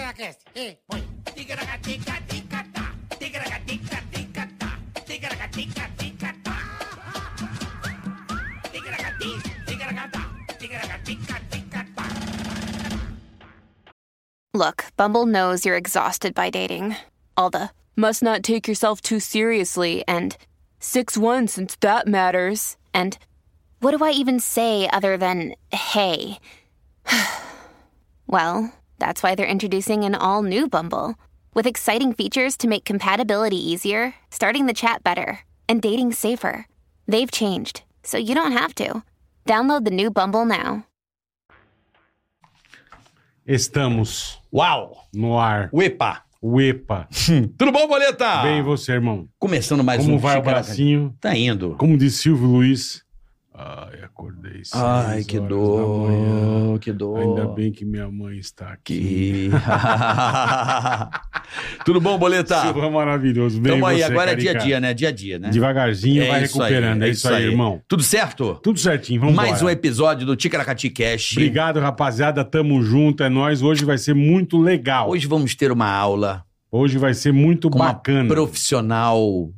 podcast. E põe. Tigaragatica-ticatá. Tigaragatica-ticatá. Tigaragatica-ticatá. Tigaragati, tigaragatá. Tigaragatica-ticatá. Look, Bumble knows you're exhausted by dating. All the must not take yourself too seriously and 6 1 since that matters. And what do I even say other than hey? well, that's why they're introducing an all new Bumble with exciting features to make compatibility easier, starting the chat better, and dating safer. They've changed, so you don't have to. Download the new Bumble now. Estamos Uau! no ar. Uepa! O EPA. Tudo bom, Boleta? Hum. Bem, e você, irmão. Começando mais Como um vai o Xícara- bracinho? Tá indo. Como disse Silvio Luiz. Ai, acordei. seis Ai, que horas da manhã. dor, que dor. Ainda bem que minha mãe está aqui. que... Tudo bom, Boleta? Silvio é maravilhoso. Bem, tá. Tamo aí, você, agora é dia Carica? a dia, né? Dia a dia, né? Devagarzinho É vai isso aí, recuperando. é é isso aí, irmão. Tudo certo? Tudo certinho, vamos mais um embora. episódio do Ticaracati Cash. Obrigado, rapaziada. Tamo junto, é nóis. Hoje vai ser muito legal. Hoje, Hoje vamos ter uma aula vai ser muito com bacana. uma profissional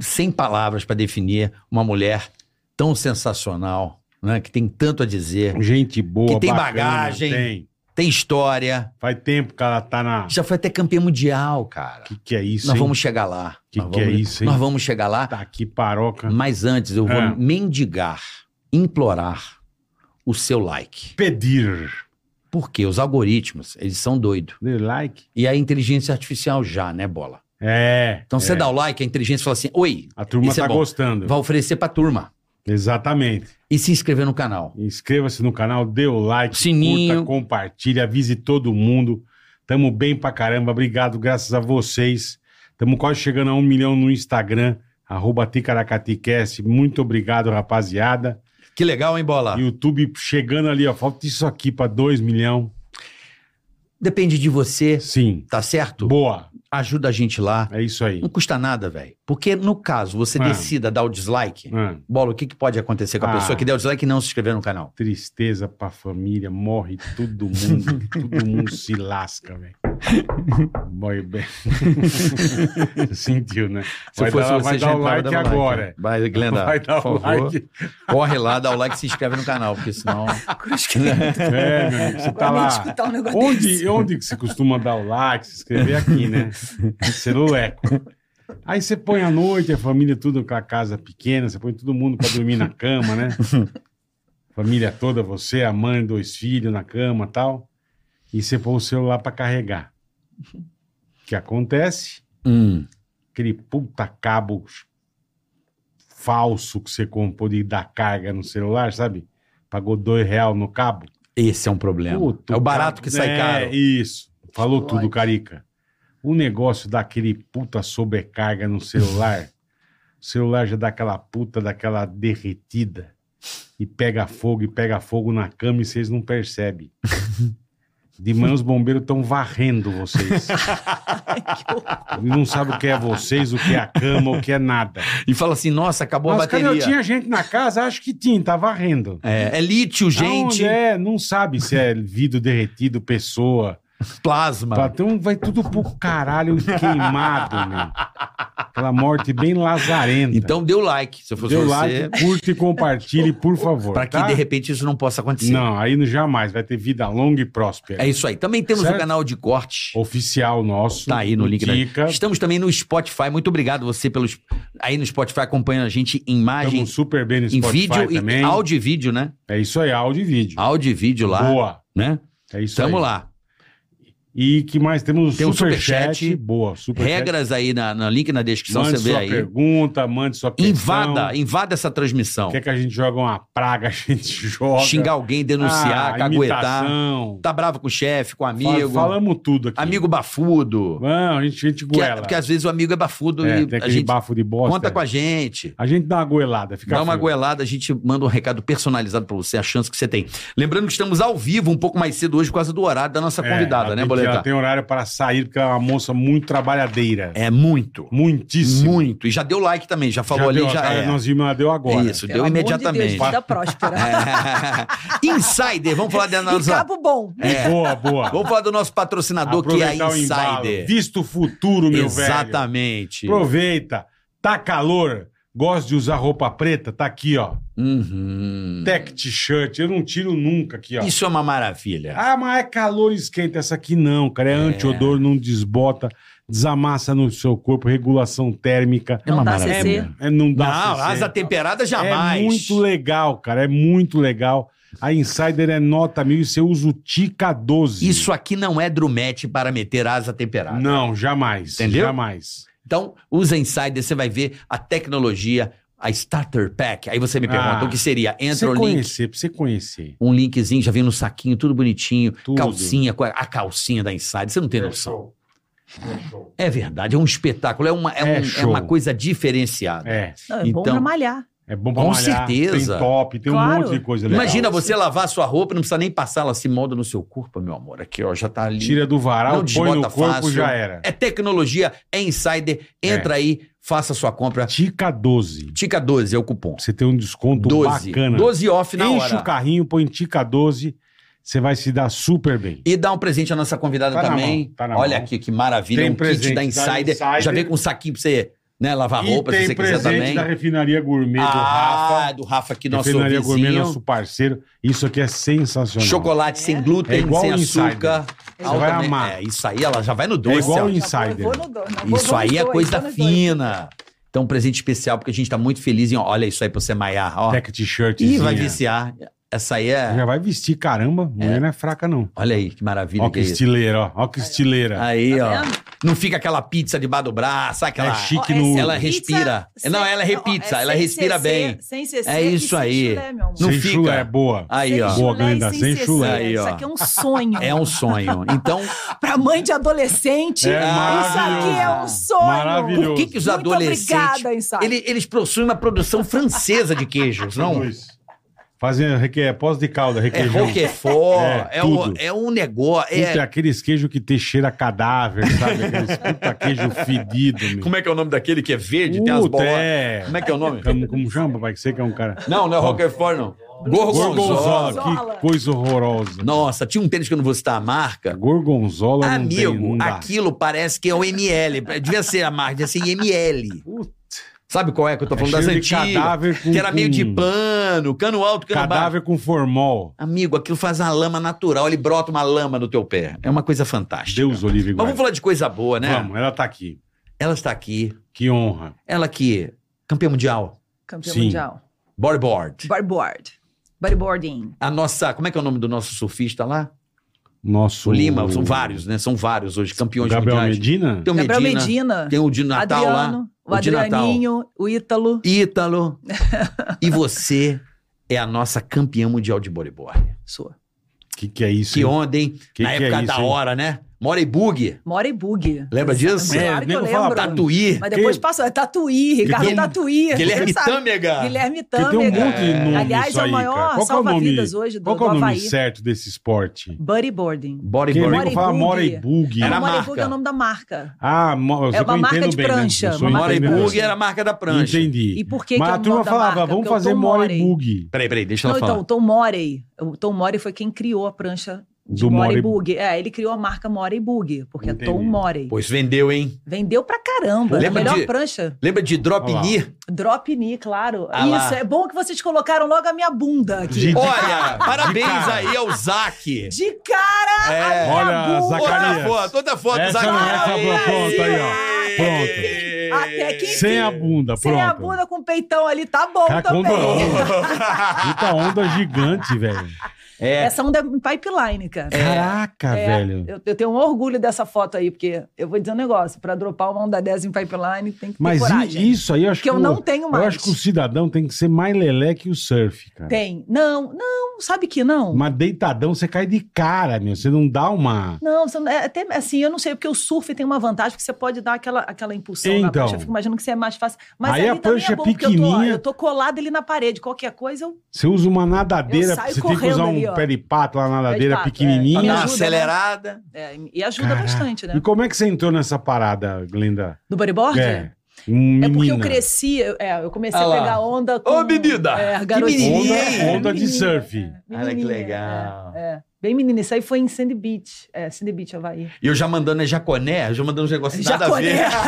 sem palavras pra definir uma mulher tão sensacional, né? Que tem tanto a dizer, Gente boa, Que tem bacana, bagagem. Tem. tem história. Faz tempo que ela tá na... Já foi até campeã mundial, O cara. que, que é isso, Nós hein? vamos chegar lá. Que nós que é vamos, isso, hein? Nós vamos chegar lá. Tá aqui, paroca. Mas antes, eu vou É. mendigar, implorar o seu like. Pedir. Porque os algoritmos, eles são doidos. Dê like. E a inteligência artificial já, né, bola? É. Então você é. dá o like, a inteligência fala assim: oi, A turma Isso é tá bom. gostando. vai oferecer pra turma. Exatamente. E se inscrever no canal. Inscreva-se no canal, dê o like, Sininho. curta, compartilha, avise todo mundo. Tamo bem pra caramba. Obrigado, graças a vocês. Tamo quase chegando a um milhão no Instagram, arroba Ticaracatecast. Muito obrigado, rapaziada. Que legal, hein, bola? YouTube chegando ali, ó. Falta isso aqui pra dois milhão. Depende de você, Sim. tá certo? Boa. Ajuda a gente lá. É isso aí. Não custa nada, velho. Porque no caso você Ah. decida dar o dislike, Ah, bola, o que, que pode acontecer com a Ah. pessoa que der o dislike e não se inscrever no canal? tristeza pra família, morre todo mundo, todo mundo se lasca, velho. Boy bem. Sentiu, né? Se eu fosse dar, você, vai já dar o entrava, like dava agora. Like. é. Vai, Glenda, vai dar por o favor, like. corre lá, dá o like e se inscreve no canal, porque senão... Cruz que dentro. É, meu amigo, você tá Agora nem lá. escutar um negócio desse. Onde, onde que você costuma dar o like, se inscrever aqui, né? Celuleco. Aí você põe à noite, a família tudo com a casa pequena, você põe todo mundo pra dormir na cama, né? Família toda, você, a mãe, dois filhos na cama tal. E você põe o celular pra carregar. O que acontece? Hum, Aquele puta cabo falso que você comprou de dar carga no celular, sabe? Pagou dois real no cabo. esse é um problema. Puta, é o barato cara. que sai É, caro. Isso. Falou Explode. tudo, Carica. O negócio daquele puta sobrecarga no celular. o celular já dá aquela puta daquela derretida. E pega fogo, e pega fogo na cama e vocês não percebem. De manhã os bombeiros estão varrendo vocês. E não sabe o que é vocês, o que é a cama, o que é nada. E fala assim, nossa, acabou Mas a cadê? Eu bateria. tinha gente na casa, acho que tinha, tá varrendo. É, é lítio, gente, Aonde é, não sabe se é vidro derretido, pessoa. plasma. Fala, Então vai tudo pro caralho queimado, meu. Aquela morte bem lazarenta. Então dê o like, se eu fosse dê o você, like, curte e compartilhe, por favor. pra que tá? de repente isso não possa acontecer. Não, aí não- jamais. Vai ter vida longa e próspera. É isso aí. Também temos Certo? o canal de corte. Oficial nosso. Tá aí no link da... Dica. Estamos também no Spotify. Muito obrigado você pelos aí no Spotify acompanhando a gente em imagem, Estamos super bem no em Spotify vídeo, também. e áudio e vídeo, né? É isso aí, áudio e vídeo. Áudio e vídeo lá, Boa. né? É isso Tamo aí. lá. E que mais? Temos Tem um um superchat. superchat. Boa, superchat. Regras aí na, na link na descrição, Mande você vê sua aí. pergunta, mande sua questão. Invada, invada essa transmissão. Quer que a gente jogue uma praga, a gente joga. Xingar alguém, denunciar, Ah, caguetar. imitação. um Tá bravo com o chefe, com o amigo. Fal- Falamos tudo aqui. Amigo bafudo. Não, a gente, a gente Que- goela. porque às vezes o amigo é bafudo É, e tem a aquele gente bafo de bosta. conta com a gente. A gente dá uma goelada, fica Dá uma frio. goelada, a gente manda um recado personalizado pra você, a chance que você tem. Lembrando que estamos ao vivo um pouco mais cedo hoje por causa do horário da nossa É, convidada, ela né, tem ela completar. tem horário para sair, porque ela é uma moça muito trabalhadeira. É muito. Muitíssimo. Muito. E já deu like também, já falou deu, ali, já cara, é. Nós vimos, ela deu agora. Isso, Pelo deu amor de imediatamente. Deus, vida próspera. É. Insider, vamos falar da E nossa. cabo bom. É. Boa, boa. Vamos falar do nosso patrocinador Aproveitar que é a o embalo. Insider. Visto o futuro, meu velho. Exatamente. Aproveita. Tá calor. Gosta de usar roupa preta? Tá aqui, ó. Uhum. Tech t-shirt. Eu não tiro nunca aqui, ó. Isso é uma maravilha. Ah, mas é calor e esquenta. Essa aqui não, cara. É, anti-odor, não desbota, desamassa no seu corpo, regulação térmica. É Não uma dá maravilha. CC. É, não dá Não, CC. asa temperada jamais. É muito legal, cara. É muito legal. A Insider é nota mil e você usa o Tica 12. Isso aqui não é drumete para meter asa temperada. Não, jamais. Entendeu? Jamais. Então, usa Insider, você vai ver a tecnologia, a Starter Pack. Aí você me pergunta Ah, o que seria? Pra Entra você o link. conhecer, pra você conhecer. Um linkzinho, já vem no saquinho, tudo bonitinho. Tudo. Calcinha, com a- a calcinha da Insider, você não tem noção. É verdade, é um espetáculo, é uma, é É um- é show. uma coisa diferenciada. É. Não, é Então- bom pra malhar. É bom pra Com malhar, certeza. Tem top, tem um Claro. monte de coisa legal. Imagina você lavar sua roupa, não precisa nem passar, ela se molda no seu corpo, meu amor. Aqui, ó, já tá ali. Tira do varal, Não põe no desbota corpo fácil. já era. É tecnologia, é insider. É. Entra aí, faça sua compra. Tica 12. Tica 12 é o cupom. Você tem um desconto 12. bacana. 12 off na Enche hora. o carrinho, põe Tica 12. Você vai se dar super bem. E dá um presente à nossa convidada Tá na também. mão, tá na Olha mão. aqui que maravilha. Tem um presente kit da da insider. Insider. Já vem com um saquinho pra você né, lavar e roupa, se tem você quiser presente também. da Refinaria Gourmet do ah, Rafa. do Rafa aqui, nosso Refinaria vizinho. Gourmet, nosso parceiro. Isso aqui é sensacional. Chocolate sem glúten, É igual sem o Insider. açúcar. Você Alta- vai amar. É, isso aí, ela já vai no É doce. igual Já o ó. vou- eu Insider. vou no do- não, vou- Isso vou aí nos é dois, coisa vou nos dois. fina. Então, um presente especial, porque a gente tá muito feliz em. ó, Olha isso aí pra você maiar, ó. Tech t-shirt. Ih, vai viciar. Essa aí é. Já vai vestir, caramba. Mulher não é fraca, não. Olha aí, que maravilha Ó que que é isso. estileira, ó. Ó que estileira. Aí, Tá ó. vendo? Não fica aquela pizza debaixo do braço, sabe aquela. É chique Ó, no... essa- Ela respira. Não, ela sem- repita, ó, é ela sem respira CC, bem. Sem CC, É e isso sem aí. chulé, meu amor. Não Sem fica. Ah, chulé, é boa. Aí, Sem ó. Boa, chulé e Glenda, sem CC. chulé. Aí, ó. Isso aqui é um sonho. É um sonho. Então, Pra mãe de adolescente, É isso maravilhoso. aqui é um sonho. Maravilhoso. por que, que os Muito adolescentes. obrigada, Insider. ele- eles possuem uma produção francesa de queijos, não? Luiz. Fazendo reque... pós de calda, É requeijão. roquefort, É, é, um, tudo. é um negócio. Puta, é- é aqueles queijos que te cheira a cadáver, sabe? Aqueles puta queijo fedido, meu. Como é que é o nome daquele que é verde, tem as Puta, bolas? é. Como é que é o nome? Como, como chama, pai? Que você que é um cara... Não, não é Roquefort, não. Gorgonzola. Gorgonzola, que coisa horrorosa. Nossa, tinha um tênis que eu não vou citar a marca. Gorgonzola não tem, um Amigo, não dá. aquilo parece que é o ML. Devia ser a marca, devia ser IML. Puta, Sabe qual é que eu tô é falando das cheiro de antigas? cadáver com... Que era meio de com- pano, cano alto, cano baixo. Cadáver com formol. Amigo, aquilo faz uma lama natural, ele brota uma lama no teu pé. É uma coisa fantástica. Deus, Olivia Mas Guarda. vamos falar de coisa boa, né? Vamos, ela tá aqui. Ela está aqui. Que honra. Ela que campeã mundial, Campeão Sim. mundial. bodyboard. Bodyboard. Bodyboarding. A nossa, como é que é o nome do nosso surfista lá? Nosso... O Lima, são vários, né? São vários hoje, campeões Gabriel mundiais. Medina? Tem o Medina, Gabriel Medina. tem o de Natal lá, Adriano. O o de Natal. Adrianinho. O Ítalo. Ítalo. e você é a nossa campeã mundial de bodyboard. Sua. O que, que é isso? um Que hein? onda, hein? Que Na que é época isso, da hein? hora, né? Mora e bug, Mora e Bug. Lembra disso? Claro É, que nego eu fala lembro. tatu- Tatuí, Mas depois Que- passou. É Tatuí, Ricardo tem um- Tatuí. Guilherme Sabe? Tâmega. Guilherme Porque tem um Tâmega. monte de nome Aliás, isso é aí, o cara. maior Qual que é o nome, salva-vidas hoje do, qual que é o do nome Havaí. certo desse esporte? Bodyboarding. Porque Bodyboard. Mora nego e fala Bug. mora e bug. Era Não, a Mora e Bug marca. é o nome da marca. Ah, mo... eu É uma entendo marca de bem, prancha, Né? Eu sou uma marca de é entendedor. Morebug prancha. era a marca da prancha. Entendi. E por que Mas que é a o turma nome da falava, marca? vamos Porque o fazer Tom mora Morey- e bug. Peraí, peraí, deixa Não, ela então, falar. o Tom Morey. O Tom Morey foi quem criou a prancha de Do Morey Morey- Bug. É, ele criou a marca Morey Bug, porque Entendi. é Tom Morey. Pois vendeu, hein? Vendeu pra caramba. Lembra a melhor de- prancha. Lembra de Drop Olha lá. Knee? Drop knee, claro. Ah lá. Isso, é bom que vocês colocaram logo a minha bunda aqui. Gente, De Olha, cara, parabéns de cara. aí ao Zac. De cara! É. a minha Olha, bunda. Zacarias. Outra foto, outra foto. Essa Zac. não é essa, pronto, aí, ó. Pronto. Ei. Até que Sem a bunda, Sem a Tá pronto. bunda com o peitão ali, tá bom Cara, também. conta onda. Puta tá onda gigante, velho. É, Essa onda é em pipeline, cara. É. Caraca, É, velho. Eu, eu tenho um orgulho dessa foto aí, porque eu vou dizer um negócio: pra dropar uma onda 10 em pipeline tem que ter Mas i- coragem. isso aí eu acho que, Que eu o- não tenho mais. Eu acho que o cidadão tem que ser mais lelé que o surf, cara. Tem. Não, não, sabe que não? Mas deitadão você cai de cara, meu. Você não dá uma. Não, você não- é até assim, eu não sei, porque o surf tem uma vantagem que você pode dar aquela, aquela impulsão na Então. prancha. Eu fico imaginando que isso é mais fácil. Mas Aí ali a também prancha é bom, porque eu tô, pequenininha. eu tô colada ali na parede. Qualquer coisa, eu, Você usa uma eu nadadeira, saio você tem que correndo usar um ali. aí, um ó. pé de pato lá na ladeira pato, é. Pra dar pequenininha. uma ajuda, acelerada. É, e ajuda Caraca. bastante, né? E como é que você entrou nessa parada, Glenda? Do bodyboard? É, menina. É porque eu cresci, eu- é, eu comecei Ah a lá. pegar onda com... Ô, bebida! É, Que garotinha. menininha, é, hein? Onda de menininha, surf. é, Cara, que menininha, legal. É, é. Bem menina, isso aí foi em Sandy Beach. É, Sandy Beach, Havaí. E eu já mandando é jaconé, eu já mandando uns negócios nada a Jaconé. ver.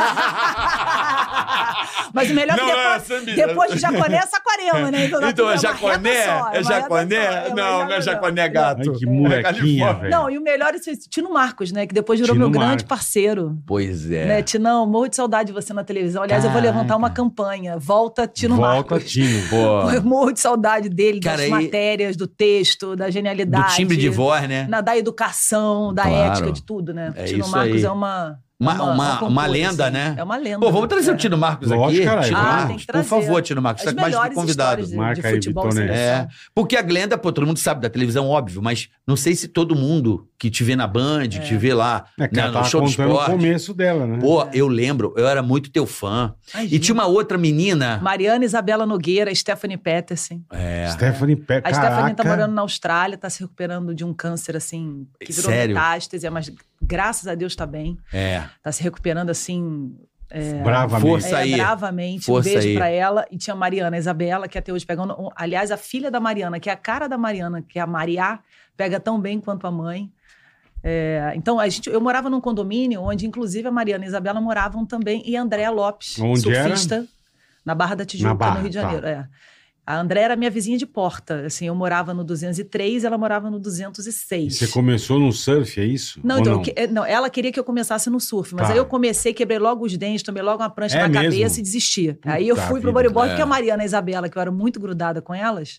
Mas o melhor é que Não, é depois, sambira. depois de jaconé é saquarema, né? Então, Então, é uma jaconé? reta só, uma É reta só, jaconé? é uma Não, não é reta só. jaconé, Ai, gato. que molequinha, Califórnia. velho. Não, e o melhor é esse Tino Marcos, né? Que depois virou Tino meu grande Marcos. parceiro. Pois é. Né, Tinão, morro de saudade de você na televisão. Aliás, eu vou Caraca. levantar uma campanha. Volta, Tino Volta, Marcos. Tino. Pô, Eu morro de saudade dele, Cara, das e- matérias, do texto, da do genialidade. timbre de voz, né? na- da educação, da Claro. ética, de tudo, né? É Tino isso Marcos aí. é uma. Uma, uma, uma, cultura, lenda, assim. né? É uma lenda. Pô, vamos né? trazer É. o Tino Marcos Lógico, aqui. caralho. Tino Ah, tem Marcos, que por trazer. favor, Tino Marcos, As tá mais que melhores convidado. histórias de, Marca de aí, futebol. Vitor Neto. seleção. É, porque a Glenda, pô, todo mundo sabe da televisão, óbvio, mas não sei se todo mundo que te vê na Band, te vê lá É que né, ela no tava show do contando o esporte. começo dela, né? Pô, eu lembro, eu era muito teu fã. E Imagina. tinha uma outra menina. Mariana Isabela Nogueira, Stephanie Peterson. É. Stephanie Pe... A Caraca. Stephanie tá morando na Austrália, tá se recuperando de um câncer, assim, que virou Sério? metástase, mas graças a Deus tá bem. É. Tá se recuperando, assim, Brava Força. mesmo. é, aí. bravamente. Força um beijo aí. pra ela. E tinha a Mariana, a Isabela, que até hoje pegando. um- Aliás, a filha da Mariana, que é a cara da Mariana, que é a Mariá, pega tão bem quanto a mãe. É, então, a gente, eu morava num condomínio onde, inclusive, a Mariana e a Isabela moravam também, e a Andréa Lopes, Onde era? surfista, na Barra da Tijuca, Na Barra, no Rio de tá. Janeiro. é. A Andréa era minha vizinha de porta. Assim, eu morava no 203, ela morava no 206. E você começou no surf, é isso? Não, Ou então, que- eh, não, ela queria que eu começasse no surf, mas Tá. aí eu comecei, quebrei logo os dentes, tomei logo uma prancha É na mesmo? cabeça e desisti. Puta aí eu fui vida. pro bodyboard, É. porque a Mariana e a Isabela, que eu era muito grudada com elas,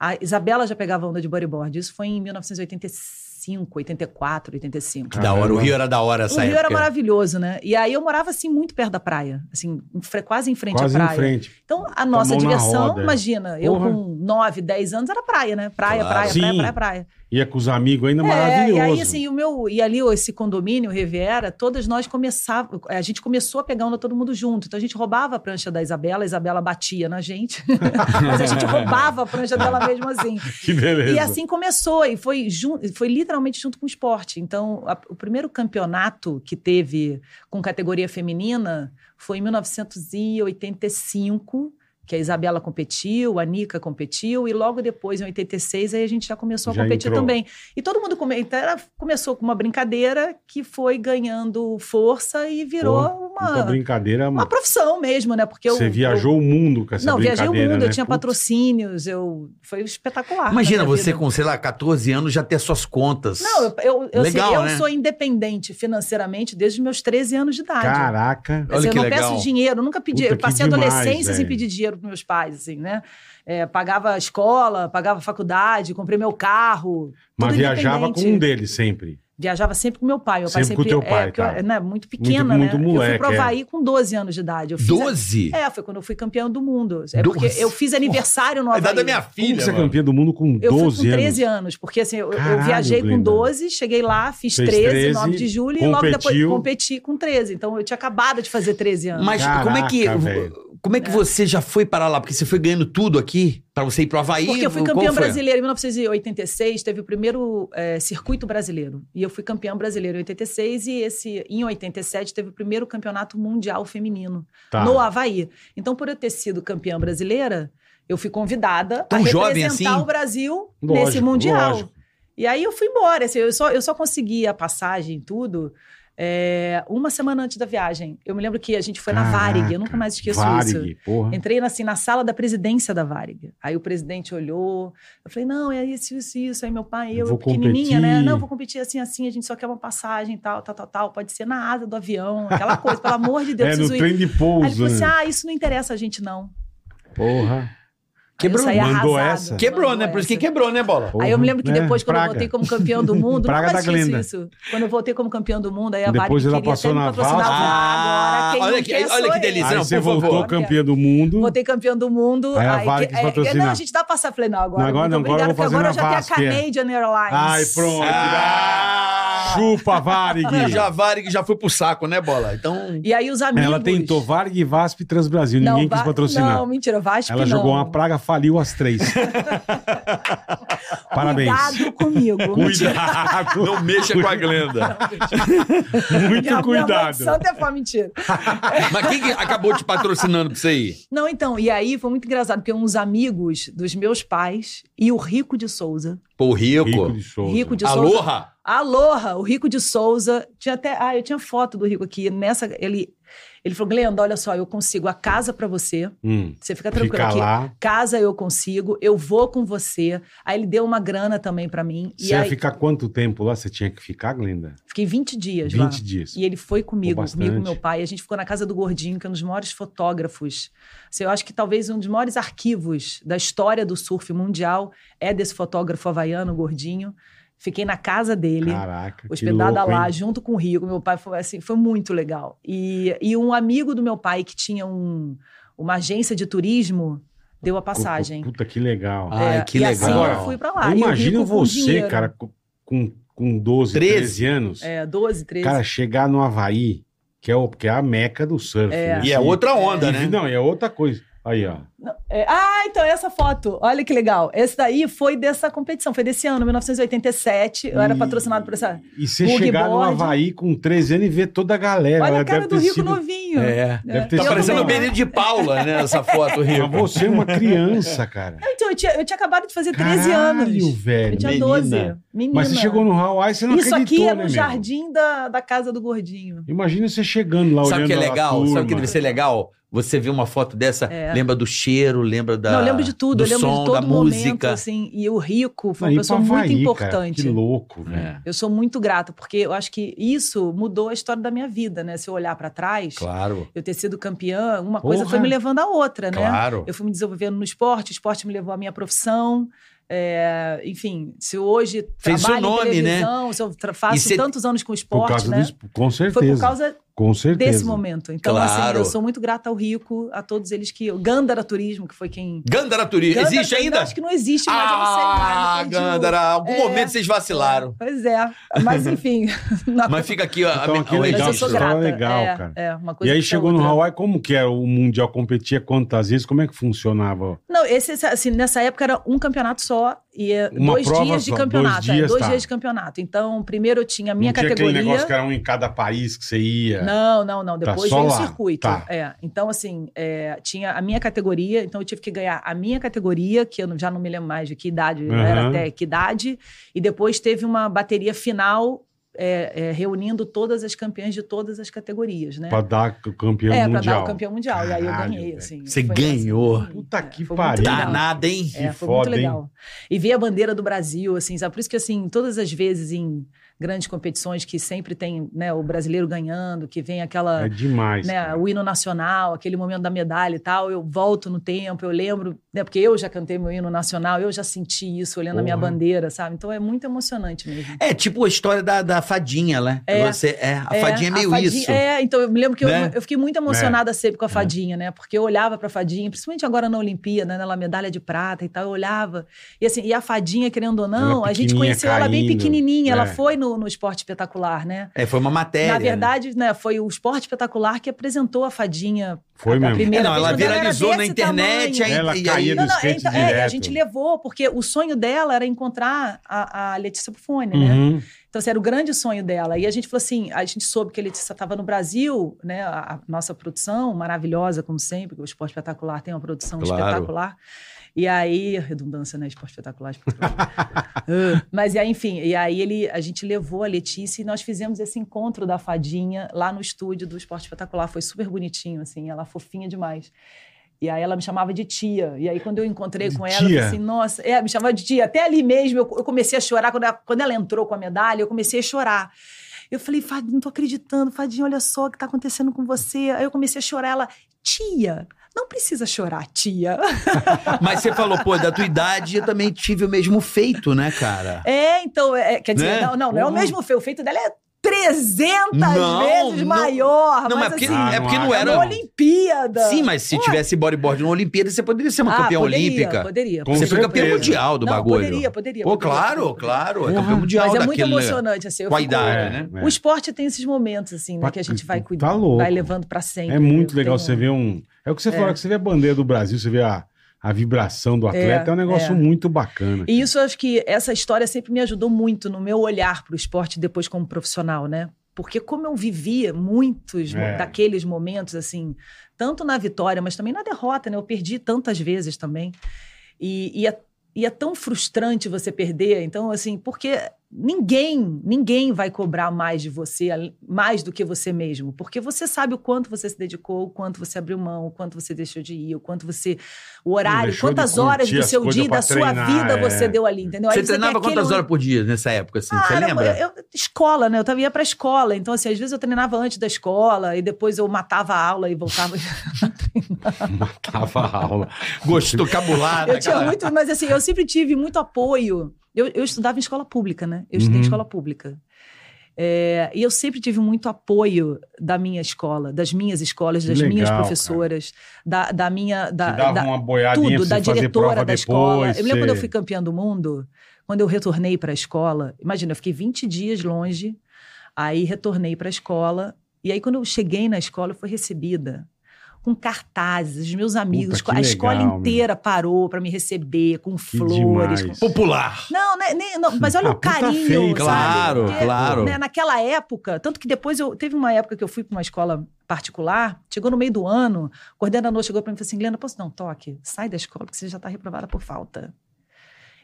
a Isabela já pegava onda de bodyboard. Isso foi em 1985, 84, 85. Que da hora. O Rio era da hora o essa Rio era é. época. maravilhoso, né? E aí eu morava, assim, muito perto da praia. Assim, em fre- quase em frente Quase à em praia. frente. Então, a nossa mão na diversão, roda. imagina, eu Porra. com 9, 10 anos, era praia, né? Praia, Claro. praia, praia, Sim. praia, praia. Ia com os amigos ainda, É, maravilhoso. e aí, assim, o meu. E ali, ó, esse condomínio, Riviera, todas nós começava. A gente começou a pegar onda todo mundo junto. Então a gente roubava a prancha da Isabela, a Isabela batia na gente. Mas a gente roubava a prancha dela mesmo assim. Que beleza. E assim começou, e foi, jun- foi literalmente junto com o esporte. Então, a- o primeiro campeonato que teve com categoria feminina foi em 1985, que a Isabela competiu, a Nica competiu, e logo depois, em 86, aí a gente já começou a Já competir entrou. também. E todo mundo come- então, era- começou com uma brincadeira que foi ganhando força e virou Pô, Puta uma, brincadeira, uma mano. profissão mesmo, né? Ah, Porque eu- Você eu- viajou o mundo com essa não, viajei brincadeira, o mundo, né? eu tinha Puta, patrocínios, eu foi espetacular. Imagina na minha você vida. com, sei lá, 14 anos já ter suas contas. Não, eu, eu, eu, Legal, sei, eu né? sou independente financeiramente desde os meus 13 anos de idade. Caraca. Assim, Olha eu que não legal. peço dinheiro, eu nunca pedi. Puta, eu passei que a demais, adolescência sem velho. pedir dinheiro para meus pais, assim, né? É, pagava a escola, pagava a faculdade, comprei meu carro. Mas tudo viajava com independente. um deles sempre. Viajava sempre com meu pai. Meu Sempre com pai sempre teu pai, é, porque eu- tá. né, muito pequena, Muito- muito né? eu moleque, fui é. pro Havaí com 12 anos de idade. Eu fiz a- 12? É, foi quando eu fui campeão do mundo. É porque Doze? eu fiz aniversário no A Havaí. idade da minha Como que filha. você é mano. campeã do mundo com 12 Eu fui com 13 anos? anos, porque assim, eu, eu Caralho, viajei com Glenda. 12, cheguei lá, fiz Fez 13, 13, 9 de julho, e logo depois competiu. competi com 13. Então eu tinha acabado de fazer 13 anos. Mas como é que Caraca, velho. como é que você já foi parar lá? Porque você foi ganhando tudo aqui pra você ir pro Havaí. porque eu fui Qual campeã foi? brasileira em 1986, teve o primeiro eh, circuito brasileiro. E eu fui campeã brasileira em 86, e esse, em 87 teve o primeiro campeonato mundial feminino, Tá. no Havaí. Então, por eu ter sido campeã brasileira, eu fui convidada Tão a jovem representar assim? o Brasil nesse Lógico, mundial. lógico. E aí eu fui embora. assim, eu, só, eu só consegui a passagem e tudo é, uma semana antes da viagem. Eu me lembro que a gente foi na Varig, eu nunca mais esqueço isso. Varig, porra. Entrei assim, na sala da presidência da Varig. Aí o presidente olhou. Eu falei, não, é isso, isso, isso. Aí meu pai, Eu eu, vou pequenininha, né? competir. Não, eu vou competir assim, assim. A gente só quer uma passagem, tal, tal, tal, tal. Pode ser na asa do avião, aquela coisa. Pelo amor de Deus, é, no preciso ir. trem de Aí ele pouso, falou assim, né? ah, isso não interessa a gente, não. Porra. Quebrou, aí eu saí Mandou arrasada. essa? Quebrou, né? Mandou Por isso que é essa. quebrou, né, Bola? Aí eu me lembro que Porra, depois, né? quando Praga. eu voltei como campeão do mundo, Praga nunca da mais esqueço Glenda. isso. Quando eu voltei como campeão do mundo, aí a Depois Varig ela queria passou até na me patrocinar. "Ah, Agora, Vasco. quem olha não que, quer olha sou que eu. delícia, Aí não, você por voltou favor. campeã do mundo. Voltei campeão do mundo. Aí a Varig que- é, quis patrocinar. não, a gente dá pra falei, não, agora. Não, agora não, muito agora eu obrigada, vou fazer porque agora na eu já Vasco, é. tenho a Canadian Airlines. Ai, pronto. Ah! Chupa, Varig. Ah, Já Varig já foi pro saco, né, Bola? Então. E aí os amigos. Ela tentou Varig, Vasp e Transbrasil. Não, Ninguém quis Va- patrocinar. Não, mentira, Vasco Ela não. jogou uma praga, faliu as três. Parabéns. Cuidado comigo. Cuidado. Não mexa com a Glenda. Muito Santa cuidado. é fome, mentira. Mas quem que acabou te patrocinando pra você ir? Não, então, e aí foi muito engraçado, porque uns amigos dos meus pais e o Rico de Souza. Pô, o Rico. Rico de Souza. Rico de Souza. Aloha. Aloha, o Rico de Souza. Tinha até. Ah, eu tinha foto do Rico aqui. Nessa, ele, ele falou: Glenda, olha só, eu consigo a casa pra você. Hum, Você fica tranquilo fica aqui. lá, Casa eu consigo, eu vou com você. Aí ele deu uma grana também pra mim. e você ia aí, ficar quanto tempo lá? Você tinha que ficar, Glenda? fiquei 20 dias 20 lá. dias. E ele foi comigo, bastante. comigo e meu pai. A gente ficou na casa do Gordinho, que é um dos maiores fotógrafos. Assim, eu acho que talvez um dos maiores arquivos da história do surf mundial é desse fotógrafo havaiano, o Gordinho. Fiquei na casa dele, Caraca, que hospedada louco, lá, hein? junto com o Rico. Meu pai foi assim, foi muito legal. E, e um amigo do meu pai que tinha um- uma agência de turismo deu a passagem. Puta, que legal. Ah, Ai, que e assim legal. eu fui pra lá. E o Imagina Rico com você, dinheiro. cara, co- com, com 12, 13, 13. anos, É, 12, 13. cara, chegar no Havaí, que é, o, que é a meca do surf. É. né? E é outra onda, E- né? Não, e é outra coisa. Aí, ó. Não, é- ah, então essa foto, olha que legal. Esse daí foi dessa competição, foi desse ano, 1987. Eu era E- patrocinado por essa. E você boogie chegar no board. Havaí com 13 anos e ver toda a galera. Olha ela a cara é, deve do ter Rico sido- novinho. É. Deve ter Eu Tá sido parecendo uma- o também. Benedito de Paula, né? Essa foto, Mas Rico. você é uma criança, cara. Então, eu tinha, eu tinha acabado de fazer 13 Caralho, anos. velho. Eu tinha menina. 12. Menina. Mas você chegou no Hawaii, você não Isso acreditou, aqui é né, no meu? jardim da, da casa do gordinho. Imagina você chegando lá, Sabe o Tá olhando que é a legal? turma. Sabe o que deve ser legal? Você vê uma foto dessa, É. lembra do cheiro, lembra da. Não, eu lembro de tudo, do eu lembro som, de todo da momento, música. assim. E o Rico foi uma Não, ir pra pessoa muito Havaí, importante. Cara, então que louco, velho. É, Eu sou muito grata, porque eu acho que isso mudou a história da minha vida, né? Se eu olhar pra trás, Claro, eu ter sido campeã, uma coisa Porra. foi me levando à outra, né? claro. Eu fui me desenvolvendo no esporte, o esporte me levou à minha profissão. é, enfim, se hoje Fez seu trabalho nome, em televisão, se eu tra- faço E cê- tantos anos com Por esporte, causa né? disso, com certeza. Foi por causa Com certeza. desse momento. Então, assim, Claro. eu sou muito grata ao Rico, a todos eles que. O Gandara Turismo, que foi quem. Gandara Turismo. Gandara Existe Turismo, eu ainda? Acho que não existe mais, eu não sei mais. Ah, eu perdi o- Gandara, algum É. momento vocês vacilaram. Pois é. Mas, enfim. não- Mas fica aqui ó, a, Então, aqui é a mas legal, eu registro. sou isso é grata. legal, é, cara. é, uma E coisa aí puxa a chegou no outra. Hawaii, como que era o Mundial? Competia quantas vezes? Como é que funcionava? Não, esse, esse- assim, nessa época era um campeonato só e é, Uma dois prova dias de só, campeonato. dois é, dias, dois tá. dias de campeonato. Então, primeiro eu tinha a minha não tinha categoria. aquele negócio que era um em cada país que você ia. Não, né? não, não. Tá, Depois só veio lá. o circuito. Tá. É, então, assim, é, tinha a minha categoria, então eu tive que ganhar a minha categoria, que eu não- já não me lembro mais de que idade Uhum. era até que idade, e depois teve uma bateria final. é, é, reunindo todas as campeãs de todas as categorias, né? Pra dar o campeão é, pra dar mundial. o campeão mundial. e aí eu Caralho, ganhei, velho. assim. Você foi ganhou. assim, Puta é, que foi muito pariu. legal. Danada, hein? É, Que foi foda, muito legal. E ver a bandeira do Brasil, assim, sabe? Por isso que, assim, todas as vezes em grandes competições que sempre tem, né, o brasileiro ganhando, que vem aquela, É demais. né, cara. o hino nacional, aquele momento da medalha e tal, eu volto no tempo, eu lembro, né, porque eu já cantei meu hino nacional, eu já senti isso olhando a minha Porra. bandeira, sabe? Então é muito emocionante mesmo. É tipo a história da, da fadinha, né? É. Você, é a É, fadinha é meio fadinha- isso. É, então eu me lembro que eu- Né? É. eu, fiquei muito emocionada sempre com a fadinha, né? Porque eu olhava pra fadinha, principalmente agora na Olimpíada, né? Ela medalha de prata e tal, eu olhava. E assim, e a fadinha, querendo ou não, Ela a gente pequenininha conheceu ela bem caindo, pequenininha, ela é. foi no, no esporte espetacular, né? É, foi uma matéria. Na né? verdade, né, foi o esporte espetacular que apresentou a fadinha. Foi a mesmo. É, primeira não, vez, ela quando era viralizou na desse internet. tamanho. aí- Ela e caía aí- do Não, não, skate então, é, a direto. gente levou, porque o sonho dela era encontrar a, a Letícia Bufone, né? Uhum. Então, assim, era o grande sonho dela. E a gente falou assim: a gente soube que a Letícia estava no Brasil, né? A, a nossa produção, maravilhosa, como sempre, porque o Esporte Espetacular tem uma produção Claro. espetacular. E aí, redundância, né? Esporte espetacular, espetacular. Ah, Mas e aí, enfim, e aí ele, a gente levou a Letícia e nós fizemos esse encontro da fadinha lá no estúdio do Esporte Espetacular. Foi super bonitinho, assim, ela fofinha demais. E aí ela me chamava de tia. E aí, quando eu encontrei De com ela, eu falei tia? assim, nossa, é, me chamava de tia. Até ali mesmo eu, eu comecei a chorar. Quando ela, quando ela entrou com a medalha, eu comecei a chorar. Eu falei, Fadinha, não tô acreditando, Fadinha, olha só o que tá acontecendo com você. Aí eu comecei a chorar. Ela, tia, não precisa chorar, tia. Mas você falou, pô, da tua idade eu também tive o mesmo feito, né, cara? É, então, é, quer dizer, Né? não, não, não é o Porra. mesmo feio. O feito dela é 300 Não, vezes não. maior. Não, mas mas porque, assim, Ah, é porque não não, acho. é uma era. Olimpíada. Sim, mas se tivesse bodyboard na Olimpíada, você poderia ser uma Ah, campeã poderia, olímpica. Poderia, Com Você foi poderia. campeã certeza. mundial do Não, bagulho. Poderia, poderia. Pô, poderia, claro, poderia. claro. É Porra. campeão mundial Mas é muito daquele. emocionante, assim. eu Com a fico- idade, É, né? O esporte tem esses momentos, assim, né? Pra- Que a gente vai tá cuidando, louco. vai levando pra sempre. É muito Tem legal um- você ver um. É o que você falou, que você vê a bandeira do Brasil, você vê a, a vibração do atleta é, um negócio é. muito bacana. E isso, eu acho que essa história sempre me ajudou muito no meu olhar para o esporte depois como profissional, né? Porque como eu vivia muitos mo- É. daqueles momentos, assim, tanto na vitória, mas também na derrota, né? Eu perdi tantas vezes também. E, e é, e é tão frustrante você perder. Então, assim, porque ninguém, ninguém vai cobrar mais de você, ale- mais do que você mesmo. Porque você sabe o quanto você se dedicou, o quanto você abriu mão, o quanto você deixou de ir, o quanto você... O horário, deixou de quantas horas curtir do as seu coisas dia, pra da sua treinar, vida é. você deu ali, entendeu? Aí Você tem treinava aquele quantas horas por dia nessa época, assim? você era- lembra? eu- eu- escola, né? Eu tava, ia pra escola. Então, assim, às vezes eu treinava antes da escola e depois eu matava a aula e voltava. Matava a aula. Gostou, cabulada. eu tinha cara. muito, mas assim, eu sempre tive muito apoio. Eu, eu estudava em escola pública, né? Eu estudei Uhum. em escola pública. É, e eu sempre tive muito apoio da minha escola, das minhas escolas, das Que minhas legal, professoras, da, da minha. Da, Te dava da- uma boiadinha tudo, pra da você fazer diretora prova da depois. escola. Eu me lembro quando eu você- fui campeã do mundo, quando eu retornei para a escola, imagina, eu fiquei 20 dias longe, aí retornei para a escola, e aí quando eu cheguei na escola, eu fui recebida com cartazes, os meus amigos, que a escola legal, meu. inteira parou para me receber com flores. demais. com- Popular. Não, né, nem- não, mas olha Ah, o puta carinho, feito, sabe? Claro, Porque, claro. né, naquela época, tanto que depois eu teve uma época que eu fui para uma escola particular, chegou no meio do ano, o coordenador chegou para mim e falou assim: "Glenda, posso dar um toque? Sai da escola porque você já está reprovada por falta".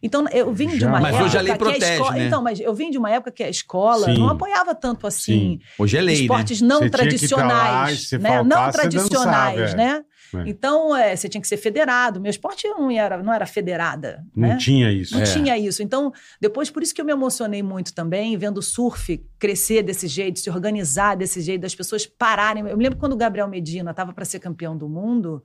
Então, eu vim de Já. uma Mas época hoje a lei que a protege, escola, né? então, mas eu vim de uma época que a escola Sim. não apoiava tanto assim Sim. Hoje é lei, né? esportes não Você tinha que estar lá, e tradicionais, se né? faltasse, não você tradicionais, dançava, é. né? É. Então, é, você tinha que ser federado. Meu esporte não era, não era federada, Não né? tinha isso. Não É. tinha isso. Então, depois, por isso que eu me emocionei muito também, vendo o surf crescer desse jeito, se organizar desse jeito, das pessoas pararem. Eu me lembro quando o Gabriel Medina estava para ser campeão do mundo.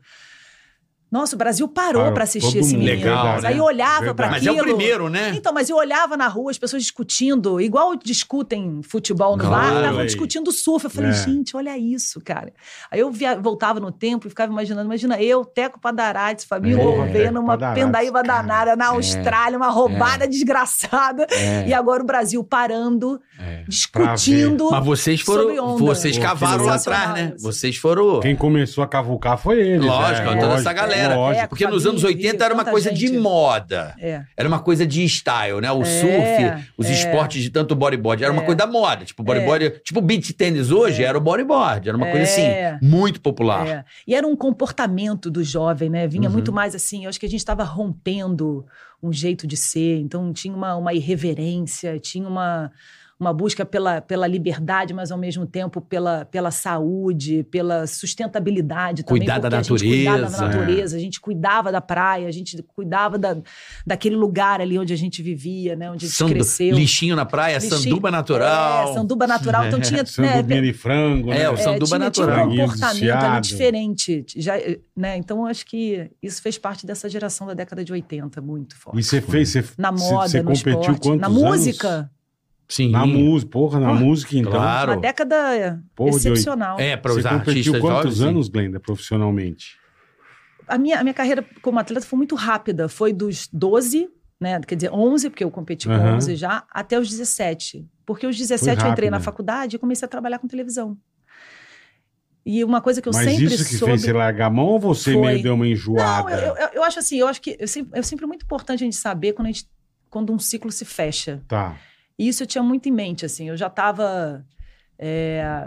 Nossa, o Brasil parou Parou, para assistir todo esse mundo. menino. Legal, Mas né? Aí eu olhava Verdade. para Mas aquilo. é o primeiro, né? Então, mas eu olhava na rua, as pessoas discutindo, igual discutem futebol no Claro, bar, estavam aí. discutindo surf. Eu falei, É. gente, olha isso, cara. Aí eu via- voltava no tempo e ficava imaginando, imagina eu, Teco Padarati, família É, Rovena, uma Padarati, pendaíba cara. danada na É. Austrália, uma roubada desgraçada. E agora o Brasil parando, discutindo. É. Mas vocês Sob foram. onda. Vocês Pô, cavaram lá sensacional atrás, né? isso. Vocês foram. Quem começou a cavucar foi ele. Lógico, é toda essa galera. é, Lógico. É, Porque nos Fabinho, anos 80 era uma tanta coisa de gente. moda. É. Era uma coisa de style, né? O É, surf, os é. esportes de tanto bodyboard. Era uma É. coisa da moda. Tipo, bodyboard. Tipo, beat tênis hoje era o bodyboard. Era uma coisa É. assim, muito popular. É. E era um comportamento do jovem, né? Vinha Uhum. muito mais assim. Eu acho que a gente estava rompendo um jeito de ser, então tinha uma, uma irreverência, tinha uma, uma busca pela, pela liberdade, mas ao mesmo tempo pela, pela saúde, pela sustentabilidade também. Cuidar da porque a gente cuidava da natureza. né? natureza, a gente cuidava da praia, a gente cuidava da, daquele lugar ali onde a gente vivia, né? Onde a gente Sandu- cresceu. Lixinho na praia, Lixinho- sanduba natural. É, sanduba natural. Então tinha. né, Sandubinha É, de frango, É, né? o sanduba tinha, tinha natural. um comportamento Desfiado. ali diferente. Já, eh, né? Então, eu acho que isso fez parte dessa geração da década de 80, muito forte. E você fez, você, na você- moda, você no competiu esporte, quantos na anos? música. Sim. Na música, porra, na Porra, música então. claro. Uma década eh, Porra, de oit- excepcional. É, para Você os competiu artistas quantos jovens, sim. anos, Glenda, profissionalmente? A, minha, a minha carreira como atleta foi muito rápida. Foi dos 12, né? quer dizer, 11, porque eu competi com Aham. 11 já, até os 17. Porque os 17 eu entrei na rápida. faculdade e comecei a trabalhar com televisão. E uma coisa que eu Mas sempre isso que soube... fez você largar a mão ou você Foi. meio deu uma Não, enjoada? eu, eu- eu acho assim, eu acho que eu sempre, é sempre muito importante a gente saber quando, a gente, quando um ciclo se fecha. Tá. E isso eu tinha muito em mente, assim, eu já estava.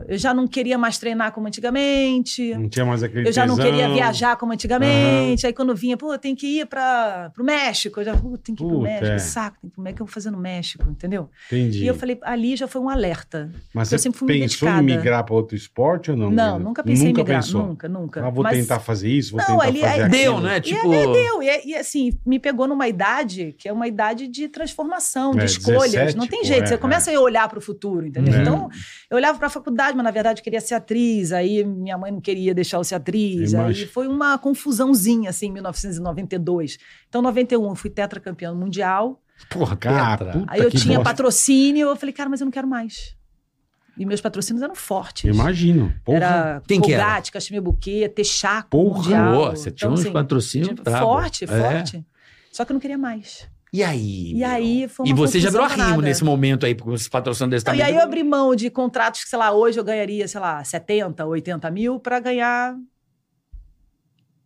eu já não queria mais treinar como antigamente, Não tinha mais aquele eu já não tesão. queria viajar como antigamente. Aí quando vinha, pô, tem que ir para o México, eu já, pô, tem que ir para o Puta, México, é. saco, tem que, como é que eu vou fazer no México, entendeu? Entendi. E eu falei, ali já foi um alerta. Mas eu você sempre fui muito pensou em dedicada. migrar para outro esporte ou não? Não, Glenda? nunca pensei nunca em migrar, Pensou. nunca, nunca. Ah, vou Mas- tentar fazer isso, vou Não, tentar ali- é fazer aí- Deu, aquilo. né? E Tipo. ali deu. E, e, assim, me pegou numa idade que é uma idade de transformação, de É, escolhas. 17, não tem pô, jeito. é, você começa a olhar para o futuro, entendeu? É. Então, eu olhava para a faculdade, mas na verdade eu queria ser atriz. Aí minha mãe não queria deixar eu ser atriz. Aí Imagina. foi uma confusãozinha, assim, em 1992. Então, em 91, eu fui tetracampeã mundial. Porra, Cara, Petra. puta Aí eu que tinha bosta. patrocínio. Eu falei, cara, mas eu não quero mais. E meus patrocínios eram fortes. Imagino. Porra. Era Quem que era? Colgate, Cachemir Buquê, Texaco, Porra, Mundial. Pô, você tinha Então, uns assim, patrocínios Tipo, brabo. Forte, É. forte. Só que eu não queria mais. E aí? E meu? aí foi uma E você já virou confusão rimo danada. nesse momento aí, porque você tá patrocina desse Então, e tamanho. aí eu abri mão de contratos que, sei lá, hoje eu ganharia, sei lá, 70, 80 mil pra ganhar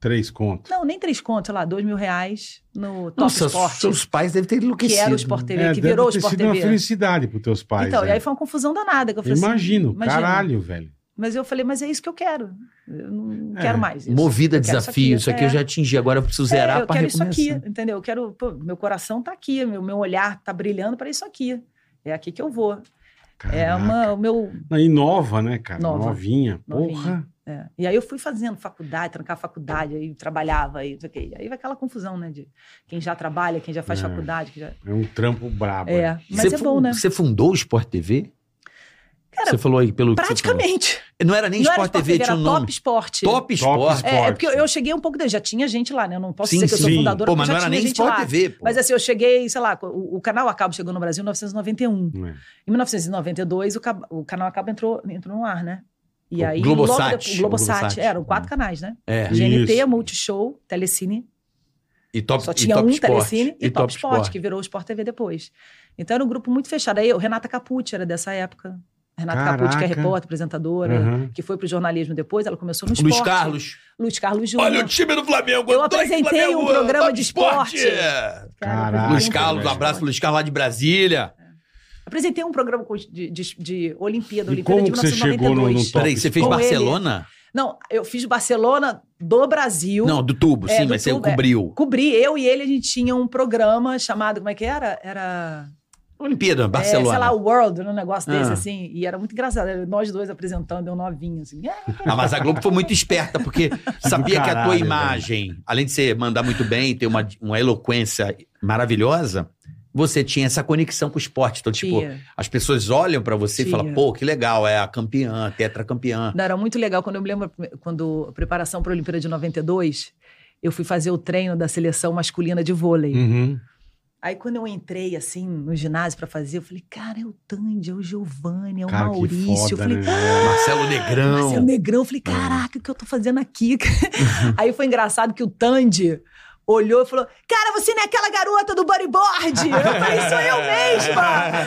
Três contos. Não, nem três contos, sei lá, dois mil reais no Top Nossa, Sport, seus pais devem ter que enlouquecido. era o Sport TV, que virou o É, ter Sport sido uma TV. felicidade pros teus pais. Então, né? e aí foi uma confusão danada. Que eu falei assim, Imagino, imagina. caralho, velho. Mas eu falei, mas é isso que eu quero. Eu não É, quero mais isso. Movida a Eu quero isso desafio, aqui, isso aqui eu é. já atingi, agora eu preciso zerar é, eu pra quero recomeçar. isso aqui, entendeu? Eu quero, pô, meu coração tá aqui, meu, meu olhar tá brilhando para isso aqui. É aqui que eu vou. É Caraca. uma, o meu, Não, E nova, né, cara? Nova. Novinha. Novinha. Porra. é. E aí eu fui fazendo faculdade, trancar faculdade, aí trabalhava aí, não sei o quê. aí vai aquela confusão, né, de quem já trabalha, quem já faz É. faculdade, quem já... É um trampo brabo. É, né? mas Tá Você é fu- bom, né? Você fundou o Sport TV? Cara, você falou aí pelo que você Praticamente. falou. Não era nem Não era Sport, TV, tinha era um Top nome. Sport. Top Top Sport. Sport. É, é porque eu, eu cheguei um pouco desde, já tinha gente lá, né? Eu não posso Sim, dizer que eu sim. sou fundadora, Pô, mas já não era tinha nem gente lá. Sport TV, pô. Mas assim, eu cheguei, sei lá, o, o canal Acabo chegou no Brasil em 1991. Não é. Em 1992, o, cab- o canal Acaba entrou, entrou no ar, né? E O aí, Globosat. logo depois- o Globosat, O Globosat. eram quatro canais, né? É. GNT, Isso. Multishow, Telecine. E Top, Só e tinha Top um Sport. Telecine e, Top, Sport, Sport. que virou o Sport TV depois. Então era um grupo muito fechado. Aí, o Renata Capucci era dessa época. Renata Capucci, que é Caraca. repórter, apresentadora, Aham. que foi pro jornalismo depois, ela começou no Luiz esporte. Carlos. Luiz Carlos Júnior. Olha o time do Flamengo. Eu dois apresentei Flamengo, um programa Top de esporte. Cara, eu Caraca, apresentei um Luiz Carlos, um programa de abraço pro esporte. Luiz Carlos lá de Brasília. Apresentei um programa com- de, de, de Olimpíada, Olimpíada E de como que você chegou no- 1992. no top? Peraí, você fez Com ele. Barcelona? Não, eu fiz Barcelona do Brasil. Não, do tubo, É, sim, do mas você tubo, é. cobriu. Cobri, eu e ele, a gente tinha um programa chamado, como é que era? Era, Olimpíada, é, sei lá, Barcelona. World, um negócio desse, Ah. assim. E era muito engraçado, era nós dois apresentando, eu novinho, assim. "Ah, Ah, mas a Globo foi muito esperta, porque sabia que a tua caralho, imagem, além de você mandar muito bem, ter uma, uma eloquência maravilhosa, você tinha essa conexão com o esporte. Então, tipo, tia". as pessoas olham pra você e Tinha. falam, pô, que legal, é a campeã, tetracampeã. Não, era muito legal. Quando eu me lembro, quando a preparação para a Olimpíada de 92, eu fui fazer o treino da seleção masculina de vôlei. Uhum. Aí quando eu entrei, assim, no ginásio pra fazer, eu falei, cara, é o Tandy, é o Giovanni, é o Cara, que Maurício. foda, eu falei, "Ah, né? Marcelo Negrão. Marcelo Negrão. Eu falei, caraca, o que eu tô fazendo aqui? Aí foi engraçado que o Tandy olhou e falou, cara, você não é aquela garota do bodyboard? Eu falei, sou eu mesma!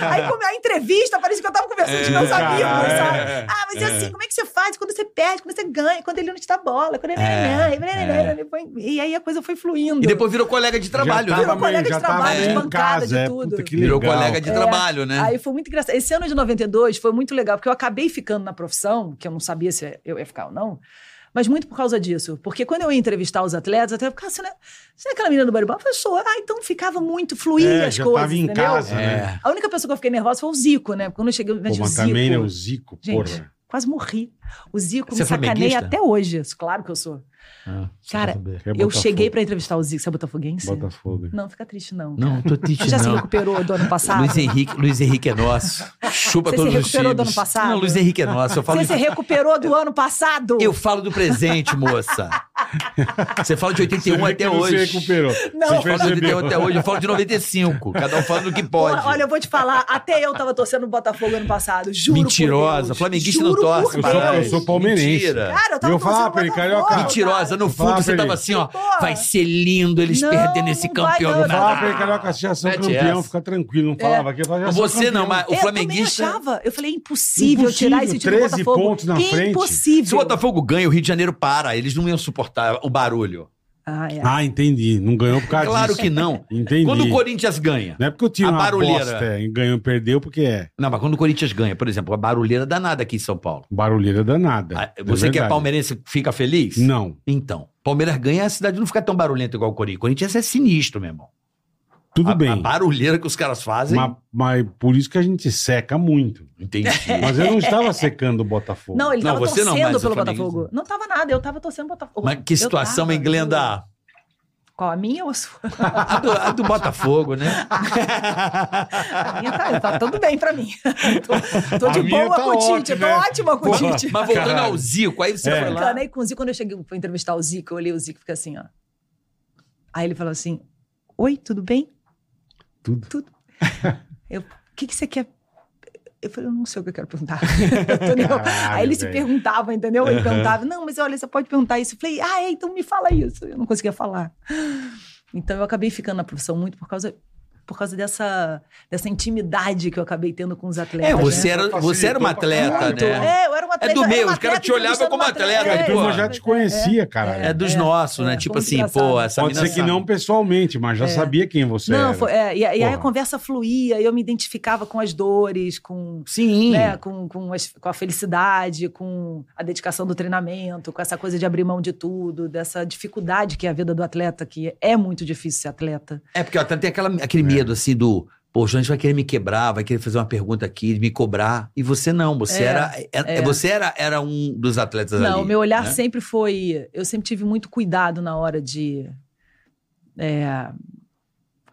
Aí como a entrevista, parecia que eu tava É. conversando com meus amigos, caralho. sabe? Ah, mas é assim, como é que você faz quando você perde, quando você ganha, quando ele não te dá bola, quando ele... É, E aí a coisa foi fluindo. né? E depois virou colega de trabalho, já né? tava Virou colega meio- de já trabalho, tava de em bancada, casa, de é, tudo. Puta, que Virou legal. colega de É. trabalho, né? Aí foi muito engraçado. Esse ano de 92 foi muito legal, porque eu acabei ficando na profissão, que eu não sabia se eu ia ficar ou não, mas muito por causa disso. Porque quando eu ia entrevistar os atletas, até ficava, ah, você não é, você não é aquela menina do bodyboard? Eu falei, sou. Ah, então ficava muito, fluía É, as já coisas, tava em entendeu? casa, né? É. A única pessoa que eu fiquei nervosa foi o Zico, né? Quando eu cheguei, eu Pô, vejo o mas Zico. também, né? O Zico, Gente, porra. quase morri. O Zico Você é me sacaneia flamenguista? até hoje. Claro que eu sou. Cara, Quer eu É Botafogo? cheguei pra entrevistar o Zico. Você é botafoguense? Botafogo. Não, fica triste não. Não, tô triste, Você já se não. recuperou do ano passado? Luiz Henrique, Luiz Henrique é nosso. Chupa Você se todos os recuperou do times. ano passado? Não, Luiz Henrique é nosso. Eu falo, Você se recuperou do ano passado? eu falo do presente, moça. Você fala de Você vê 81 que até não hoje. se recuperou. Não. Você Você fala de 81 até percebeu. hoje, eu falo de 95. Cada um fala do que pode. Olha, eu vou te falar, até eu tava torcendo no Botafogo ano passado, juro. Mentirosa. por Deus. Flamenguista Juro não torce. por Eu sou- para. eu Deus. sou palmeirense. Mentira. Cara, eu tava Eu falava torcendo pra ele, pro carioca. Botafogo, Mentirosa. No Eu fundo, falava você pra tava ele. assim, ó. Porra. Vai ser lindo eles Não, perdendo esse não campeão. vai, não. É. Eu falava Ah, pra ele, carioca, já são mete campeão, essa. fica tranquilo. Não falava aqui, eu falava, já sou Você não, campeão. mas o eu Eu flamenguista... também achava. Eu falei, impossível, Impossível, tirar esse time do 13 Botafogo. pontos na frente. impossível. Se o Botafogo ganha, o Rio de Janeiro para. Eles não iam suportar o barulho. Ah, é. Ah, entendi. Não ganhou por causa Claro disso. que não. Entendi. Quando o Corinthians ganha. Não é porque eu tinha A uma barulheira. bosta é, e ganhou, perdeu, porque é Não, mas quando o Corinthians ganha, por exemplo, a barulheira danada aqui em São Paulo. barulheira danada. Ah, É Você que é verdade. palmeirense fica feliz? Não. Então, Palmeiras ganha, a cidade não fica tão barulhenta igual o Corinthians. O Corinthians é sinistro, meu irmão. Tudo a, bem. A barulheira que os caras fazem. Mas, mas por isso que a gente seca muito. Entendi. Mas eu não estava secando o Botafogo. É. Não, ele Não, tava você não, torcendo mas o pelo flamenguista- Botafogo. Não tava nada, eu tava torcendo pelo Botafogo. Mas que Eu situação, tava, hein, Glenda? juro. Qual, a minha ou a sua? A do, a do Botafogo, né? A minha tá, tá tudo bem pra mim. tô tô A de minha boa tá com o Tite, ótima, tô né? ótima com o Mas, Tite. mas voltando Caralho. ao Zico, aí você É. foi Eu lá. encanei com o Zico quando eu cheguei pra entrevistar o Zico, eu olhei o Zico e fica assim, ó. Aí ele falou assim: Oi, tudo bem? Tudo. Eu, o que, que você quer? Eu falei, eu não sei o que eu quero perguntar. Eu tô nem- Caralho, Aí ele se velho. perguntava, entendeu? Ele Aham. perguntava, não, mas olha, você pode perguntar isso. Eu falei, ah, é, então me fala isso. Eu não conseguia falar. Então eu acabei ficando na profissão muito por causa, por causa dessa, dessa intimidade que eu acabei tendo com os atletas. É, você né? era, você era uma atleta, Muito. né? É, eu era uma atleta. do era meu, um os caras te atleta olhavam como entrevistando um atleta, A É, turma pô. já te conhecia, cara. É dos é, nossos, é, né? Tipo foi assim, engraçado. pô, essa Pode mina ser que sabe. não pessoalmente, mas já É. sabia quem você Não, era. foi, é, e, e aí Porra. a conversa fluía, eu me identificava com as dores, com, Sim. né, com, com, as- com a felicidade, com a dedicação do treinamento, com essa coisa de abrir mão de tudo, dessa dificuldade que é a vida do atleta, que é muito difícil ser atleta. É porque ó, tem aquela, aquele É. medo assim do. Pô, o Jones vai querer me quebrar, vai querer fazer uma pergunta aqui, me cobrar. E você não, você É, era. é- é. Você era, era um dos atletas ali. Não, o meu olhar né? sempre foi. Eu sempre tive muito cuidado na hora de é,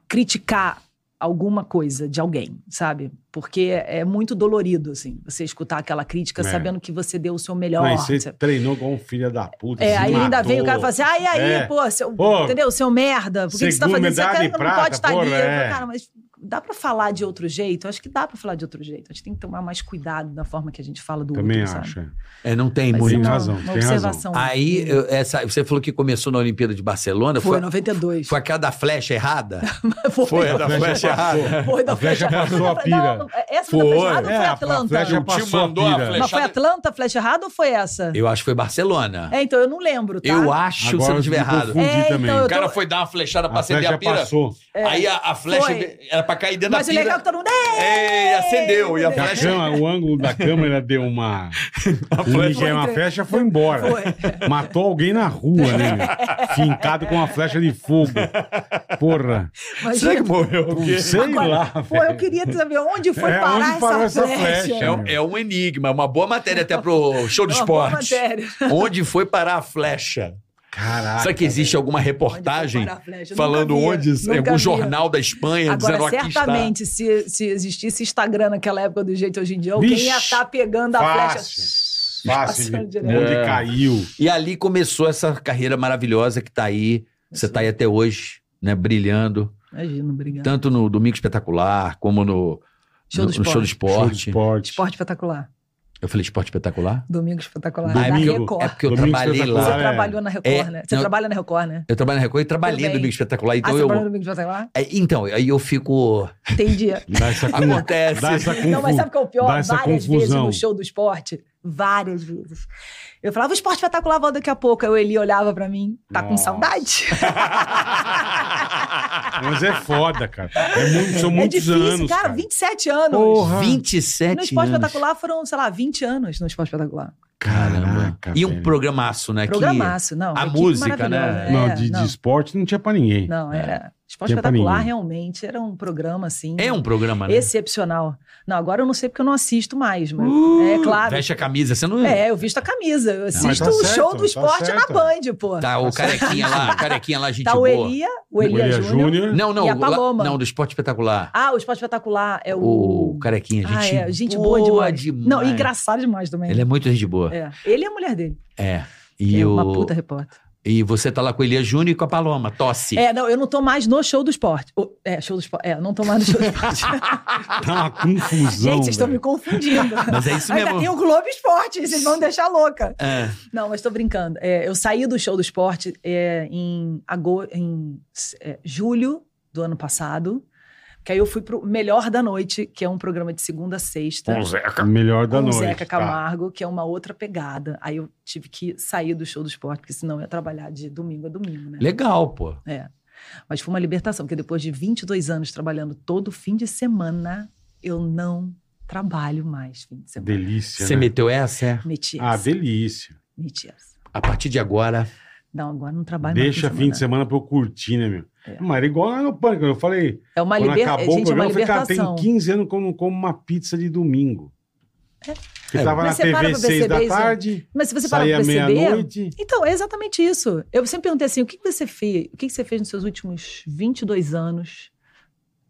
criticar alguma coisa de alguém, sabe? Porque é muito dolorido, assim, você escutar aquela crítica É. sabendo que você deu o seu melhor. Mas você sabe? treinou como filha da puta. É, se aí ainda matou. vem o cara e fala assim: ah, e aí, É. pô, seu, Pô, entendeu? Seu merda, por que, que você tá segunda fazendo isso? Você medalha cara, de não prata, pode estar porra, ali. Eu é. falo, cara, mas dá pra falar de outro jeito? Eu acho que dá pra falar de outro jeito. A gente tem que tomar mais cuidado na forma que a gente fala do Também outro, assim, sabe? acho. é. É, não tem Mas Tem é muito. uma- razão, uma tem razão. observação. Aí, eu- essa, você falou que começou na Olimpíada de Barcelona. Foi, Foi, 92. foi aquela da flecha errada? Foi, a da flecha errada. Foi da A flecha flecha errada. passou a pira. Não, essa Foi. da flecha errada ou É, foi a Atlanta? flecha O tio passou a mandou a pira. flecha. Mas foi Atlanta, flecha errada ou foi essa? Eu acho que foi Barcelona. É, então eu não lembro, tá? Eu acho, se eu Agora não estiver me errado. confundi É, então, também. eu O cara tô- foi dar uma flechada pra A acender a flecha pira. passou. É. Aí a, a flecha Foi. era pra cair dentro Mas o da pira. legal é que todo mundo... É! Ei, acendeu. E a Que a flecha. cama- o ângulo da câmera deu uma. a flecha, uma flecha foi embora. Matou alguém na rua, né? meu? Fincado com uma flecha de fogo. Porra. Mas, Será que morreu? Sei lá. Pô, eu velho. queria saber onde foi É, parar onde parou essa, essa flecha? flecha. É, um- é um enigma, é uma boa matéria até pro show do Uma boa esporte. matéria. Onde foi parar a flecha? Caraca. Será que existe alguma Ah, Onde reportagem foi parar a flecha? Eu falando nunca vi, onde? Em nunca algum vi. jornal da Espanha dizendo Agora, aqui está. certamente, se, se existisse Instagram naquela época do jeito hoje em dia, alguém Vixe, ia estar pegando a Fácil. flecha. Fácil. Passando de- direto. Onde É. caiu. E ali começou essa carreira maravilhosa que tá aí. Você tá aí até hoje, né? Brilhando. Imagina, obrigado. Tanto no Domingo Espetacular, como no Show do Então, no- no Show do Show de Esporte. esporte. Esporte espetacular. Eu falei Esporte Espetacular? Domingo espetacular. Ah, é da porque eu- Tá Record. É porque eu Domingo trabalhei Você Espetacular. lá. é. trabalhou na Record, É, né? Você não- trabalha na Record, né? Eu trabalhei na Record e trabalhei no Também. Domingo Espetacular. ah, Então você eu. trabalhou no Domingo Espetacular? É, Então, aí eu fico. Entendi. Dá essa, con- Acontece. dá essa Não, mas sabe o confusão. que é o pior? dá Várias essa vezes confusão. no show do esporte. Várias vezes. Eu falava, o esporte espetacular volta daqui a pouco. Aí o Eli olhava pra mim, tá com Nossa. saudade? Mas é foda, cara. É muito, são é muitos difícil, anos. cara, cara. 27 anos. Porra. 27 No esporte anos. espetacular foram, sei lá, 20 anos no esporte espetacular. Caramba. Caraca, e um velho. programaço, né? que- Programaço, não. a equipe música, maravilhosa, né? é, não, de, de não. esporte não tinha pra ninguém. É. Não, era. Esporte Tinha pra espetacular ninguém. realmente era um programa assim. É um programa, né? excepcional. Não, agora eu não sei porque eu não assisto mais, mas Uh! é claro. Uh! Veste a camisa, você não. É, eu visto a camisa. Eu mas assisto tá o certo, show tá do esporte na certo. Band, pô. Tá, Tá o carequinha lá, a carequinha lá, gente o boa. Elia, o Elia, Elia Júnior. Júnior. Não, não, E a o lá- Paloma. não, do esporte espetacular. Ah, o esporte espetacular é O o. carequinha, ah, gente. é, gente boa, demais. Não, e engraçado demais também. Ele é muito gente boa. É. Ele é a mulher dele. É. E, é o... uma puta repórter. e você tá lá com o Elia Júnior e com a Paloma, tosse. É, não, eu não tô mais no show do esporte. O- É, show do esporte. É, não tô mais no show do esporte. Tá uma confusão. Gente, vocês estão me velho. confundindo. Mas é isso Ainda mesmo. tem um- o Globo Esporte, vocês vão me deixar louca. É. Não, mas tô brincando. É, eu saí do show do esporte é, em, ago- em, é, julho do ano passado. Que aí eu fui pro Melhor da Noite, que é um programa de segunda a sexta. Tá. Melhor da com o noite. Zeca tá. Camargo, que é uma outra pegada. Aí eu tive que sair do show do esporte, porque senão eu ia trabalhar de domingo a domingo, né? Legal, pô. É. Mas foi uma libertação, porque depois de 22 anos trabalhando todo fim de semana, eu não trabalho mais fim de semana. Delícia. Você né? meteu essa? é? Meti Ah, essa. delícia. Meti essa. A partir de agora. Não, agora não trabalho mais Deixa fim de semana pra eu curtir, né, meu? né? É. Mas era igual lá no pânico. Eu falei, É uma quando libertação. acabou o Gente, é uma programa, eu falei, cara, tem libertação. 15 anos que eu não como uma pizza de domingo. Que É. tava Mas na você para TV pra 6 da perceber isso? tarde, Mas se você parar saía pra perceber. meia-noite. Então, é exatamente isso. Eu sempre perguntei assim: o que que você fez? O que que você fez nos seus últimos 22 anos,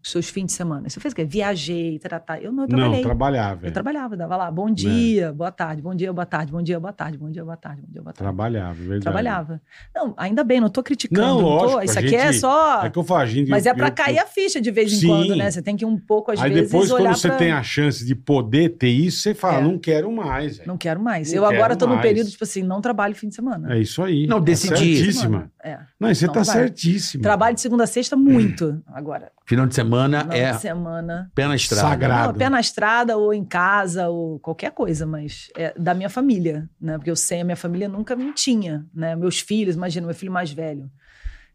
nos seus fins de semana? Você fez o quê? Viajei, tratá. Eu não, eu trabalhei. Não, trabalhava. Eu é. trabalhava, dava lá, bom dia, boa tarde, bom dia, boa tarde, bom dia, boa tarde, bom dia, boa tarde, bom dia, boa tarde. Trabalhava, é verdade. Trabalhava. Não, ainda bem, não tô criticando. Não, tô- lógico, a isso aqui é gente- só. É que eu falo, gente, Mas eu- é pra eu- cair a ficha de vez em Sim. quando, né? Você tem que um pouco, às Aí vezes, depois, quando olhar você pra... tem a chance de poder ter isso, você fala, É. não quero mais. velho. Não quero mais. Não eu agora quero tô num mais. período, tipo assim, não trabalho fim de semana. É isso aí. Não, Tá decidi. Certíssima. É. Não, e você Não tá vai. certíssima. Hum. Trabalho de segunda a sexta muito agora. Final de Ah, semana Final é de semana. pé na estrada. Sagrado. Não, pé na estrada ou em casa ou qualquer coisa, mas é da minha família, né? Porque eu sei, a minha família nunca me tinha, né? Meus filhos, imagina, meu filho mais velho.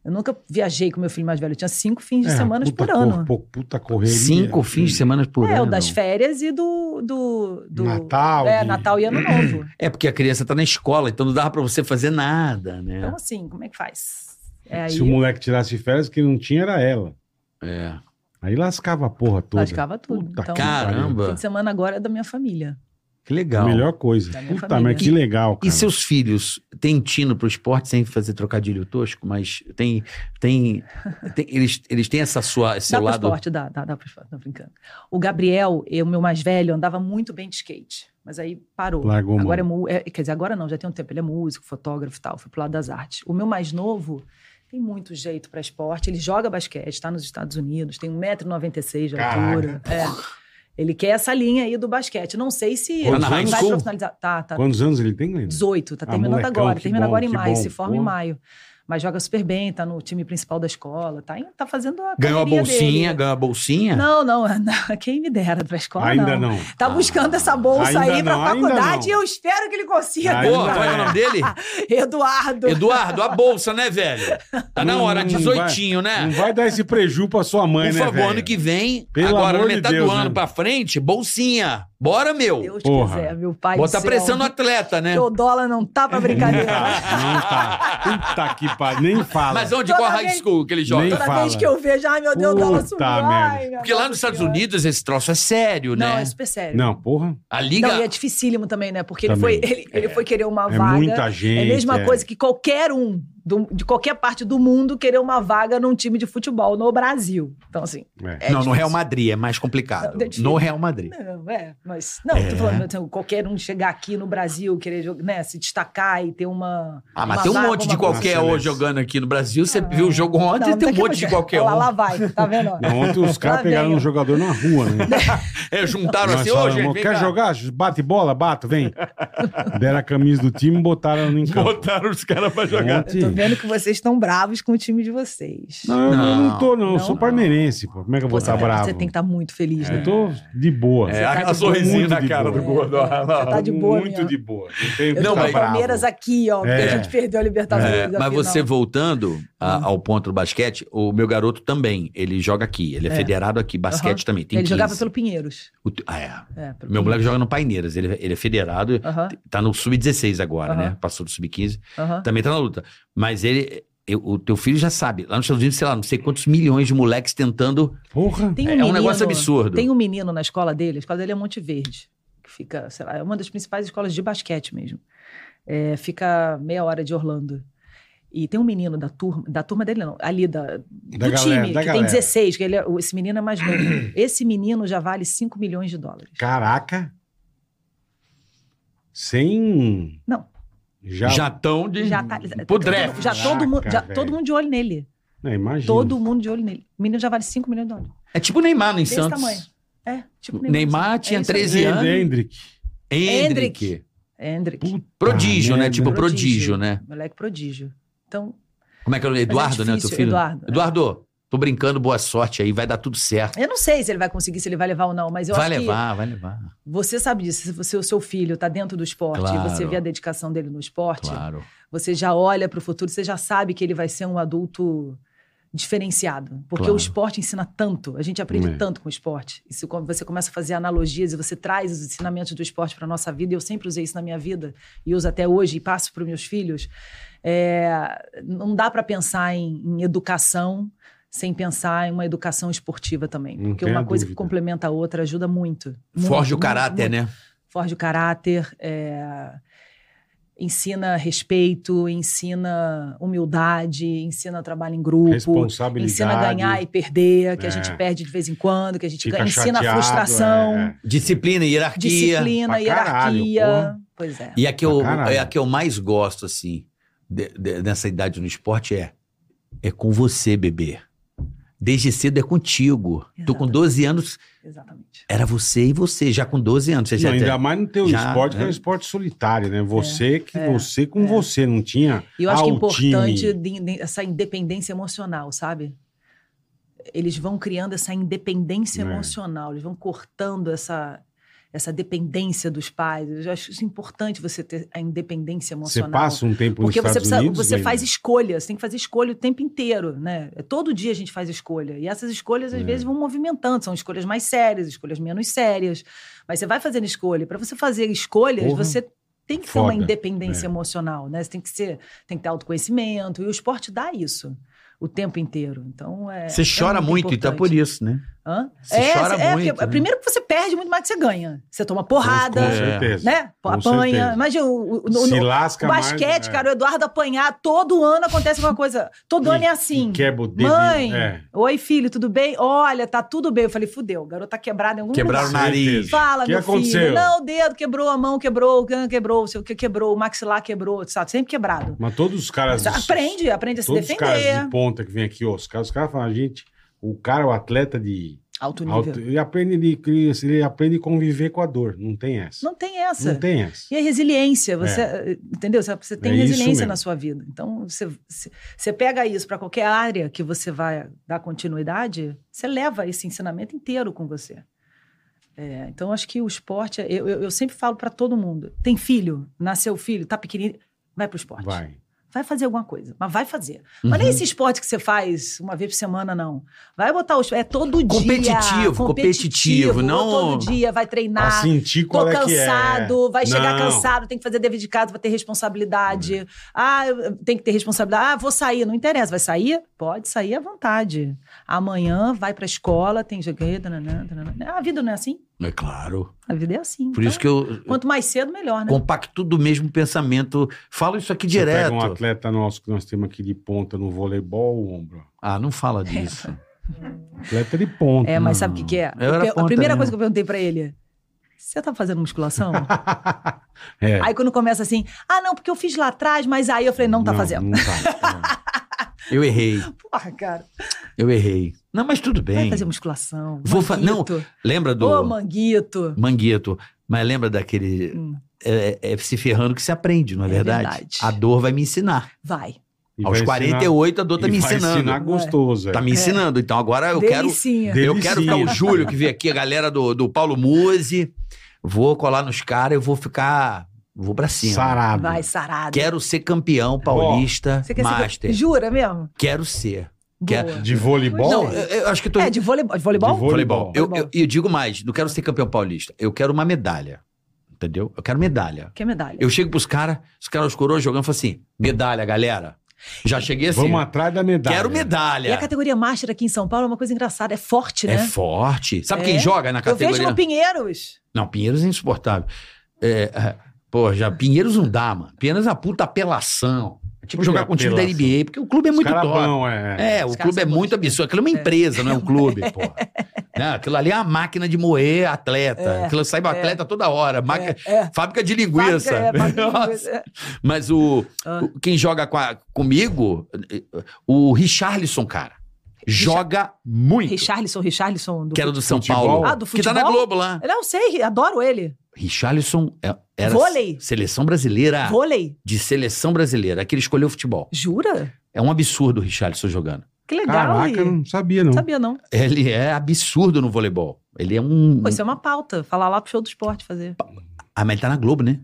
Eu nunca viajei com meu filho mais velho. Eu tinha cinco fins de É, semana puta por ano. cor- pô, puta correria. Cinco fins de semana por é, ano. o das férias e do... do, do Natal. É, de- Natal e Ano Novo. É porque a criança tá na escola, então não dava pra você fazer nada, né? Então, assim, como é que faz? É aí, Se o moleque tirasse férias, que não tinha era ela. É. Aí lascava a porra toda. lascava tudo. Puta então, que pariu. o fim Caramba, de semana agora é da minha família. que legal. Melhor coisa. Da minha Puta, família. né? mas que legal, cara. E seus filhos têm tino pro esporte sem fazer trocadilho tosco, mas tem. tem, tem- eles, eles têm essa sua, esse dá seu pro lado. esporte, dá, dá, dá pro esporte, tô brincando. O Gabriel, eu, meu mais velho, andava muito bem de skate, mas aí parou. Largou a mão. agora é, mu- é, quer dizer, agora não, já tem um tempo. Ele é músico, fotógrafo e tal, foi pro lado das artes. O meu mais novo tem muito jeito pra esporte, ele joga basquete, está nos Estados Unidos, tem 1,96m de altura. É. Ele quer essa linha aí do basquete. Não sei se Tá ele vai na high school? profissionalizar. Tá, tá. Quantos anos ele tem, Glenda? 18, tá Ah, terminando molecão, agora, que termina bom, agora em que maio, bom, se forma pô. em maio. Mas joga super bem, tá no time principal da escola, tá, em- tá fazendo a Ganhou a carreirinha bolsinha, dele. ganhou a bolsinha. Não, não, não, quem me dera pra escola, Ainda não. Tá Ah, buscando essa bolsa ainda aí pra não, ainda faculdade e não. eu espero que ele consiga. Ainda Pô, qual é o nome dele? Eduardo. Eduardo, a bolsa, né, velho? Tá na Não, hora, não vai. 18, Não né? vai dar esse preju pra sua mãe, Por né, favor, velho? ano que vem, Pelo agora, amor de metade Deus, do né? ano pra frente, bolsinha. Bora, meu. Deus Porra. quiser, meu pai. Bota do céu. pressão no atleta, né? Porque o dólar não tá pra Não brincadeira. tá, não tá. Puta que pariu. Nem fala. Mas onde Toda qual high vez- school que ele joga? Nem Toda vez fala. que eu vejo, ai meu Deus, o dólar Puta subiu. ai, merda. meu Porque lá Deus nos do Estados Senhor. Unidos esse troço é sério, Não, né? é super sério. Não, porra. A liga. Não, e é dificílimo também, né? Porque ele Também. foi, ele, ele foi querer uma É vaga. muita gente. É a mesma é. coisa que qualquer um do- de qualquer parte do mundo querer uma vaga num time de futebol no Brasil. Então, assim. É. É não, no difícil. Real Madrid é mais complicado. Não, é difícil. no Real Madrid. Não, é, mas. Não, tô falando, assim, qualquer um chegar aqui no Brasil, querer jog- né, se destacar e ter uma. Ah, mas uma tem um vaga, é monte de uma É. qualquer Nossa, hoje Deus. jogando aqui no Brasil. Você viu o jogo ontem, Não, tem um daqui a monte de pouco- qualquer Lá, lá um. vai, tá vendo? ó? Não, ontem os caras Lá pegaram vem, um ó. jogador na rua, né? É, juntaram Nós assim, ô, falamos, gente, vem quer cá." jogar? Bate bola, bato, vem. Deram a camisa do time e botaram no campo. Botaram os caras pra jogar. Eu tô vendo que vocês estão bravos com o time de vocês. Não, eu não, Não, não tô, não. Eu sou não. parmeirense, pô. Como é que eu vou você, estar tá- bravo? você tem que estar muito feliz, né? Eu tô de boa. É, a, tá a de sorrisinho muito na de cara boa. do gordo. olha lá. Tá de boa, Muito minha. de boa. Não tenho Eu que tô Não, com ficar o mas- bravo. Palmeiras aqui, ó, porque É. a gente perdeu a Libertadores. É, da mas final. você voltando Hum. a- ao ponto do basquete, o meu garoto também, ele joga aqui, ele é, É. federado aqui, basquete Aham. também. Tem Ele 15. jogava pelo Pinheiros. O t- ah, é. É, pelo Meu moleque Pinheiros. joga no Paineiras, ele, ele é federado, Aham, tá no sub-16 agora, Aham. né? Passou do sub-15, aham. também tá na luta. Mas ele, eu- o teu filho já sabe, lá nos Estados Unidos, sei lá, não sei quantos milhões de moleques tentando. Porra. Tem é um negócio absurdo. Tem um menino na escola dele, a escola dele é Monte Verde, que fica, sei lá, é uma das principais escolas de basquete mesmo. É, fica meia hora de Orlando. E tem um menino da turma, da turma dele não, ali da, do galera, time, da que tem galera. 16, que ele é- esse menino é mais novo. esse menino já vale 5 milhões de dólares. Caraca. Sem. Não. Já. Já tão de. Já tá, pro tá- draft. já todo mundo, já Caraca, todo velho. mundo de olho nele. É, imagina. Todo mundo de olho nele. O menino já vale 5 milhões de dólares. É tipo Neymar no em Desse Santos. tamanho. É, tipo Neymar tinha isso aí. 13 anos. Hendrick. Hendrick. Hendrick. Hendrick. Puta Prodígio, né? merda. Tipo prodígio, Prodígio. né? Moleque prodígio. Então, Como é que é o nome? Mas é Eduardo, né? Teu difícil, filho? Eduardo, é. Eduardo, tô brincando, boa sorte aí, vai dar tudo certo. eu não sei se ele vai conseguir, se ele vai levar ou não, mas eu Vai acho levar, vai levar. que você sabe disso. Se você, o seu filho está dentro do esporte Claro. e você vê a dedicação dele no esporte, Claro. você já olha para o futuro, você já sabe que ele vai ser um adulto diferenciado. Porque Claro. o esporte ensina tanto, a gente aprende É. tanto com o esporte. E se quando você começa a fazer analogias e você traz os ensinamentos do esporte para nossa vida, e eu sempre usei isso na minha vida, e uso até hoje, e passo para os meus filhos, é, não dá para pensar em, em educação sem pensar em uma educação esportiva também. Não Porque tenha uma coisa que dúvida. complementa a outra ajuda muito. Forge Muito, o caráter, muito, né? forge o caráter, é, ensina respeito, ensina humildade, ensina trabalho em grupo, Responsabilidade. ensina a ganhar e perder, que É. a gente perde de vez em quando, que a gente fica ganha, ensina a chateado, frustração, é, é. Disciplina e hierarquia. disciplina, pra caralho, hierarquia. porra. pois é. E a que, eu, Pra caralho. é a que eu mais gosto, assim, de- de- nessa idade no esporte é é com você, bebê. Desde cedo é contigo. Tu com Exatamente. 12 anos, Exatamente. era você e você, já com 12 anos. Você já Não, ainda tem- mais no teu já, esporte, que né? é um esporte solitário, né? Você que é, você com é. você, não tinha. E eu acho ah, que é o time. importante de- de- essa independência emocional, sabe? eles vão criando essa independência É. emocional, eles vão cortando essa, essa dependência dos pais. Eu acho isso importante você ter a independência Você emocional. passa um tempo nos Porque você, Estados precisa, Unidos, você Leila? faz escolha, você tem que fazer escolha o tempo inteiro, né? Todo dia a gente faz escolha. E essas escolhas, às É. vezes, vão movimentando. São escolhas mais sérias, escolhas menos sérias. Mas você vai fazendo escolha. Para você fazer escolhas, Porra. você tem que ter Foda. uma independência É. emocional, né? Você tem que ser, tem que ter autoconhecimento. E o esporte dá isso o tempo inteiro. Então é. Você é chora muito, e tá importante. por isso, né? Hã? É, Você chora muito, porque- né? Primeiro que você perde muito mais que você ganha. Você toma Com porrada, certeza. né? Com Apanha. certeza. Imagina o, o- Se no- lasca o basquete, mais, é. cara, o Eduardo apanhar, todo ano acontece alguma coisa. Todo E- ano é e assim. Quebra o dedo. Mãe, É. Oi, filho, tudo bem? Olha, tá tudo bem. Eu falei, fudeu, o garoto tá quebrado em algum Quebraram o lugar. nariz. Fala, Que meu aconteceu? filho. Não, o dedo quebrou, a mão quebrou, o ganho quebrou, o sei o que quebrou, o maxilar quebrou, sabe? Sempre quebrado. Mas todos os caras. Mas aprende, aprende a se Todos os caras de defender. ponta que vem aqui, ó, os caras, os caras falam, gente, o cara, o atleta de. Alto nível. alto- ele, aprende, ele, cria- ele aprende a conviver com a dor. Não tem essa. Não tem essa. Não tem essa. E a resiliência, você, eh, entendeu? Você- Você tem É isso resiliência mesmo. na sua vida. Então, você, você- você pega isso para qualquer área que você vai dar continuidade, você leva esse ensinamento inteiro com você. É, então, acho que o esporte, eu, eu- eu sempre falo para todo mundo: tem filho, nasceu filho, tá pequenininho, vai pro esporte. Vai. Uhum. Vai fazer alguma coisa, mas vai fazer. Mas Uhum. nem esse esporte que você faz uma vez por semana, não. Vai botar os. É todo dia. Competitivo, competitivo, não- Todo dia, vai Pra treinar sentir tô qual é que é. cansado, vai chegar Não. cansado, tem que fazer dever de casa, vai ter Hum. responsabilidade. Ah, eu- tem que ter responsabilidade. Ah, vou sair, não interessa, vai sair? Pode sair à vontade. Amanhã vai pra escola, tem jogueira, tananã, tananã. A vida não é assim? É claro. A vida é assim. Por isso que eu Quanto mais cedo, melhor, né? compacto do mesmo pensamento. Falo isso aqui Você pega direto. um atleta nosso que nós temos aqui de ponta no voleibol, o ombro. ó. Ah, não fala disso. Atleta de ponta. É, mas Hum. sabe o que, que é? Eu era Porque a ponta primeira mesmo. coisa que eu perguntei pra ele: você tá fazendo musculação? É. aí quando começa assim, ah, não, porque eu fiz lá atrás, mas aí eu falei, não tá fazendo. Não tá. Eu errei. Porra, cara, Eu errei. Não, mas tudo vai bem. fazer musculação. Vou fa- não, manguito. Lembra do Ô, manguito. Mangueto? Mas lembra daquele. Hum. É, é se ferrando que se aprende, não é, É verdade? verdade. A dor vai me ensinar. Vai. E Aos vai 48, a dor ensinar, tá me e vai ensinando. ensinar gostoso. é. Tá me ensinando. Então agora eu quero. Delicinha. De- Eu quero ficar o Delicinha. Júlio que veio aqui, a galera do, do Paulo Muse. Vou colar nos caras, eu vou ficar. Vou pra cima. Sarado. Vai, sarado. Quero ser campeão paulista, Você quer ser- master. Jura mesmo? Quero ser. Boa. Quero- De voleibol? Não, eu, eu acho que tô. É, de voleibol. De voleibol? De vo- voleibol. voleibol. Eu, eu, Voleibol. eu digo mais, não quero ser campeão paulista. Eu quero uma medalha. Entendeu? Eu quero medalha. Que medalha. Eu chego pros caras, os caras, os coroas jogando, falo assim: medalha, galera. Já cheguei assim. Vamos atrás da medalha. quero medalha. E a categoria Master aqui em São Paulo é uma coisa engraçada. É forte, né? É forte. Sabe quem É. joga na Eu vejo categoria? no Pinheiros. Não, Pinheiros é insuportável. É, é, pô, já, Pinheiros não dá, mano. Pinheiros é uma puta apelação. É tipo Por que jogar com o time da apelação? NBA, porque o clube é muito top. bom, é. É, Os o caras clube é são bons, muito né? absurdo. Aquilo é uma empresa, não é um clube, pô. Não, aquilo ali é uma máquina de moer atleta. É, aquilo sai pra é. atleta toda hora. Máquina- É, é. Fábrica de linguiça. Vaca, é, vaca, Nossa. é. Mas o, Ah. o- quem joga com a- comigo, o Richarlison, cara, joga muito. Richarlison, Richarlison. Do... que era do São Futebol. Paulo. Ah, do Que tá na futebol? Globo lá. Não, eu sei, adoro ele. Richarlison é- era Vôlei. seleção brasileira. Vôlei. De seleção brasileira. Aquele escolheu futebol. Jura? É um absurdo o Richarlison jogando. Que é legal. Caraca, e- eu não sabia, não. Sabia não. Ele é absurdo no voleibol. Ele é um. Pô, isso é uma pauta. Falar lá pro show do esporte fazer. Ah, mas ele tá na Globo, né?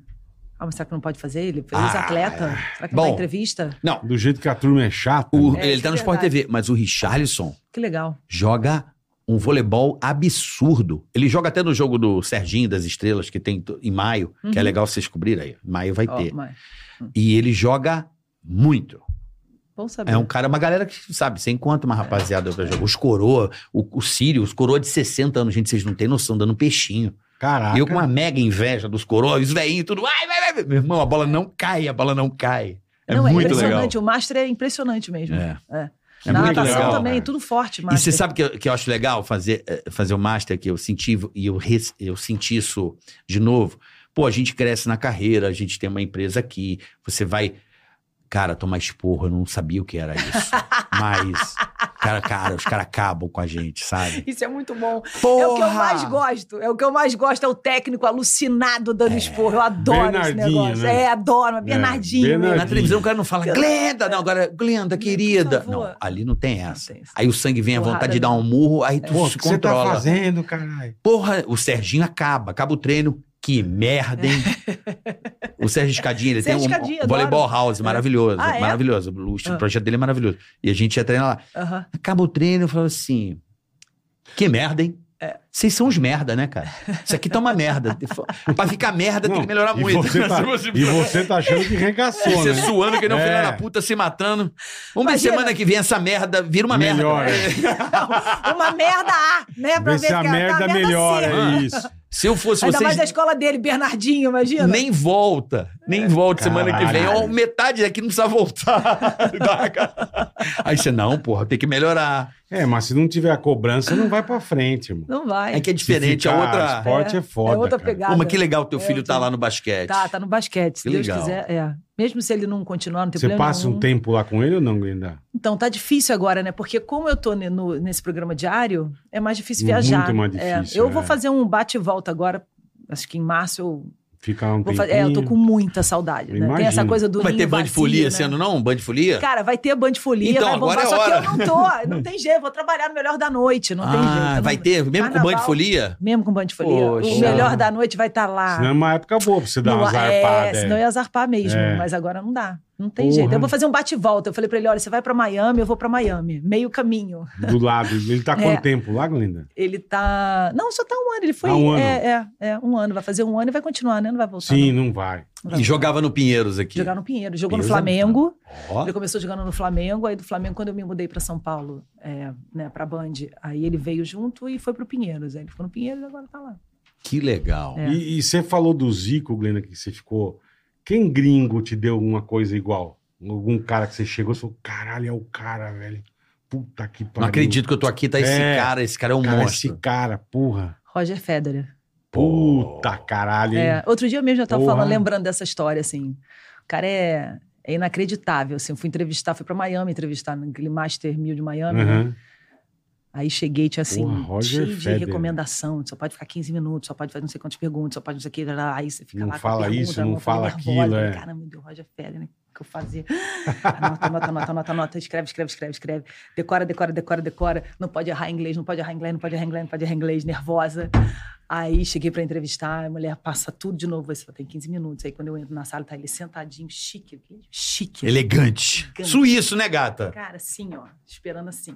Ah, mas será que não pode fazer ele? Ah. Ex-atleta? será que não dá Bom. entrevista? Não. Do jeito que a turma é chata. o- né? É, ele tá no isso é Sport verdade. TV. Mas o Richarlison Que legal. joga um voleibol absurdo. Ele joga até no jogo do Serginho das Estrelas, que tem to- em maio, que é Uhum. legal vocês cobrirem aí. Maio vai Ó, ter. mas- E ele joga muito. Bom saber. É um cara, uma galera que, sabe, você encontra uma rapaziada pra jogar. Os coroa, o, o Sírio, os coroa de 60 anos, gente, vocês não têm noção, dando um peixinho. Caraca. E eu com uma mega inveja dos coroa, os veinhos, tudo, ai, vai, vai, vai. Meu irmão, a bola não cai, a bola não cai. É Não, muito legal. impressionante. O Master é impressionante mesmo. É. É. É Na muito natação legal. também, cara. tudo forte, E Master. você sabe que eu, que eu acho legal fazer, eh, fazer o master que eu senti e eu, res- eu senti isso de novo. Pô, a gente cresce na carreira, a gente tem uma empresa aqui, você vai Cara, tomar esporro, eu não sabia o que era isso. Mas, cara, cara, os caras acabam com a gente, sabe? Isso é muito bom. Porra! É o que eu mais gosto. É o que eu mais gosto, é o técnico alucinado É. dando esporro. Eu adoro esse Bernardinho, negócio. né? É, adoro. Bernardinho. Bernardinho. Na televisão o cara não fala, Glenda! Não, agora, Glenda, querida. Por favor. Não, ali não tem essa. tem essa. Aí o sangue vem, a Porrada né? vontade de dar não. um murro, aí tu Pô, o se que você tá controla. fazendo, caralho? Porra, o Serginho acaba, acaba o treino. Que merda, hein? o Sérgio Escadinha, ele Sérgio tem um Escadinha, adoro. voleibol house maravilhoso. Ah, é? Maravilhoso. O estilo- Ah. projeto dele é maravilhoso. E a gente ia treinar lá. Aham. Acaba o treino, eu falo assim: que merda, hein? É. Vocês são uns merda, né, cara? Isso aqui tá uma merda. pra ficar merda, tem Não, que melhorar e muito. Você tá, Se você- e você tá achando que regaçou, você né? suando, que nem um É. filho da puta, se matando. Vamos ver Imagina. semana que vem essa merda vira uma Melhora. merda. Uma merda A, né? Pra Vê se ver a que- merda uma merda melhora, C. é isso. Se eu fosse Ainda vocês, mais a escola dele, Bernardinho, imagina. nem volta. Nem volta semana que vem. Caralho. Ó, metade daqui não precisa voltar. Aí você, não, porra, tem que melhorar. É, mas se não tiver a cobrança, não vai pra frente, irmão. Não vai. É que é diferente, Se a ficar outra. Esporte é, É, foda. é outra cara. pegada. Pô, mas que legal teu É, filho tá outra- lá no basquete. Tá, tá no basquete, se Que Deus legal. quiser. É. Mesmo se ele não continuar, não tem Você problema passa nenhum. um tempo lá com ele ou não, Glinda? Então, tá difícil agora, né? Porque como eu tô ne- no- nesse programa diário, é mais difícil Muito viajar. mais É, difícil, eu vou é. fazer um bate e volta agora. Acho que em março eu Fica lá um vou tempo. fazer. É, eu tô com muita saudade. Né? Tem Imagino. essa coisa do. Não vai ninho ter band de vazio, folia né? esse ano, não? Band de folia? Cara, vai ter band de folia, Então, vai bombar, agora é só hora. que eu não tô. Não tem jeito, vou trabalhar no melhor da noite, não tem Ah, jeito. eu não- vai ter, mesmo com band de Carnaval. folia? Mesmo com band de folia. Poxa. O melhor da noite vai estar lá. Senão é uma época boa pra você dar Não, umas zarpadas. É, senão eu ia zarpar mesmo, É. mas agora não dá. Não tem Porra. jeito. Eu vou fazer um bate-volta. Eu falei pra ele: olha, você vai pra Miami, eu vou pra Miami. Meio caminho. Do lado. Ele tá É. quanto tempo lá, Glinda? Ele tá. Não, só tá um ano. Ele foi. Ah, um ano. É, é, é, um ano. Vai fazer um ano e vai continuar, né? Não vai voltar. Sim, não vai. não. Não vai E voltar. jogava no Pinheiros aqui. Jogar no Pinheiro. Jogou Deus no Flamengo. tá. Ó, Ele começou jogando no Flamengo. Aí do Flamengo, quando eu me mudei pra São Paulo, é, né, pra Band, aí ele veio junto e foi pro Pinheiros. Aí ele ficou no Pinheiros e agora tá lá. que legal. É. E, e você falou do Zico, Glenda, que você ficou. Quem gringo te deu alguma coisa igual? Algum cara que você chegou e falou: caralho, é o cara, velho. Puta que pariu. Não acredito que eu tô aqui, tá esse É. cara, esse cara é um Cara, monstro. Esse cara, porra. Roger Federer. Puta Oh. caralho. hein? É, outro dia mesmo eu tava Porra. falando, lembrando dessa história, assim. O cara é, é inacreditável, assim. Eu fui entrevistar, fui pra Miami entrevistar naquele Master Mil de Miami. né? Aham. Aí cheguei, tinha assim, Porra, Roger cheio de Federer. recomendação. Só pode ficar 15 minutos, só pode fazer não sei quantas perguntas, só pode não sei o que. lá, lá, Aí você fica Não lá com a fala pergunta, isso, não eu fico fala nervosa. aquilo, Falei, é. Cara, meu Deus, Roger Federer, né? O que eu fazia? Anota, anota, anota, anota, anota. Escreve, escreve, escreve, escreve. Decora, decora, decora, decora. Não pode errar inglês, não pode errar inglês, não pode errar inglês, não pode errar inglês. Nervosa. Aí cheguei pra entrevistar, a mulher passa tudo de novo. Você só tem 15 minutos. Aí quando eu entro na sala, tá ele sentadinho, chique. Chique. Elegante. Elegante. Suíço, né, é gata? Cara, assim, ó. Esperando assim.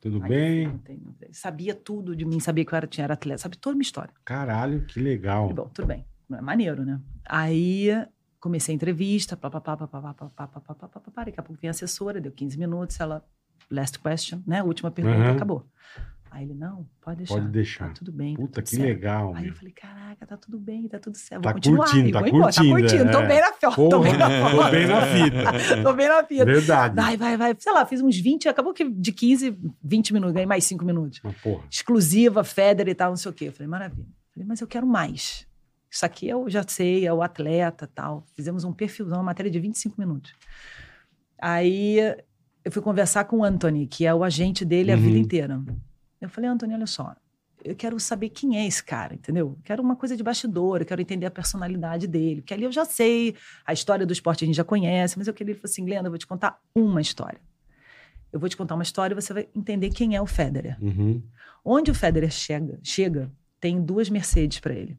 Tudo Aí, bem? não tem, não tem. Sabia tudo de mim, sabia que eu era, tinha, era atleta, sabe toda a minha história. Caralho, que legal. Falei, Bom, tudo bem, é maneiro, né? Aí comecei a entrevista, pá, pá, pá, pá, pá, pá, pá, pá, pá, pá, pá, pá, pá, pá. daqui a pouco vem a assessora, deu 15 minutos, ela, last question, né? Última pergunta, Uhum. acabou. Aí ele, não, pode deixar. Pode deixar. Tá tudo bem. tá Puta tudo que certo. legal. Aí eu meu. falei, caraca, tá tudo bem, tá tudo certo. Tá Vou continuar. curtindo, e tá vou embora, tá curtindo, curtindo. Tô é. bem na fita, tô bem na Porra, tô bem na fita. fita. Tô bem na fita. Verdade. Vai, vai, vai. Sei lá, fiz uns 20, acabou que de 15, 20 minutos, ganhei mais 5 minutos. Mas, porra. Exclusiva, Federer e tal, não sei o quê. Eu falei, maravilha. Eu Falei, mas eu quero mais. Isso aqui eu já sei, é o atleta tal. Fizemos um perfilzão, uma matéria de 25 minutos. Aí eu fui conversar com o Anthony, que é o agente dele a Uhum. vida inteira. Eu falei, Anthony, olha só, eu quero saber quem é esse cara, entendeu? Eu Quero uma coisa de bastidor, eu quero entender a personalidade dele, porque ali eu já sei, a história do esporte a gente já conhece, mas eu queria, ele falou assim, Glenda, eu vou te contar uma história. Eu vou te contar uma história e você vai entender quem é o Federer. Uhum. Onde o Federer chega, chega tem duas Mercedes para ele.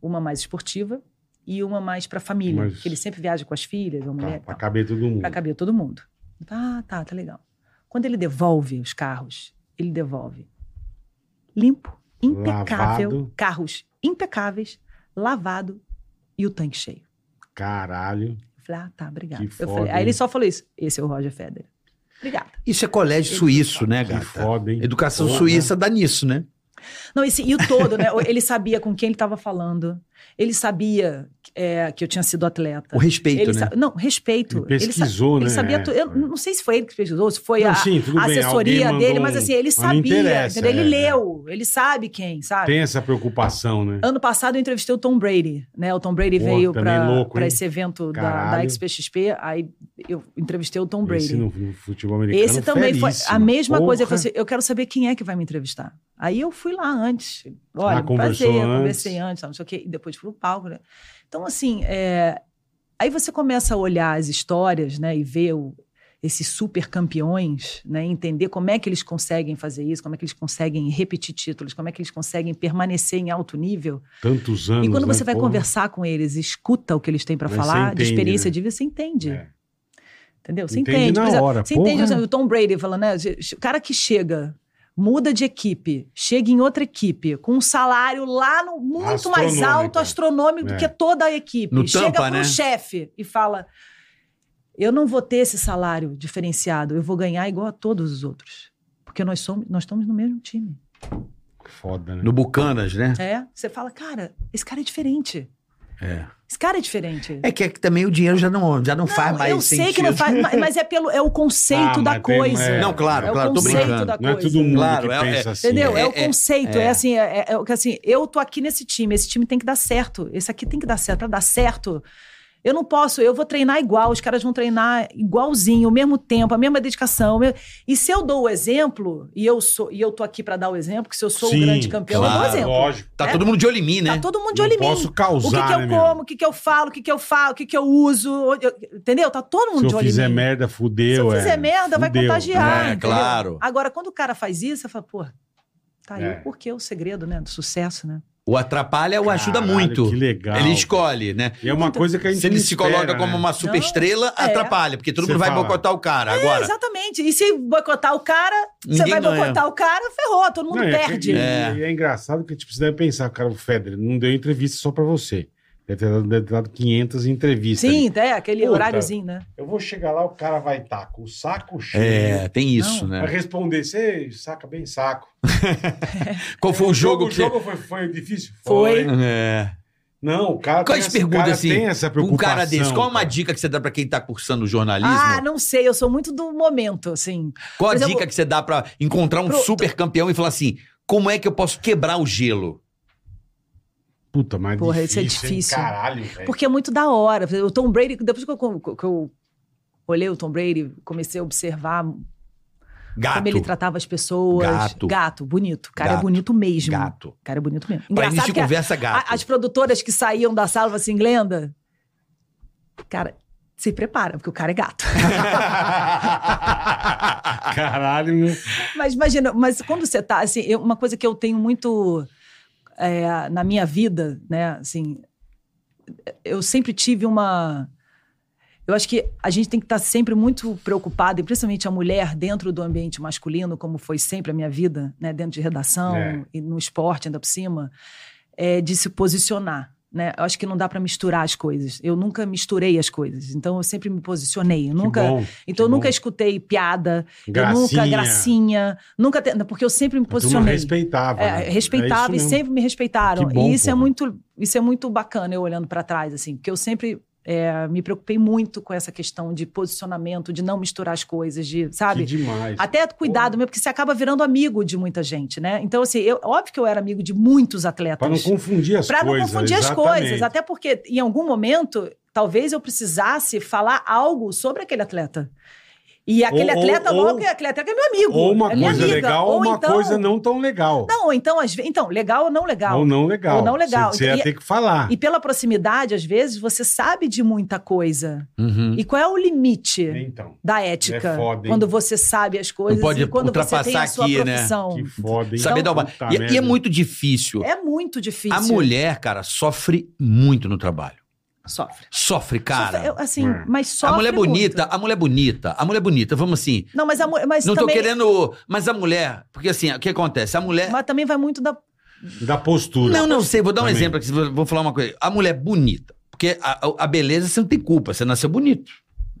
Uma mais esportiva e uma mais para família, Mas- porque ele sempre viaja com as filhas, a mulher. Tá, e pra tal caber todo mundo. para caber todo mundo. Ah, tá, tá legal. Quando ele devolve os carros, ele devolve limpo, impecável, Lavado. carros impecáveis, lavado e o tanque cheio. Caralho. Eu falei, ah, tá, obrigado. Que Eu foda, falei- hein? aí ele só falou isso. Esse é o Roger Federer. Obrigada. Isso é colégio suíço, né, Que gata? foda, hein? Educação Porra. suíça dá nisso, né? Não, esse, e o todo, né? Ele sabia com quem ele estava falando. Ele sabia é, que eu tinha sido atleta. O respeito, Ele né? sa- Não, respeito. Ele pesquisou, ele né? sa- Ele sabia tu- Eu não sei se foi ele que pesquisou, se foi Não, a, sim, tudo a bem, assessoria alguém dele, mandou mas um- assim, ele mas não sabia. interessa, Entendeu? Ele é, é. leu, ele sabe quem, sabe? Tem essa preocupação, né? Ano passado eu entrevistei o Tom Brady, né? O Tom Brady Pô, veio também louco, para hein? esse evento da, da Caralho. XPXP, aí eu entrevistei o Tom Brady. Esse no, no futebol americano. Esse também foi a feríssimo. mesma coisa. Eu Porra. falei assim, eu quero saber quem é que vai me entrevistar. Aí eu fui lá antes. Olha, um Ah, prazer, conversou antes. conversei antes, não sei o quê. E depois fui pro palco, né? Então, assim, é, aí você começa a olhar as histórias, né? E ver o- esses super campeões, né? e Entender como é que eles conseguem fazer isso, como é que eles conseguem repetir títulos, como é que eles conseguem permanecer em alto nível. Tantos anos. e quando você né, vai porra? conversar com eles, escuta o que eles têm para Aí falar, você entende, de experiência né? de vida, você entende. É. Entendeu? Você Entende entende. na por exemplo, hora, Você porra. entende assim, o Tom Brady falando, né? O cara que chega, muda de equipe, chega em outra equipe, com um salário lá no, muito mais Astronômico, alto, é. astronômico do É. que toda a equipe. No chega tampa, pro né? chefe e fala: Eu não vou ter esse salário diferenciado, eu vou ganhar igual a todos os outros. Porque nós, somos, nós estamos no mesmo time. Foda, né? No Bucanas, né? É? Você fala, cara, esse cara é diferente. É. Esse cara é diferente. É que, é que também o dinheiro já não, já não, faz mais eu sentido. sei que não faz, mas- mas é, pelo, é o conceito da Ah, mas tem- coisa. é. Não, claro, É o claro, tô conceito brincando. da Não é coisa. todo mundo Claro, que é- pensa é- assim. Entendeu? É, É, o é, conceito. É, é. assim, é, é o que assim, eu tô aqui nesse time, esse time tem que dar certo. Esse aqui tem que dar certo. Pra dar certo, eu não posso, eu vou treinar igual, os caras vão treinar igualzinho, o mesmo tempo, a mesma dedicação. o mesmo- E se eu dou o exemplo, e eu sou, e eu tô aqui pra dar o exemplo, que se eu sou Sim, o grande campeão, eu dou claro, o exemplo. Lógico. Tá né? todo mundo de olho em mim, né? Tá todo mundo de Não olho em mim. posso causar, O que, que eu né, meu? como, o que, que eu falo, o que, que eu falo, o que, que eu uso. onde eu- Entendeu? Tá todo mundo Se de eu olho fizer em mim. merda, fudeu. Se eu fizer é. merda, vai Fudeu. contagiar. É, entendeu? claro. Agora, quando o cara faz isso, você fala, pô, tá aí É. o porquê, o segredo, né? Do sucesso, né? O atrapalha ou ajuda Caralho, muito. Que legal. Ele escolhe, né? E é uma coisa que a gente Se ele não se espera, coloca como né? uma super estrela, é. atrapalha, porque todo Você mundo vai fala. boicotar o cara. É, Agora, exatamente. E se boicotar o cara, você Ninguém vai ganha. boicotar o cara, ferrou, todo mundo Não, é que- perde. E e é. engraçado que tipo, você deve pensar, cara, o Federer não deu entrevista só pra você. Deve ter dado, deve ter dado 500 entrevistas. Sim, ali. é aquele Puta. horáriozinho, né? Eu vou chegar lá, o cara vai estar com o saco cheio. é, tem isso, Vai né? responder, você saca bem saco. Qual foi o jogo que. O jogo foi, foi difícil? É. Foi. É. Não, o cara, Quais essa- perguntas, o cara assim, tem essa Um preocupação. cara desse, qual é uma cara. dica que você dá pra quem tá cursando jornalismo? Ah, não sei, eu sou muito do momento, assim. qual a por exemplo- dica que você dá pra encontrar um Pro- super campeão e falar assim: como é que eu posso quebrar o gelo? Puta, mas Porra, isso é difícil, hein? difícil. Caralho, velho. Porque é muito da hora. O Tom Brady, depois que eu, que eu olhei o Tom Brady, comecei a observar como ele Gato. tratava as pessoas. Gato. bonito. O cara Gato. é bonito mesmo. Gato. O cara é bonito mesmo. Pra Engraçado início de que a- conversa, gato. A- As produtoras que saíam da sala, assim, Glenda, cara, se prepara, porque o cara é gato. Caralho, meu. mas imagina, mas quando você tá, assim, eu- uma coisa que eu tenho muito é, na minha vida, né, assim, eu sempre tive uma... Eu acho que a gente tem que estar sempre muito preocupada, e principalmente a mulher dentro do ambiente masculino, como foi sempre a minha vida, né, dentro de redação É. e no esporte ainda por cima, é, de se posicionar. Né? Eu acho que não dá para misturar as coisas. Eu nunca misturei as coisas, então eu sempre me posicionei. Eu Que nunca, bom, então eu que nunca bom. escutei piada, eu Gracinha. nunca gracinha, nunca te- porque eu sempre me A turma posicionei. respeitava. É, né? respeitava É e isso mesmo. sempre me respeitaram. Que bom, e isso é porra. muito, isso é muito bacana eu olhando pra trás assim, porque eu sempre é, me preocupei muito com essa questão de posicionamento, de não misturar as coisas, de, sabe? Que demais. Até cuidado mesmo, porque você acaba virando amigo de muita gente, né? Então, assim, eu, óbvio que eu era amigo de muitos atletas. Pra não confundir as Pra coisas. não confundir as exatamente. coisas, até porque em algum momento talvez eu precisasse falar algo sobre aquele atleta. E aquele Ou- ou- atleta ou- logo é aquele atleta que é meu amigo. Ou uma é minha coisa amiga. então legal ou, uma coisa não tão legal. Não, ou então, às vezes. Então, legal ou não legal. Ou não legal. Ou não legal. Você, você ia E- ter que falar. E pela proximidade, às vezes, você sabe de muita coisa. Uhum. E qual é o limite Então, da ética? Hum. É foda, hein? quando você sabe as coisas pode e quando você tem ultrapassar a sua aqui, né? profissão. que foda, hein? Saber dar uma. Puta E- E, merda. é muito difícil. Então, É muito difícil. A mulher, cara, sofre muito no trabalho. sofre. Sofre, cara. Sofre, eu- assim, É. mas sofre a mulher muito. bonita, a mulher bonita, a mulher bonita, vamos assim. Não, mas a mulher. Mas não tô também... querendo. Mas a mulher. Porque assim, o que acontece? A mulher. Mas também vai muito da. Da postura. Não, não sei, vou dar um Também. exemplo aqui, vou vou falar uma coisa. A mulher é bonita. Porque a, a- a beleza você não tem culpa, você nasceu bonito.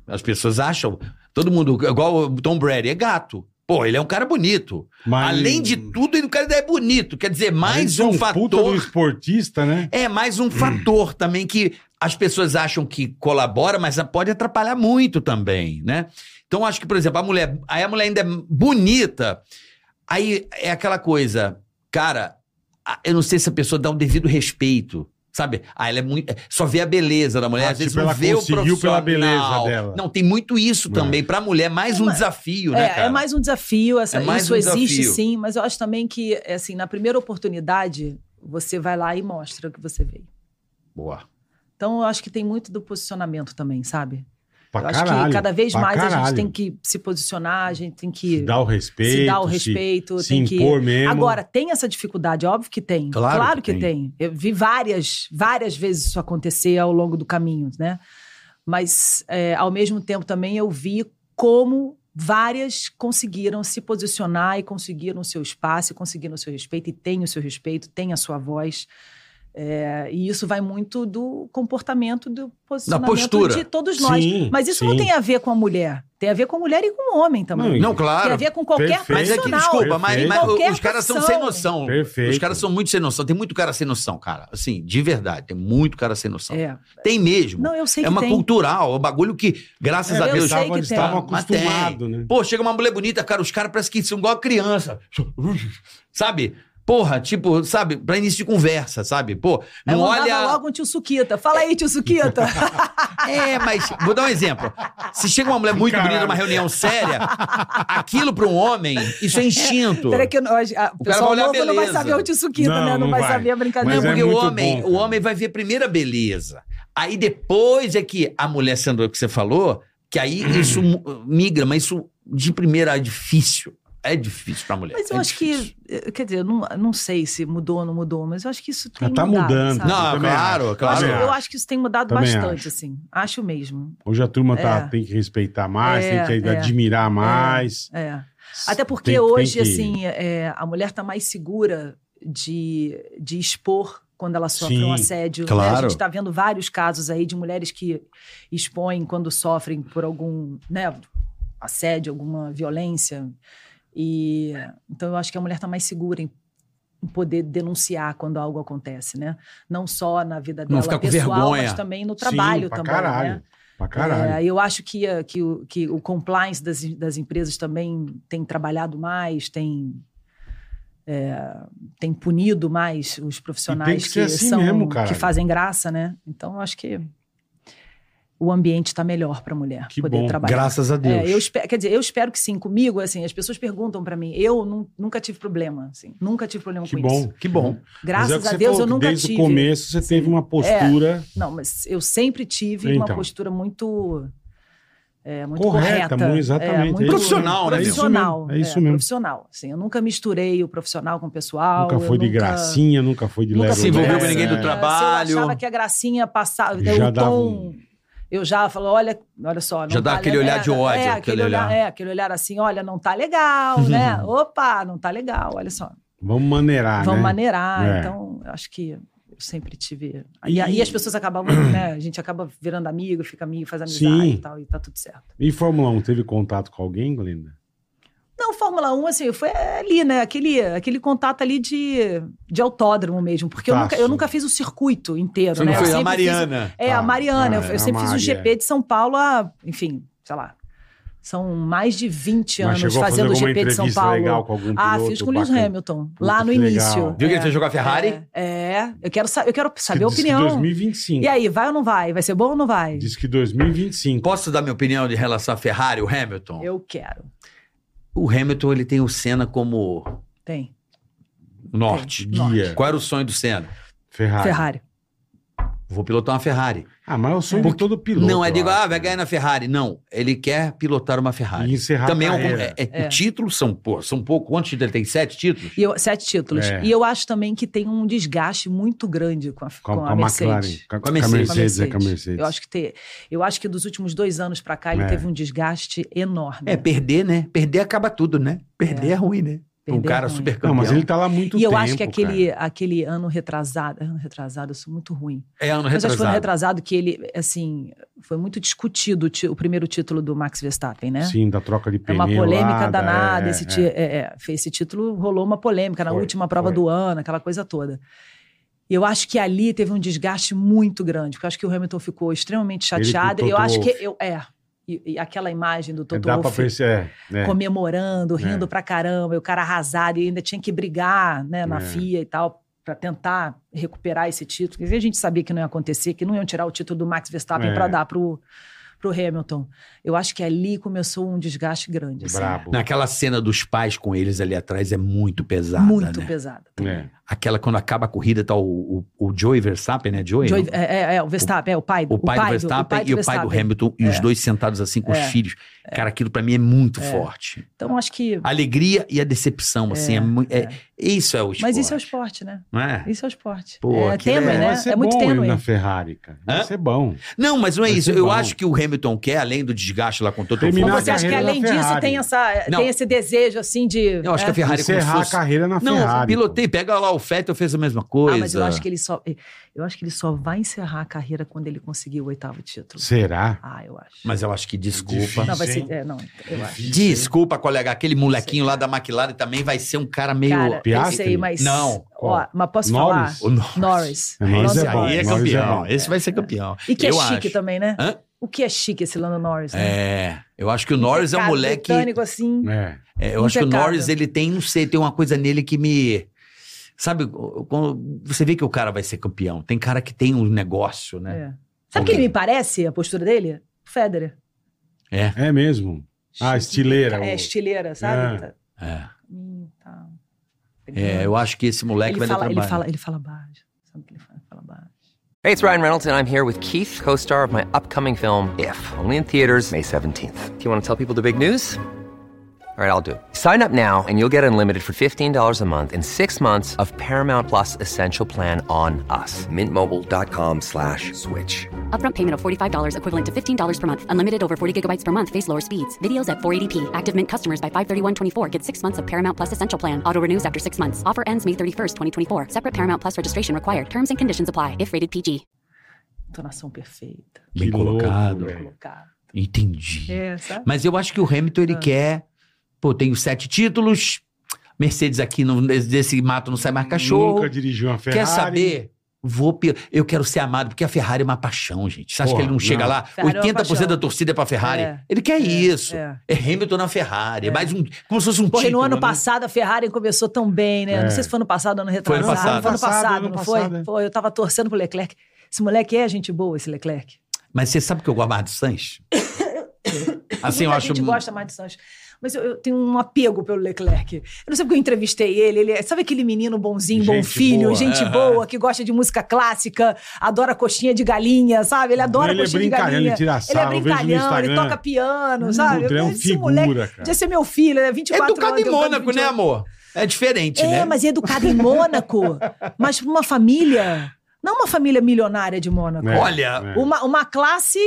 As pessoas acham. Todo mundo, igual o Tom Brady, é gato. Pô, ele é um cara bonito. Mas- Além de tudo, ele, o cara é bonito. Quer dizer, mais Isso é um, Puta do fator. esportista, né? É mais um fator também que as pessoas acham que colabora, mas pode atrapalhar muito também, né? Então acho que, por exemplo, a mulher, aí a mulher ainda é bonita, aí é aquela coisa, cara, a- eu não sei se a pessoa dá o devido respeito. Sabe? Ah, ela é muito. Só vê a beleza da mulher, Ah, às vezes tipo, não ela vê o conseguiu profissional. pela beleza dela. Né? Não, tem muito isso também. Pra mulher, mais um Mas- desafio, né, cara? É, é mais um desafio, essa- É mais isso um existe desafio. sim, mas eu acho também que, assim, na primeira oportunidade, você vai lá e mostra o que você veio. Boa. Então, eu acho que tem muito do posicionamento também, sabe? Pra eu acho caralho. que cada vez pra mais a caralho. gente tem que se posicionar, a gente tem Se que dar o respeito. se dar o se- respeito, Se, tem que... impor mesmo. Agora, tem essa dificuldade, óbvio que tem. Claro que que, tem. Eu vi várias, várias vezes isso acontecer ao longo do caminho, né? Mas, é, ao mesmo tempo, também eu vi como várias conseguiram se posicionar e conseguiram o seu espaço, e conseguiram o seu respeito, e têm o seu respeito, têm a sua voz. É, e isso vai muito do comportamento, do posicionamento postura. de todos nós. Sim, Mas isso não sim. tem a ver com a mulher. Tem a ver com a mulher e com o homem também. Não, Não, tem a Hum, claro. ver com qualquer Perfeito. Mas é profissional. que, desculpa, mas, Perfeito. mas Qualquer os caras são sem profissão. noção. Perfeito. Os caras são muito sem noção. Tem muito cara sem noção, cara. Assim, de verdade, tem muito cara sem noção. É. Tem mesmo. Não, eu sei é que uma tem. cultural, é um bagulho que, graças É, a eu Deus. sei que estavam, tem. estavam Mas tem. acostumados, né? Pô, chega uma mulher bonita, cara, os caras parecem que são igual a criança. Sabe? Porra, tipo, sabe, pra início de conversa, sabe? Pô, Aí não mandava olha. logo um tio Suquita. Fala aí, tio Suquita. É, mas vou dar um exemplo. Se chega uma mulher muito Caralho. bonita numa reunião séria, aquilo pra um homem, isso é instinto. Será que nós, a, o cara vai pessoal olhar a novo não vai beleza. saber o tio Suquita, Não, né? Não, não vai, vai. saber a brincadeira. Mas Não, é porque o muito homem, bom, cara. o homem vai ver primeiro a beleza. Aí depois é que a mulher sendo o que você falou, que aí isso mu- migra, mas isso de primeira é difícil. É difícil pra mulher. Mas eu é acho difícil. que, eh, quer dizer, eu não, não sei se mudou ou não mudou, mas eu acho que isso tem tá mudado. mudando. sabe? Não, Eu também claro, acho. eu, acho, claro. eu acho que isso tem mudado Também bastante, acho. assim. Acho mesmo. Hoje a turma tá, É. tem que respeitar mais, É, tem que é. admirar mais. É. Até porque Tem- tem hoje, que- assim, é, a mulher está mais segura de, de expor quando ela sofre Sim, um assédio. né? A claro. gente está vendo vários casos aí de mulheres que expõem quando sofrem por algum né, assédio, alguma violência. E então eu acho que a mulher está mais segura em em poder denunciar quando algo acontece, né? Não só na vida Não dela ficar com pessoal, vergonha. mas também no Sim, trabalho pra também, Caralho, né? Pra caralho. É, eu acho que, eh, que, o, que o compliance das, das empresas também tem trabalhado mais, tem, eh, tem punido mais os profissionais E tem que ser assim são, mesmo, caralho. que fazem graça, né? Então, eu acho que o ambiente está melhor para a mulher Que poder bom, trabalhar. Graças a Deus. É, eu espero, quer dizer, eu espero que sim. Comigo, assim, as pessoas perguntam para mim. Eu nu- nunca tive problema, assim. Nunca tive problema que com bom. isso. Que Mas bom. é o Graças que a você Deus, eu falou, nunca Desde tive. É, o começo você teve uma postura Não, mas eu sempre tive uma Então. postura muito. É, muito correta, correta, muito- exatamente. é, é muito isso Profissional, né, mesmo, profissional, É isso mesmo. profissional. Assim, eu nunca misturei o profissional com o pessoal. Nunca eu foi de gracinha, nunca foi de nunca lero fui se envolveu dessa. com ninguém do É, trabalho. Se eu achava que a gracinha passava, Já o dava tom, um- eu já falo, olha, olha só, não Já dá tá aquele olhar de ódio, é, aquele aquele olhar, olhar. é, aquele olhar assim, olha, não tá legal, né? Opa, não tá legal, olha só. Vamos maneirar, Vão né? maneirar, É. então eu acho que eu sempre tive. E- E, aí as pessoas acabam, né? A gente acaba virando amigo, fica amigo, faz amizade Sim. e tal, e tá tudo certo. E Fórmula 1, teve contato com alguém, Glenda? Não, Fórmula 1, assim, foi ali, né? Aquele, aquele contato ali de, de autódromo mesmo. Porque eu Tá, nunca, eu sim. nunca fiz o circuito inteiro, Você né? não Eu foi a sempre fiz- Mariana. é, Tá, a Mariana. tá, eu- eu a sempre fiz o Maria. GP de São Paulo há, enfim, sei lá. São mais de 20 Mas anos chegou a fazer fazendo o alguma GP de São entrevista Paulo. legal com algum ah, piloto fiz com o Lewis bacana? Hamilton, Puta, lá no que legal. início. Viu que ele É, foi jogar Ferrari? É, é. eu quero, sa- eu quero saber a Diz que opinião. 2025. E aí, vai ou não vai? Vai ser bom ou não vai? Diz que 2025. Posso dar minha opinião de relação a Ferrari, o Hamilton? Eu quero. O Hamilton, ele tem o Senna como Tem. norte. Guia. Qual era o sonho do Senna? Ferrari. Ferrari. Vou pilotar uma Ferrari. Ah, mas é o sonho de todo piloto. não é eu digo, acho. ah, vai ganhar na Ferrari. Não, ele quer pilotar uma Ferrari. E encerrar Também a é um- carreira. é, é- É. títulos são, pô, são pouco. Quantos títulos ele tem? Sete títulos? E eu- sete títulos. É. E eu acho também que tem um desgaste muito grande com a, Com, com com a a McLaren. Mercedes. Com a, Com a com a Mercedes. Mercedes, é Com com a Mercedes. Eu acho que ter, eu acho que dos últimos dois anos pra cá ele É. teve um desgaste enorme. É, perder, né? Perder acaba tudo, né? Perder é, ruim, né? um Perder é cara ruim. super campeão. Não, mas ele tá lá há muito e tempo, eu acho que é aquele, cara. aquele ano retrasado, ano retrasado, eu sou muito ruim. É ano Mas acho que foi ano retrasado. retrasado que ele, assim, foi muito discutido o ti- o primeiro título do Max Verstappen, né? Sim, da troca de É pneu. uma lá, polêmica da- danada. é, esse, é. ti- é, é, foi esse título rolou uma polêmica na Foi, última prova foi. do ano, aquela coisa toda. E eu acho que ali teve um desgaste muito grande, porque eu acho que o Hamilton ficou extremamente Ele com o chateado. E eu Toto acho que. Wolff. Eu, é. E, e aquela imagem do É, Toto dá pra Wolff perceber. É, é. comemorando, rindo É. pra caramba, e o cara arrasado, e ainda tinha que brigar né, na É. FIA e tal, pra tentar recuperar esse título. Quer dizer, a gente sabia que não ia acontecer, que não iam tirar o título do Max Verstappen É. pra dar pro, pro Hamilton. Eu acho que ali começou um desgaste grande. assim. Brabo. né? Naquela cena dos pais com eles ali atrás é muito pesada, Muito né? pesada. É. Aquela quando acaba a corrida, tá o, o, o Joey Verstappen, né? Joey? Joy- né? é, é, é, o Verstappen, é o pai, O pai, do Verstappen e o pai do Hamilton, e os É. dois sentados assim com os É. filhos. Cara, aquilo pra mim é muito forte. Então acho que. A alegria e a decepção, assim, é, É, mui- é- é. Isso é o esporte. Mas isso é o esporte, né? não é? Isso é o esporte. Pô, é aquilo tênue, é- né? Vai ser É muito bom ele tênue. na Ferrari, cara. Vai Hã? ser bom. Não, mas não é Vai isso. ser Eu bom. acho que o Hamilton quer, além do desgaste lá com o Toto Ou Terminar Wolff, você a acha que é carreira além da disso Ferrari. tem, essa, Não. tem esse desejo assim de. Eu acho que a né? Ferrari como se Encerrar fosse... a carreira na Não, Ferrari. pilotei, pega lá o Fettel, fez a mesma coisa. Ah, mas eu acho que ele só. Eu acho que ele só vai encerrar a carreira quando ele conseguir o oitavo título. Será? Ah, eu acho. Mas eu acho que desculpa. Difícil. não, vai sim. ser. é, não, eu acho. Desculpa, colega, aquele molequinho lá da McLaren também vai ser um cara meio... Cara, eu Piastri? sei, mas. Não. Ó, mas posso falar? Norris? O Norris. Norris. É, Norris Esse é bom, aí é Norris é campeão. bom. Esse vai ser campeão. E que é Eu chique acho. também, né? Hã? O que é chique esse Lando Norris, né? É, eu acho que o Norris é um Cara, moleque. britânico assim. É. é, eu acho que o impecável. Norris, ele tem, não sei, tem uma coisa nele que me. Sabe, quando você vê que o cara vai ser campeão. Tem cara que tem um negócio, né? É. Sabe o que Ok. ele me parece, a postura dele? Federer. É mesmo. Ah, estileira. É, o- estileira, sabe? É. Tá- É. Hum, tá. É, eu acho que esse moleque ele vai fala, dar ele trabalho. fala, ele fala baixo. Sabe o que ele fala? Ele fala baixo. Hey, it's Ryan Reynolds, and I'm here with Keith, co star of my upcoming film, If, only in theaters, May 17th. Do you want to tell people the big news? All right, I'll do. it. Sign up now and you'll get unlimited for $15 a month and six months of Paramount Plus Essential Plan on us. Mintmobile.com slash switch. Upfront payment of $45 equivalent to $15 per month. Unlimited over 40 gigabytes per month. Face lower speeds. Videos at 480p. Active Mint customers by 531.24 get six months of Paramount Plus Essential Plan. Auto renews after six months. Offer ends May 31st, 2024. Separate Paramount Plus registration required. Terms and conditions apply if rated PG. Entonação perfeita. Bem Que louco, colocado. velho. Colocado. Entendi. É, Ah. sabe? Mas eu acho que o Hamilton, ele quer. Pô, tenho sete títulos. Mercedes aqui, não, desse mato não sai mais cachorro. Nunca dirigiu uma Ferrari. Quer saber? Vou, pe- eu quero ser amado, porque a Ferrari é uma paixão, gente. Você acha Porra, que ele não chega não. lá? Ferrari é uma 80% da paixão. torcida é pra Ferrari. É, ele quer é, isso. É. é. Hamilton na Ferrari. É. Mais um. Como se fosse um Porque título. no ano né? passado a Ferrari começou tão bem, né? É. Não sei se foi ano passado ou ano Foi ano retrasado. passado. Foi ano passado, Ano não passado, foi? ano passado, é. Pô, eu tava torcendo pro Leclerc. Esse moleque é gente boa, esse Leclerc. Mas você sabe que eu gosto mais do Sanches? assim, eu Muita acho. gente gosta mais do Sanches. Mas eu, eu tenho um apego pelo Leclerc. Eu não sei porque eu entrevistei ele. Ele é, sabe aquele menino bonzinho, bom Gente filho, boa, gente aham. boa, que gosta de música clássica, adora coxinha de galinha, sabe? Ele adora Ele é coxinha de brincalhão, galinha. ele tira sarro, ele eu é vejo no brincalhão, ele Instagram. toca piano, sabe? Ele é um Esse figura, moleque cara. podia ser meu filho, ele é É 24 educado anos. em educado Mônaco, né, 28. amor? É diferente, É, né? mas é educado em Mônaco. mas pra uma família. Não uma família milionária de Mônaco. É, Olha, é. Uma, uma classe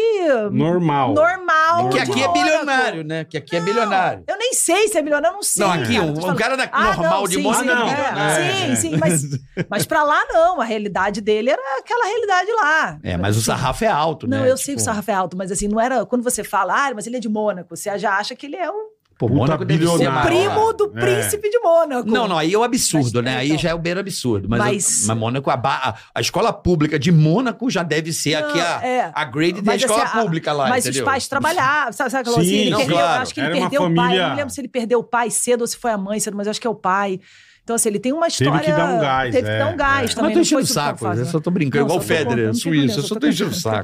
Normal. normal. Que de aqui é Mônaco. bilionário, né? Que aqui é bilionário. Eu nem sei se é milionário, eu não sei. Não, aqui, um, tô um falando. cara da- Ah, normal não, de sim, Mônaco. sim, não, é. é, sim, é. sim, mas, mas pra lá não. A realidade dele era aquela realidade lá. É, mas o sarrafo é alto, né? assim, Não, eu sei que Tipo, o sarrafo é alto, mas assim, não era. Quando você fala, ah, mas ele é de Mônaco, você já acha que ele é o Pô, Puta Mônaco deve ser o bilionário. Ah, maior. primo do é. príncipe de Mônaco. Não, não, aí é o absurdo, Mas, né? é, Aí então. já é o beiro absurdo. Mas, Mas- eu- mas Mônaco, a, ba- a- a escola pública de Mônaco já deve ser aqui a, é. a grade da Mas, escola assim, a- pública lá, Mas entendeu? os pais trabalhavam, sabe? sabe aquela- assim, Sim, ele não, perdeu, claro. Acho que ele Era uma perdeu o pai. Eu família- não lembro se ele perdeu o pai cedo ou se foi a mãe cedo, mas eu acho que é o pai. Então, assim, ele tem uma Teve história... que dar um gás, Teve que é, dar um gás é. também. Mas eu tô não foi enchendo o tudo saco, tão fácil, eu né? só tô brincando, Não, igual o só tô Federer, contando, não tem problema, Suíça, eu só só tô tô enchendo o brincando.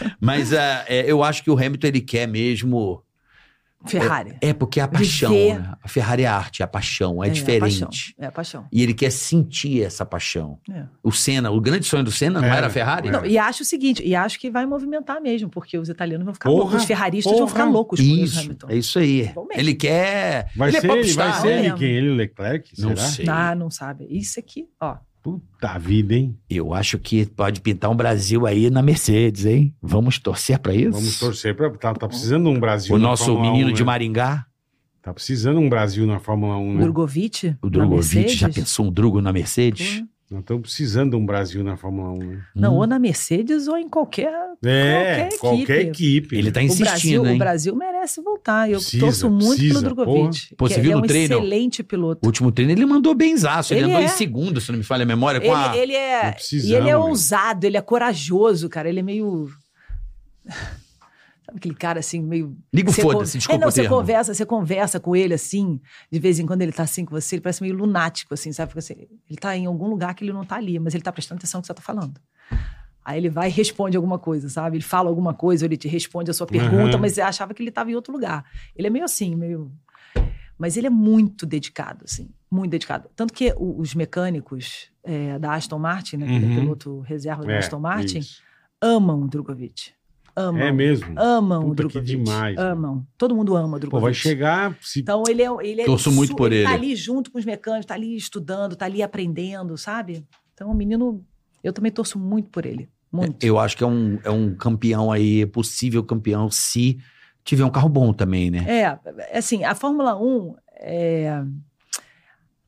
saco. Mas é, é, eu acho que o Hamilton, ele quer mesmo... Ferrari. É, porque é a paixão, Viver. né? A Ferrari é a arte, é a paixão, é, É a paixão. diferente. É a paixão. E ele quer sentir essa paixão. É. O Senna, o grande sonho do Senna não É, era a Ferrari? Não, e acho o seguinte, e acho que vai movimentar mesmo, porque os italianos vão ficar Porra, loucos, os ferraristas vão porra. ficar loucos com o Isso, Hamilton. é isso aí. Vão mesmo. Ele quer... Vai ele ser ele, é vai popstar, ser né? ele né? quem? Ele, Leclerc? Não será? sei. Ah, não sabe. Isso aqui, ó. Puta vida, hein? Eu acho que pode pintar um Brasil aí na Mercedes, hein? Vamos torcer pra isso? Vamos torcer pra. Tá, tá precisando um Brasil. O na nosso Fórmula menino 1, de né? Maringá, Tá precisando um Brasil na Fórmula 1, né? Drogovic, Hum. o na Drogovic, já Mercedes. pensou um Drugo na Mercedes? Hum. Pô, Nós estamos precisando de um Brasil na Fórmula 1, né? Não, ou na Mercedes ou em qualquer. É, Qualquer qualquer equipe. né? Ele tá O Brasil, insistindo, o hein? Brasil merece voltar. Eu Precisa, torço muito precisa, pelo Drogovic. Pô, você que viu ele no é um treino? excelente piloto. O último treino ele mandou benzaço. Ele, Ele andou é. em segundo, se não me falha a memória, com Ele, a... ele Não é. precisamos, E ele é velho. ousado, ele é corajoso, cara. Ele é meio. Sabe aquele cara assim, meio. Liga o Você foda-se, con- desculpa É, não, o você termo. conversa, você conversa com ele assim, de vez em quando ele tá assim com você, ele parece meio lunático, assim, sabe? Porque assim, ele tá em algum lugar que ele não tá ali, mas ele tá prestando atenção no que você tá falando. Aí ele vai e responde alguma coisa, sabe? Ele fala alguma coisa, ele te responde a sua pergunta, Uhum. mas você achava que ele estava em outro lugar. Ele é meio assim, meio. Mas ele é muito dedicado, assim, muito dedicado. Tanto que o- os mecânicos é, da Aston Martin, né, que ele é Uhum. piloto reserva da É, Aston Martin, isso. amam o Drogovic. Amam. É mesmo. Amam o Puta, que Drogovic. demais, né? amam. Todo mundo ama o Drogovic. Pô, vai chegar. Se... Então ele é. Ele é Torço muito su- por Tá ele. ali junto com os mecânicos, tá ali estudando, tá ali aprendendo, sabe? Então o menino. Eu também torço muito por ele. Muito. Eu acho que é um, é um campeão aí, possível campeão, se tiver um carro bom também, né? É, assim, a Fórmula 1. é,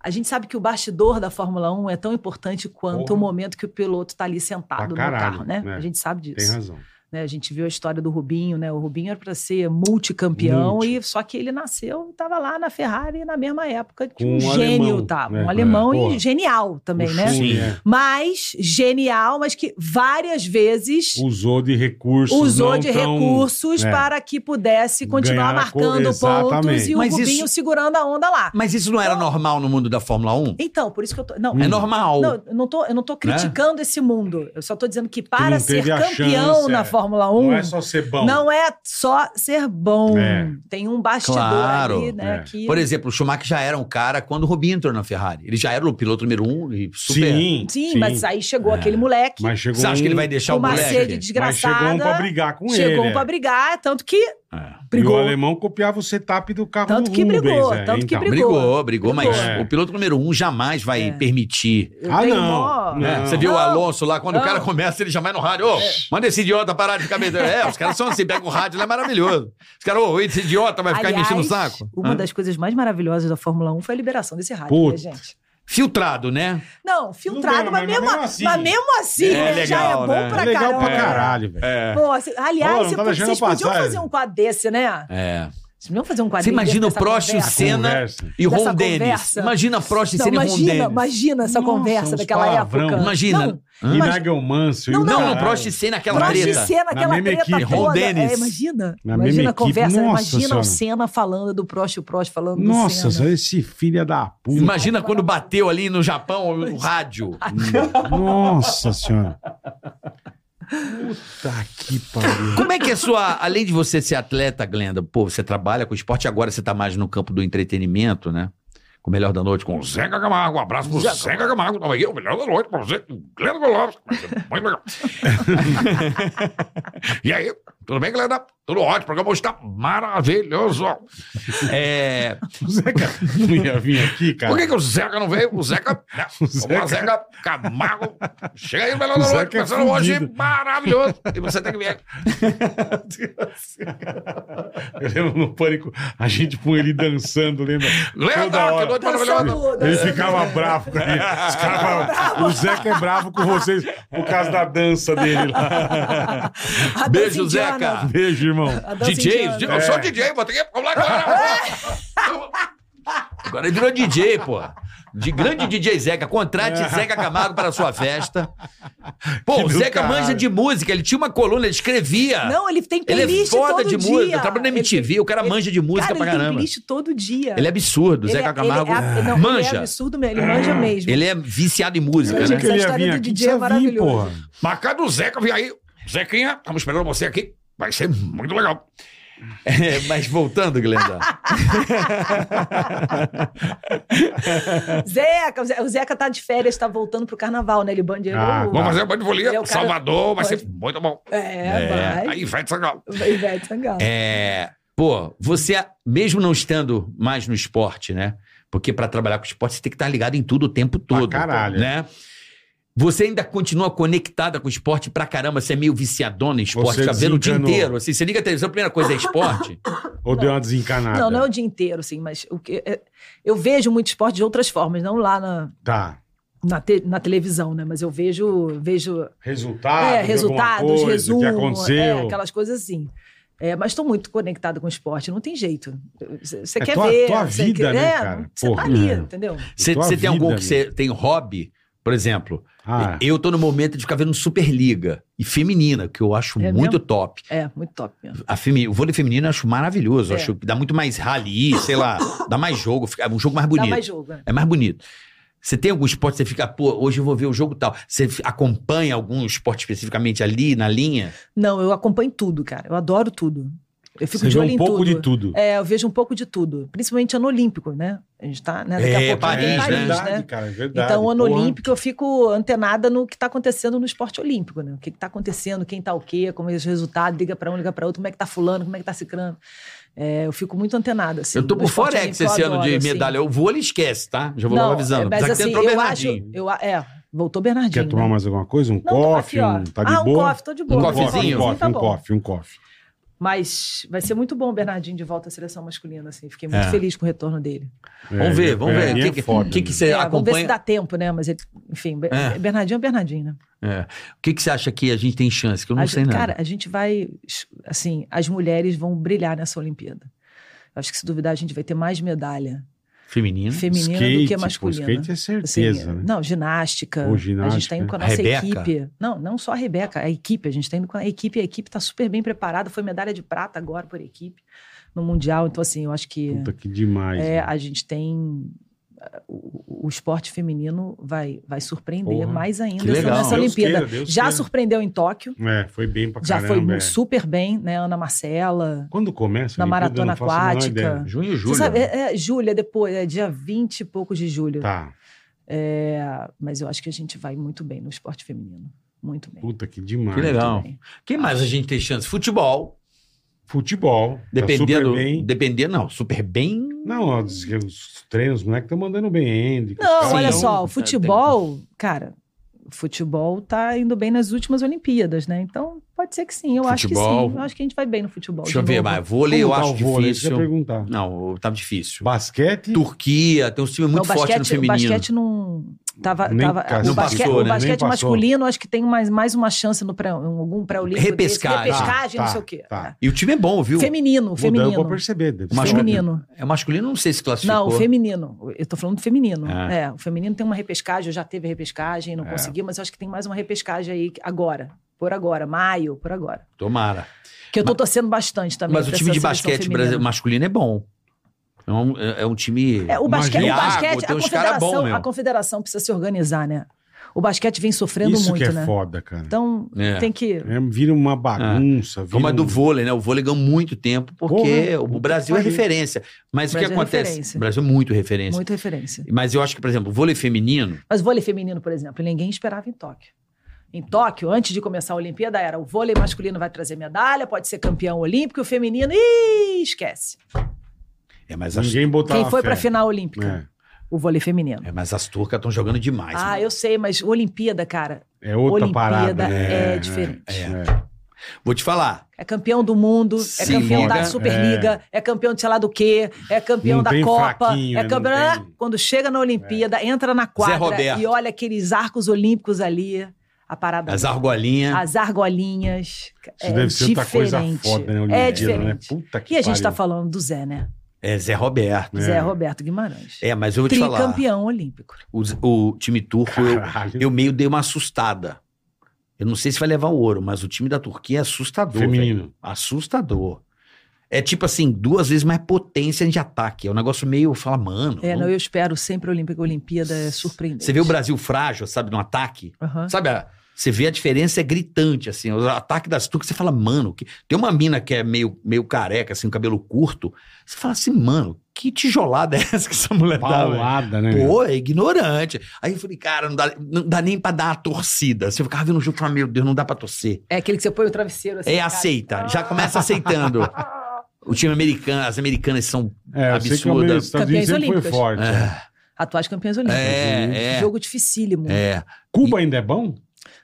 A gente sabe que o bastidor da Fórmula 1 é tão importante quanto Porra. o momento que o piloto está ali Pra sentado caralho, no carro, né? né? A gente sabe disso. Tem razão. né? A gente viu a história do Rubinho, né? O Rubinho era para ser multicampeão, Multi. e só que ele nasceu e estava lá na Ferrari na mesma época que Com um, um gênio alemão, estava. né? Um alemão É, porra. e genial também, O né? Schumi, Sim. é, Mas genial, mas que várias vezes Usou de recursos. usou não de tão- recursos é. para que pudesse continuar Ganhar a cor- marcando pontos exatamente. e o Mas Rubinho isso- segurando a onda lá. Mas isso não era normal no mundo da Fórmula 1? Então, por isso que eu tô. Não, É normal. não, eu não tô, eu não tô criticando esse mundo. Eu só tô dizendo que para Né? não ser teve a campeão chance, é. na Fórmula 1 Não é só ser bom. não é só ser bom. É. Tem um bastidor Claro, ali, né? é. Que... Por exemplo, o Schumacher já era um cara quando o Rubinho entrou na Ferrari. Ele já era o piloto número um e super. Sim, Sim, mas aí É. chegou aquele moleque, Mas chegou Você acha que ele um- vai deixar com o uma moleque? sede Mas chegou um pra desgraçada. brigar com ele. Chegou um é. pra brigar, tanto que É. E o brigou. alemão copiava o setup do carro Tanto do que Rubens, brigou, é, tanto que então. brigou. É. Brigou, brigou, mas É. o piloto número um jamais vai permitir. Eu Ah, tenho não. mó- Não. né? Você viu o Não. Alonso lá, quando o Não. É. cara começa, ele já vai no rádio. Ô, manda esse idiota parar de cabeça. É, os caras são assim, pega o rádio, ele é maravilhoso. Os caras, ô, esse idiota vai ficar Aliás, me enchendo o saco. Uma Hã? das coisas mais maravilhosas da Fórmula 1 foi a liberação desse rádio, Puta. né, gente? Filtrado, né? Não, filtrado, Não, mas, mesmo, assim. mas mesmo assim, É né, já é legal, bom né? pra Legal caramba. pra caralho, velho. É, Pô, assim, Pô, aliás, não você- tava deixando vocês podiam passar, fazer né? um quadro desse, né? É. Vocês podiam fazer um quadro Você imagina o Prost e o C. Senna Conversa. e Ron Dessa Dennis. conversa. Imagina Prost e Não, Senna e Ron imagina, Dennis. imagina essa Nossa, conversa uns daquela palavrão. época. Imagina. Não, E Mas- Nigel Mansell. e o Não, não, caralho. Prost e Senna, aquela Prost e treta. Senna, Na aquela mesma treta equipe. Ron toda. É, Dennis. imagina. Na mesma imagina a equipe. conversa. Nossa imagina Senhora. o Senna falando do Prost e o Prost falando Nossa, do Senna. esse filho da puta. Imagina quando bateu ali no Japão o rádio. Nossa senhora. Puta que pariu. Como é que é sua. Além de você ser atleta, Glenda, pô, você trabalha com esporte, agora você tá mais no campo do entretenimento, né? Com o melhor da noite, com o Zeca Camargo. Um abraço pro Zeca Camargo, tava aqui, o melhor da noite pra você, com o Glenda Golovski. Vai ser Muito legal. e aí, tudo bem, Glenda? Tudo ótimo, o programa hoje tá maravilhoso. É, O Zeca não ia vir aqui, cara. por que, que o Zeca não veio? O Zeca. Né? O Zeca, É. Zeca- Camargo. Chega aí, melhor O da noite, Zeca é começando hoje fudido. maravilhoso. E você tem que vir aqui. Eu lembro no pânico, a gente põe ele dançando, lembra? Glenda, Toda hora. que noite Tá maravilhosa. Dançando, Ele dançando. ficava bravo com ele. Os caras falavam, o Zeca é bravo com vocês por causa da dança dele lá. A dança Beijo, indiana. Zeca. Beijo, irmão. A dança DJ, indiana. eu É. sou DJ, botei aqui. Vamos lá, galera. É. Agora ele virou DJ, pô. De grande DJ Zeca. Contrate Zeca Camargo para a sua festa. Pô, É. Que o do Zeca caralho. manja de música. Ele tinha uma coluna, ele escrevia. Não, ele tem Ele é playlist foda todo de dia. música, Tá trabalha na MTV, o cara manja de música cara, pra Ele caramba. tem playlist todo dia. Ele é absurdo, Ele é- Zeca Camargo. Ele é, não, Ele é manja. absurdo mesmo, ele manja mesmo. Ele é viciado em música, Eu Essa achei né? que ele ia história vir do aqui. DJ é Precisa vir, maravilhoso. porra. Marcado o Zeca, vem aí. Zequinha, estamos esperando você aqui. Vai ser muito legal. É, mas voltando, Glenda. é- Zeca, o Ze- o Zeca tá de férias, tá voltando pro carnaval, né? Ele bandeirou. Ah, o- vamos um banho de Ele é o cara- Salvador, vai ser muito bom. É, vai. Ivete Sangalo. Vai, Ivete Sangalo. É, pô, você, mesmo não estando mais no esporte, né? Porque pra trabalhar com esporte você tem que estar ligado em tudo o tempo todo. caralho. é. Né? Você ainda continua conectada com o esporte pra caramba, você é meio viciadona em esporte, Você fica vendo o dia desencanou. inteiro. Assim, você liga a televisão, a primeira coisa é esporte. Ou deu uma desencanada? Não, não é o dia inteiro, assim, mas o que, é- eu vejo muito esporte de outras formas, não lá na, Tá. na, te- na televisão, né? Mas eu vejo, vejo Resultado, é, de Ah, alguma resultados, coisa, resumo, o que aconteceu. é, aquelas coisas assim. É, mas estou muito conectada com o esporte, não tem jeito. Você É quer tua- ver. tua você vida, quer, né, é, cara? Você Porra. tá ali, É. entendeu? Você Tua você tem algum vida, que você tem hobby? Por exemplo, Ah, eu tô no momento de ficar vendo Superliga e feminina, que eu acho É muito mesmo? top. É, muito top mesmo. A femi... O vôlei feminino eu acho maravilhoso. eu É. Acho que dá muito mais rally, sei lá, dá mais jogo, fica- é um jogo mais bonito. Dá mais jogo. né? É mais bonito. Você tem algum esporte que você fica, pô, hoje eu vou ver o jogo tal. Você f- acompanha algum esporte especificamente ali na linha? Não, eu acompanho tudo, cara. Eu adoro tudo. Eu fico você de vê olho um em pouco tudo. de tudo. É, eu vejo um pouco de tudo, principalmente ano olímpico, né? A gente tá, né? Daqui É, a pouco Paris, tem né? Paris, verdade, né? cara, é verdade. Então, ano porra. olímpico, eu fico antenada no que está acontecendo no esporte olímpico, né? O que está acontecendo, quem está o quê, como é o resultado, liga para um, liga para outro, como é que tá fulano, como é que tá ciclano. É, eu fico muito antenada, assim. eu tô no por esporte Forex olímpico, eu esse ano adoro, de assim. medalha. Eu vou, ele esquece, tá? Já vou Não, logo avisando. é, mas Apesar que assim, entrou eu acho... Bernardinho. Eu, a- é, voltou Bernardinho. Quer tomar né? mais alguma coisa? Um Não, tô aqui, coffee? ó. um, tá de Ah, um boa? coffee, tô de boa. Um Um coffee, coffeezinho. um coffee, Tá um bom. coffee, um coffee. Mas vai ser muito bom o Bernardinho de volta à seleção masculina, assim. Fiquei muito É. feliz com o retorno dele. Vamos ver, vamos ver. O Bernardinho que, é que- foda, que né? que você É, Vamos ver se acompanha? dá tempo, né? Mas, ele, enfim, Be- É. Bernardinho é Bernardinho, né? É. O que, que você acha que a gente tem chance? Que eu não A sei gente- nada. Cara, a gente vai. Assim, as mulheres vão brilhar nessa Olimpíada. Eu Acho que se duvidar, a gente vai ter mais medalha Feminino. feminina do que Skate, pô, masculina. Skate é Assim, certeza, né? Não, ginástica. Pô, ginástica, A gente está indo com a é. nossa Rebeca. equipe. Não, não só a Rebeca, a equipe. A gente está indo com a equipe. A equipe está super bem preparada. Foi medalha de prata agora por equipe no Mundial. Então, assim, eu acho que Puta que demais. é, mano. a gente tem. O, o esporte feminino vai, vai surpreender Porra, mais ainda que legal. nessa Deus Olimpíada. queira, Deus Já queira. surpreendeu em Tóquio. É, foi bem pra Já caramba. foi um é. super bem, né? Ana Marcela. Quando começa? na a Olimpíada, eu maratona não faço a menor aquática. ideia. Junho e Você julho. sabe, é, é, Júlia, depois, é dia 20 e poucos de julho. Tá. É, mas eu acho que a gente vai muito bem no esporte feminino. Muito bem. Puta que demais. Que legal. Muito bem. Quem mais a gente tem chance? Futebol. Futebol. tá Dependendo. super bem. Dependendo, não. Super bem. Não, ó, diz que os treinos, os moleques estão mandando bem. Andy, que os Não, caras olha tão- É, só, o futebol, cara, o futebol tá indo bem nas últimas Olimpíadas, né? Então, pode ser que sim, eu acho que Futebol. sim. Eu acho que a gente vai bem no futebol. Deixa de eu ver, novo. mas vôlei eu Como tá acho o vôlei? Isso que eu ia difícil. perguntar. Não, tá difícil. Basquete. Turquia, tem um time Não, muito o forte no basquete, o feminino. basquete não. Tava, Nem tava- passou, o basquete, né? o Nem basquete passou. masculino, acho que tem mais, mais uma chance no pré, em algum pré-olímpico. desse, Repescagem. Repescagem, Tá, não sei tá, o quê. tá. E o time é bom, viu? Feminino, Mudando feminino. pra perceber. deve Mas- ser. Feminino. É masculino, não sei se classificou. Não, o feminino. Eu tô falando do feminino. Ah. É, o feminino tem uma repescagem, eu já teve repescagem, não É. conseguiu, mas eu acho que tem mais uma repescagem aí agora. Por agora, maio, por agora. Tomara. Que eu tô torcendo bastante também. Mas o pra time essa de seleção basquete feminina. brasile- masculino é bom. É um, é- é um time. É, o basque- Imagina. o basquete, Iago, a, tem uns cara bom confederação, mesmo. a confederação precisa se organizar, né? O basquete vem sofrendo Isso muito, que é né? foda, cara. Então, É. tem que. É, vira uma bagunça. Vira Como é do um- vôlei, né? O vôlei ganhou muito tempo porque Porra, o puta Brasil é que pariu. referência. Mas o que né? Brasil é acontece? referência. O Brasil é muito referência. Muita referência. Mas eu acho que, por exemplo, o vôlei feminino, Mas vôlei feminino, por exemplo, ninguém esperava em Tóquio. Em Tóquio, antes de começar a Olimpíada, era o vôlei masculino vai trazer medalha, pode ser campeão olímpico, e o feminino, ih, esquece. é mas as, Ninguém botava Quem foi fé. pra final olímpica? É. O vôlei feminino. é, mas as turcas estão jogando demais. ah, mano. eu sei, mas Olimpíada, cara, É outra Olimpíada parada. né? é diferente. É. Vou te falar. é campeão do mundo, é Se campeão liga, da Superliga, é. campeão de sei lá do quê, é campeão Não da tem Copa, fraquinho, é não né? campeão... tem- Quando chega na Olimpíada, entra na quadra É. Roberto. e olha aqueles arcos olímpicos ali, a parada... As argolinhas. As argolinhas. Isso é deve ser outra coisa diferente. foda, né? Olimpíada, É né? diferente. Puta que E a gente pariu. está falando do Zé, né? É Zé Roberto. É. Zé Roberto Guimarães. É, mas eu vou te falar. Tricampeão Ah, olímpico. O, o time turco, eu, Caralho. eu meio dei uma assustada. Eu não sei se vai levar o ouro, mas o time da Turquia é assustador. velho. Feminino. Assustador. É tipo assim, duas vezes mais potência de ataque. É um negócio meio, fala, mano. É, não- não, eu espero sempre Olímpico. Olimpíada é surpreendente. Você vê o Brasil frágil, sabe, no ataque? Aham. Sabe, a- você vê a diferença é gritante, assim. O ataque das turcas, você fala, mano, que... tem uma mina que é meio, meio careca, assim, com cabelo curto. Você fala assim, mano, que tijolada é essa que essa mulher dá, velho? Paulada, né? meu? Pô, é ignorante. Aí eu falei, cara, não dá, não dá nem pra dar a torcida. Você ficava vendo o jogo e falava, meu Deus, não dá pra torcer. É aquele que você põe o travesseiro assim. É, cara. aceita. Já começa aceitando. O time americano, as americanas são. É, eu sei que o Absurda. Estados Campeões Unidos sempre foi olímpicos. forte. né? É, Atuais campeões olímpicos. é, é. Jogo dificílimo. é. Cuba ainda é bom?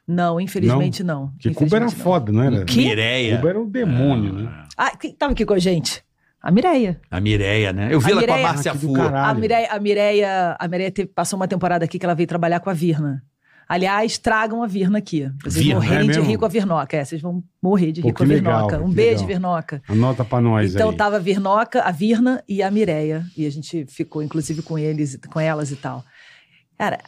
Não, infelizmente não. Porque Cuba era Infelizmente, não. foda, não era? é? Que? Mireia. Cuba era um demônio, né? Ah, quem tava Ah, aqui com a gente? A Mireia. A Mireia, né? Eu vi A ela com Mireia- a Márcia Ah, que do Fu. caralho. A Mireia, a Mireia, a Mireia teve- passou uma temporada aqui que ela veio trabalhar com a Virna. Aliás, tragam a Virna aqui. Vocês Virna, vão é morrerem de mesmo? rir com a Virnoca. É, vocês vão morrer de Pô, rir com a que legal, Virnoca. um que beijo, legal. Virnoca. Anota pra nós então aí. tava a Virnoca, a Virna e a Mireia. E a gente ficou, inclusive, com eles, com elas e tal. Cara,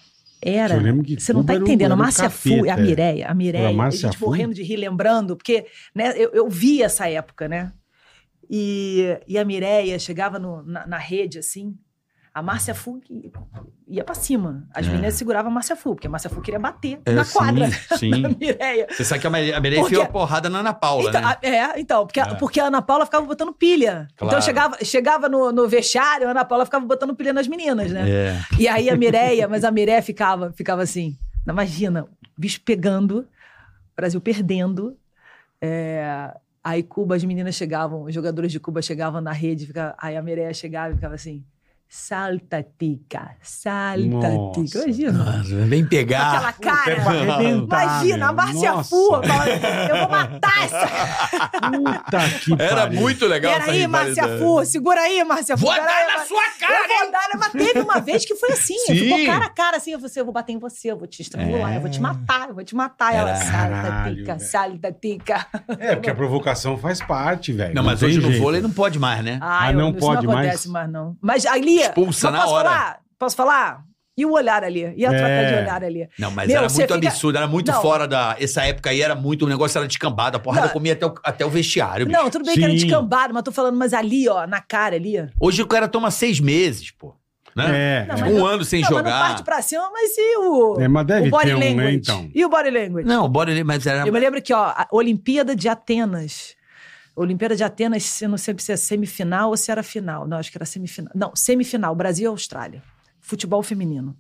era. Eu lembro que Você não tá Cuba era o- entendendo. era um A o Márcia Fu, capeta, a é. Mireia, a Mireia. Era a A, Márcia gente Fu? morrendo de rir lembrando, porque né, eu, eu vi essa época, né? E, e a Mireia chegava no- na, na rede, assim. A Márcia Fu que ia pra cima. As É. meninas seguravam a Márcia Fu, porque a Márcia Fu queria bater É, na sim, quadra sim. da Mireia. Você sabe que a Mari- a Mireia Porque- enfiou a porrada na Ana Paula, Então, né? a- é, então, porque, É. porque a Ana Paula ficava botando pilha. Claro. Então chegava, chegava no, no vestiário, a Ana Paula ficava botando pilha nas meninas, né? É. E aí a Mireia, mas a Mireia ficava, ficava assim. "Não, Imagina, o bicho pegando, o Brasil perdendo. é, aí Cuba, as meninas chegavam, os jogadores de Cuba chegavam na rede, ficava, aí a Mireia chegava e ficava assim. Salta, tica, salta, Nossa. tica. Imagina. Nossa, Ah, é Aquela vem É, pegar. cara. pra arrebentar, Imagina, a velho. Márcia Nossa. Fua. Eu vou matar essa. Puta que Era pariu. muito legal essa Peraí, rivalidade. Márcia Fu, segura aí, Márcia Fu. Vou peraí, dar na Márcia- sua Eu cara! vou dar, né? mas teve uma vez que foi assim. Sim. Ficou cara a cara assim. Eu vou, eu vou bater em você, eu vou te estrangular, É. eu vou te matar, eu vou te matar. Ela, salta, Caralho, tica, velho. salta, tica. É, porque a provocação faz parte, velho. Não, mas tem hoje no jeito. vôlei não pode mais, né? Ai, Ah, não isso pode não mais. acontece mais, não. Mas ali. Expulsa mas na posso hora. Falar? Posso falar? E o olhar ali? E a troca É. de olhar ali? Não, mas Meu, era você muito fica- absurdo, era muito Não. fora da. Essa época aí era muito. O negócio era descambado, a porrada Não. comia até o, até o vestiário. bicho. Não, tudo bem que era Sim. descambado, mas tô falando, mas ali, ó, na cara ali. Hoje o cara toma seis meses, pô. Né? É, Não, é. Fica mas um ano sem não, mas não jogar. parte pra cima, mas e o. É, mas deve o body ter um, né, language? então. E o body language? Não, bora ali, mas era. Eu me lembro que, ó, a Olimpíada de Atenas. Olimpíada de Atenas, eu não sei se é semifinal ou se era final. Não, acho que era semifinal. Não, semifinal, Brasil e Austrália. Futebol feminino.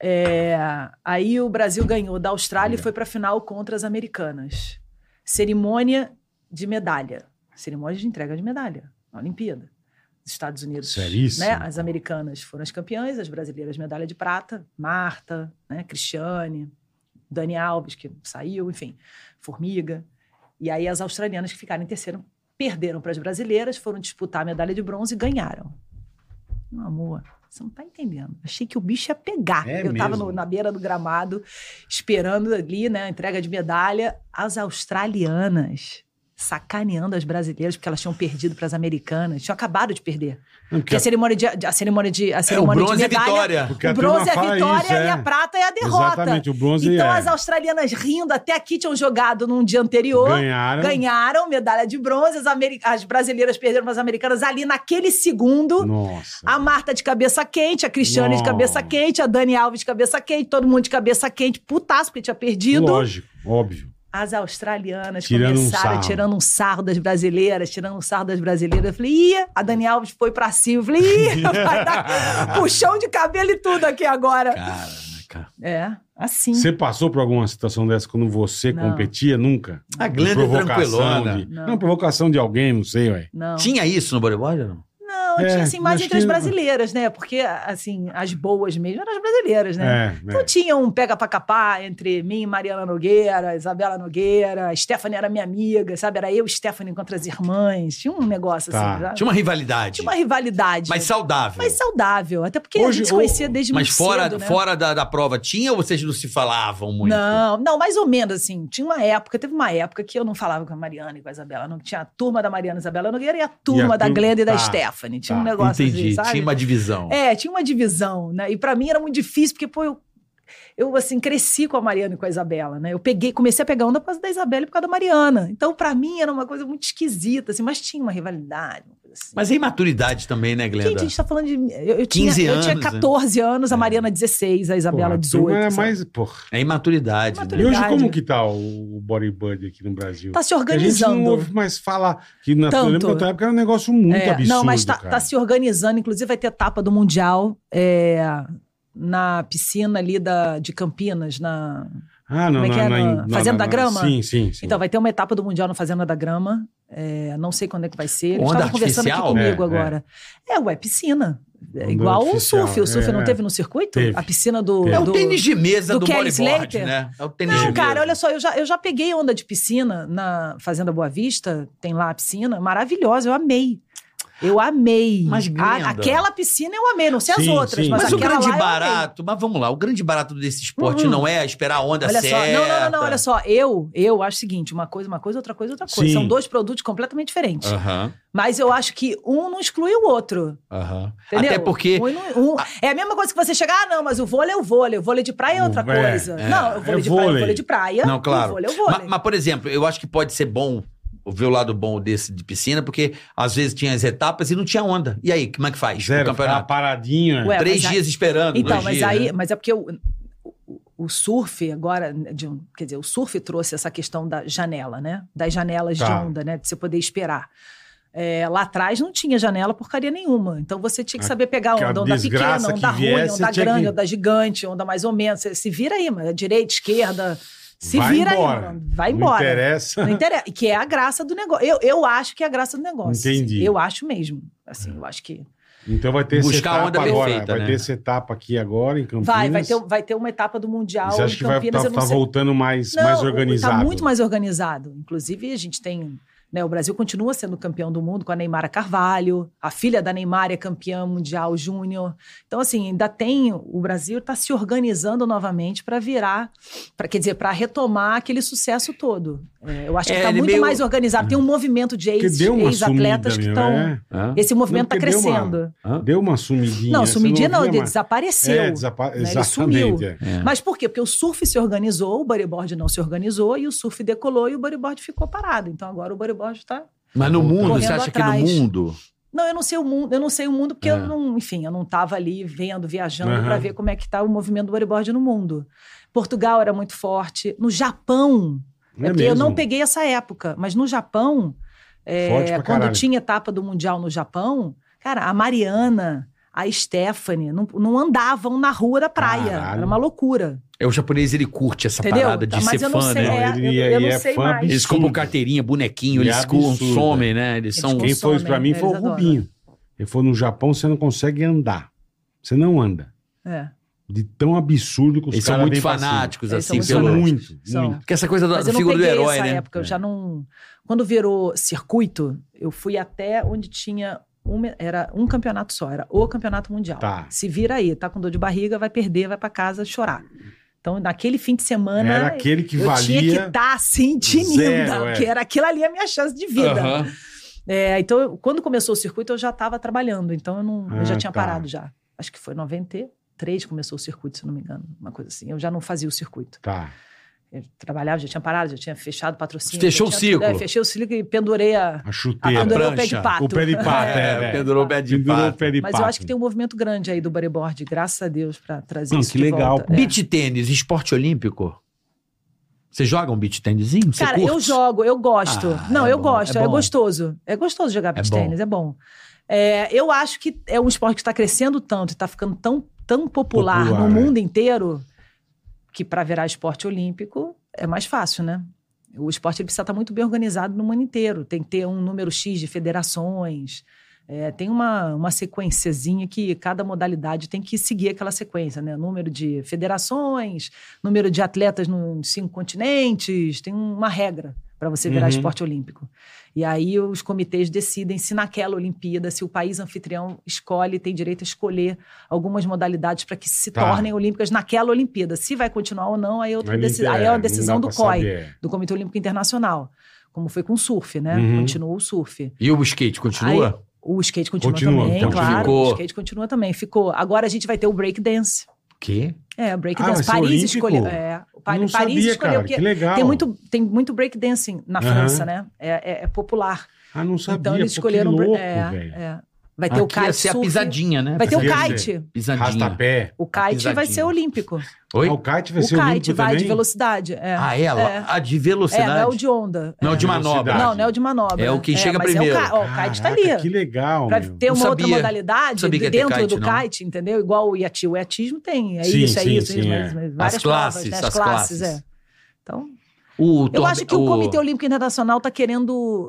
É, aí o Brasil ganhou da Austrália e foi pra final contra as americanas. Cerimônia de medalha. Cerimônia de entrega de medalha na Olimpíada. Os Estados Unidos. Seríssimo. Né? As americanas foram as campeãs, as brasileiras medalha de prata. Marta, né? Cristiane, Dani Alves, que saiu, enfim, Formiga. E aí as australianas que ficaram em terceiro perderam para as brasileiras, foram disputar a medalha de bronze e ganharam. Meu amor, você não tá entendendo. Achei que o bicho ia pegar. É Eu tava mesmo? no- na beira do gramado, esperando ali, né, a entrega de medalha. As australianas sacaneando as brasileiras, porque elas tinham perdido para as americanas. Tinham acabado de perder. Não, Porque porque a cerimônia de, a cerimônia de, a É, o cerimônia bronze de é medalha, vitória. Porque a o bronze é a turma fala vitória isso, é. e a prata é a derrota. Exatamente, o bronze Então é. as australianas rindo, até aqui tinham jogado num dia anterior. ganharam. Ganharam medalha de bronze, as, ameri- as brasileiras perderam para as americanas ali naquele segundo. Nossa. A Marta de cabeça quente, a Cristiane de Nossa. cabeça quente, a Dani Alves de cabeça quente, todo mundo de cabeça quente, putaço, porque tinha perdido. Lógico, óbvio. As australianas Tirando um começaram sarro. tirando um sarro das brasileiras, tirando um sarro das brasileiras. Eu falei, ih, a Dani Alves foi pra cima. Eu falei, ih, vai dar puxão de cabelo e tudo aqui agora. Cara, cara. É, assim. Você passou por alguma situação dessa quando você Não. competia? Nunca? A Glenda é tranquilona. de... Não. Não. provocação de alguém, não sei, ué. Não. Tinha isso no bodyboard ou não? Não, É, tinha assim, mais acho entre as que- brasileiras, né? Porque, assim, as boas mesmo eram as brasileiras, né? É, Então tinha um pega pra capar entre mim, Mariana Nogueira, Isabela Nogueira, a Stephanie era minha amiga, sabe? Era eu e Stephanie contra as irmãs. Tinha um negócio Tá. assim. sabe? Tinha uma rivalidade. Tinha uma rivalidade. Mas saudável. Mas saudável. Até porque a Hoje, gente se conhecia o- desde Mas muito fora, cedo, né? fora da, da prova tinha ou vocês não se falavam muito? Não, não, mais ou menos assim. Tinha uma época, teve uma época que eu não falava com a Mariana e com a Isabela. Não tinha a turma da Mariana e Isabela Nogueira e a turma da turma- Glenda e da tá, Stephanie. Tinha um tá, negócio Entendi. assim, sabe? Tinha uma divisão. É, tinha uma divisão, né? E pra mim era muito difícil, porque, pô, eu, eu assim, cresci com a Mariana e com a Isabela, né? Eu peguei, comecei a pegar onda por causa da Isabela e por causa da Mariana. Então, pra mim, era uma coisa muito esquisita, assim, mas tinha uma rivalidade, uma coisa assim. Mas é imaturidade também, né, Glenda? Gente, a gente tá falando de. Eu, eu 15 tinha, eu anos, tinha né? 14 anos, a Mariana 16, a Isabela É. Porra, a turma 18. Era sabe? mais, porra. É imaturidade. né? E Imaturidade. hoje, como que tá o bodybuilding aqui no Brasil? Tá se Que A gente não organizando. ouve mais falar que na Tanto. eu lembro que na tua época era um negócio muito É, absurdo. não, mas tá, cara. tá se organizando. Inclusive, vai ter etapa do Mundial é, na piscina ali da, de Campinas. Na... Ah, não, Como é que na, é? na, Na- Fazenda da Grama? Sim, sim, sim. Então, vai ter uma etapa do Mundial na Fazenda da Grama. é, não sei quando é que vai ser. Eles Onda estavam conversando aqui artificial? comigo É, agora. É. ué, piscina. É igual o artificial, surf. O surf é, não é. teve no circuito? Teve. A piscina do. Teve. É o do- tênis de mesa do, do Kelly bodyboard, Slater? né? É o tênis de Não, mesa. cara, olha só, eu já, eu já peguei onda de piscina na Fazenda Boa Vista, tem lá a piscina, maravilhosa, eu amei. Eu amei. Mas, A- Glenda- aquela piscina eu amei, não sei as Sim, outras, sim. mas, Mas o aquela grande lá eu amei. barato, mas vamos lá, o grande barato desse esporte Uhum. não é esperar a onda Olha só, certa. não, não, não, não, olha só, eu, eu acho o seguinte, uma coisa, uma coisa, outra coisa, outra coisa. Sim. São dois produtos completamente diferentes. Aham, Mas eu acho que um não exclui o outro. aham. Entendeu? Até porque Um e não- um- É a mesma coisa que você chegar, ah, não, mas o vôlei é o vôlei, o vôlei de praia é outra É, coisa. é. não, o É vôlei de praia é o vôlei. vôlei de praia. Não, claro. O vôlei é o vôlei. Mas, mas, por exemplo, eu acho que pode ser bom ver o lado bom desse de piscina, porque às vezes tinha as etapas e não tinha onda. E aí, como é que faz? Zero, o ficar campeonato. paradinho. né? Ué, Três mas aí- dias esperando. Então, dois mas dias, aí, né? mas é porque o, o- o surf agora, né, de um- quer dizer, o surf trouxe essa questão da janela, né? Das janelas Tá. de onda, né? De você poder esperar. É, lá atrás não tinha janela porcaria nenhuma. Então você tinha que saber pegar Que a onda, onda pequena, desgraça onda que ruim, viesse, onda tinha grande, que- onda gigante, onda mais ou menos. Você se vira aí, mano. é Direita, esquerda. Se Vai vira embora. aí, mano. Vai Não embora. interessa. Não interessa. E Que é a graça do negócio. Eu, eu acho que é a graça do negócio. assim. Entendi. Eu acho mesmo. Assim, eu acho que. Então vai ter Buscar essa etapa a onda agora. perfeita, vai né? ter essa etapa aqui agora em Campinas. Vai, vai ter, um, vai ter uma etapa do Mundial. E Você acha em que vai Campinas, eu estar não sei- voltando mais, Não, mais o- organizado? Tá muito mais organizado. Inclusive, a gente tem. Né, o Brasil continua sendo campeão do mundo com a Neymara Carvalho, a filha da Neymar é campeã mundial júnior. Então, assim, ainda tem. O Brasil está se organizando novamente para virar, pra, quer dizer, para retomar aquele sucesso todo. É, eu acho É, que está ele muito meio- mais organizado. Tem um movimento de Porque ex- deu uma ex-atletas sumida, que meu, estão. é. Hã? Esse movimento está Não, porque deu uma- crescendo. Hã? Deu uma sumidinha. Não, você sumidinha não, via ele mais. desapareceu. É, desapa... Ele Exatamente. sumiu. é. É. Mas por quê? Porque o surf se organizou, o bodyboard não se organizou, e o surf decolou e o bodyboard ficou parado. Então agora o bodyboard está. Mas no mundo, Correndo você acha que atrás. no mundo? Não, eu não sei o mundo, eu não sei o mundo, porque É. eu não, enfim, eu não estava ali vendo, viajando Aham. para ver como é que tá o movimento do bodyboard no mundo. Portugal era muito forte. No Japão, Não é é porque eu mesmo? não peguei essa época, mas no Japão, é, Forte pra quando caralho. tinha etapa do Mundial no Japão, cara, a Mariana, a Stephanie, não, não andavam na rua da praia. Caralho. Era uma loucura. É o japonês, ele curte essa Entendeu? parada de Mas ser eu não fã, sei, né? é, Ele- eu- eu ele não é sei fã mais. abs- Eles compram absurdo. carteirinha, bonequinho, Ele eles é absurdo, consomem, né? Eles Eles são. consomem. Quem foi isso pra mim foi o Eles adoram. Rubinho. Ele falou: no Japão você não consegue andar. Você não anda. É. De tão absurdo que os Eles são caras muito vêm pra cima. fanáticos, Eles são assim, muito pelo. fanáticos. Muito, São. muito. Porque essa coisa da Mas eu não figura do peguei herói, essa né? época, eu já não. Quando virou circuito, eu fui até onde tinha uma- era um campeonato só, era o campeonato mundial. Tá. Se vira aí, tá com dor de barriga, vai perder, vai pra casa chorar. Então, naquele fim de semana, Era aquele que eu valia. tinha que estar assim, zero, tinindo, é. porque era aquilo ali a minha chance de vida. Aham. É, então, eu- quando começou o circuito, eu já estava trabalhando, então eu, não, eu Ah, já tinha tá. parado já. Acho que foi 93 começou o circuito, se não me engano, uma coisa assim. Eu já não fazia o circuito. Tá. Eu trabalhava, já tinha parado, já tinha fechado o patrocínio. Fechou já o tinha tudo. ciclo. É, fechei o ciclo e pendurei a, A a chuteira. pendurei o pé prancha, de pato. o pé de É. pato, é. É, pendurou o pé de Pendurou o pato. pé de Mas pato. eu acho que tem um movimento grande aí do bodyboard, graças a Deus, para trazer Não, isso que de legal, volta. pô. É. Beach tênis, esporte olímpico. Você joga um beach tênisinho? Você Cara, curte? eu jogo, eu gosto. Ah, não, é eu bom, gosto, é é, bom. gostoso. É gostoso jogar beach bom. tênis, é bom. É, eu acho que é um esporte que está crescendo tanto e está ficando tão, tão popular, Popular, é. no né? mundo inteiro que para virar esporte olímpico é mais fácil, né? O esporte ele precisa estar muito bem organizado no mundo inteiro. Tem que ter um número X de federações. É, tem uma, uma sequenciazinha que cada modalidade tem que seguir aquela sequência, né? Número de federações, número de atletas nos cinco continentes, tem uma regra para você virar Uhum. esporte olímpico. E aí os comitês decidem se naquela Olimpíada, se o país anfitrião escolhe, tem direito a escolher algumas modalidades para que se Tá. tornem olímpicas naquela Olimpíada. Se vai continuar ou não, aí, é outra Aí não deci- inter- aí é uma não dá decisão do pra COI, saber. do Comitê Olímpico Internacional. Como foi com o surf, né? Uhum. Continua o surf. E o skate continua? O skate continua, Continua, então, também, continua. claro. Ficou. O skate continua também. Ficou. Agora a gente vai ter o breakdance. O quê? É, Ah, vai breakdance. ser Paris olímpico? escolheu. É, o Pa- Eu não Paris sabia, escolheu cara. porque Que legal. tem muito, tem muito breakdancing na Aham. França, né? É, é- é popular. Ah, não sabia. então eles pô, que escolheram. louco, é, velho. é. Vai ter o Aqui Ah, ia ser kite. a surf. pisadinha, né? Vai ter o Ia ser. kite. Pisadinha. Rastapé. O kite vai pisadinha. ser olímpico. Oi? Ah, o kite vai o ser kite olímpico vai também? de velocidade. É. Ah, ela? É. A de É, não é o velocidade. de onda. Não, é o de manobra. velocidade. Não, não é o de manobra. É o que chega mas primeiro. É o, ca- ó, o kite tá Caraca, ali. Que legal, Pra meu. ter Não uma outra sabia. Não modalidade sabia que ia ter dentro kite, do não. kite, entendeu? Igual o iatismo. O iatismo tem. É Sim, isso, é sim, isso. sim, isso, é. mas- mas várias classes, provas, né? as As classes, classes. é. Então, O Eu Torbe- acho que o, Comitê Olímpico Internacional está querendo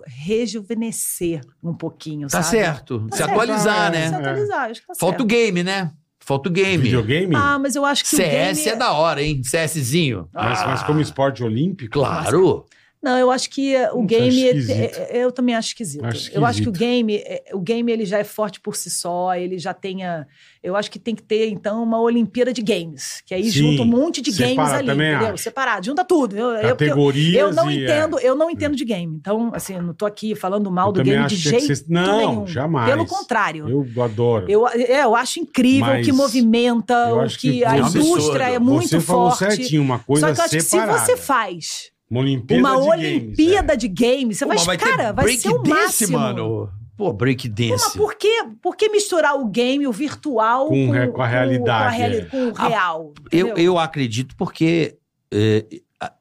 rejuvenescer um pouquinho, Tá sabe? certo. Tá se certo. atualizar, Se né? atualizar, acho que tá Falta o certo. game, né? Falta o game. Videogame? Ah, mas eu acho que o CS game... é da hora, hein? CSzinho. mas, Ah, mas como esporte olímpico? Claro. Não, eu acho que eh, o Hum, game. acho esquisito. é- é- eu também acho esquisito. Acho esquisito. Eu acho que o game, é- o game ele já é forte por si só, ele já tenha. Eu acho que tem que ter, então, uma Olimpíada de games. Que aí Sim. junta um monte de games Separa, ali, também entendeu? acho. Separado, junta tudo. Eu, eu- porque eu- Categorias eu não e, é. entendo, eu não entendo de game. Então, assim, eu não tô aqui falando mal Eu do também game de acho que tinha jeito que ser- Não, nenhum. jamais. Pelo contrário. Eu adoro. Eu, é, eu acho incrível o Mas que movimenta, eu o acho que, que um a você- indústria é Você muito Você falou forte. certinho, uma coisa Só que eu acho separada. que se você faz Uma Olimpíada uma de Olimpíada games, é. de games, você Pô, mas vai, cara, vai ser o breakdance, máximo. mano. Pô, Pô, mas breakdance. por que, por que misturar o game, o virtual Com re- com a com realidade, reali- é. com o real? Ah, Eu, entendeu? eu acredito porque é, a-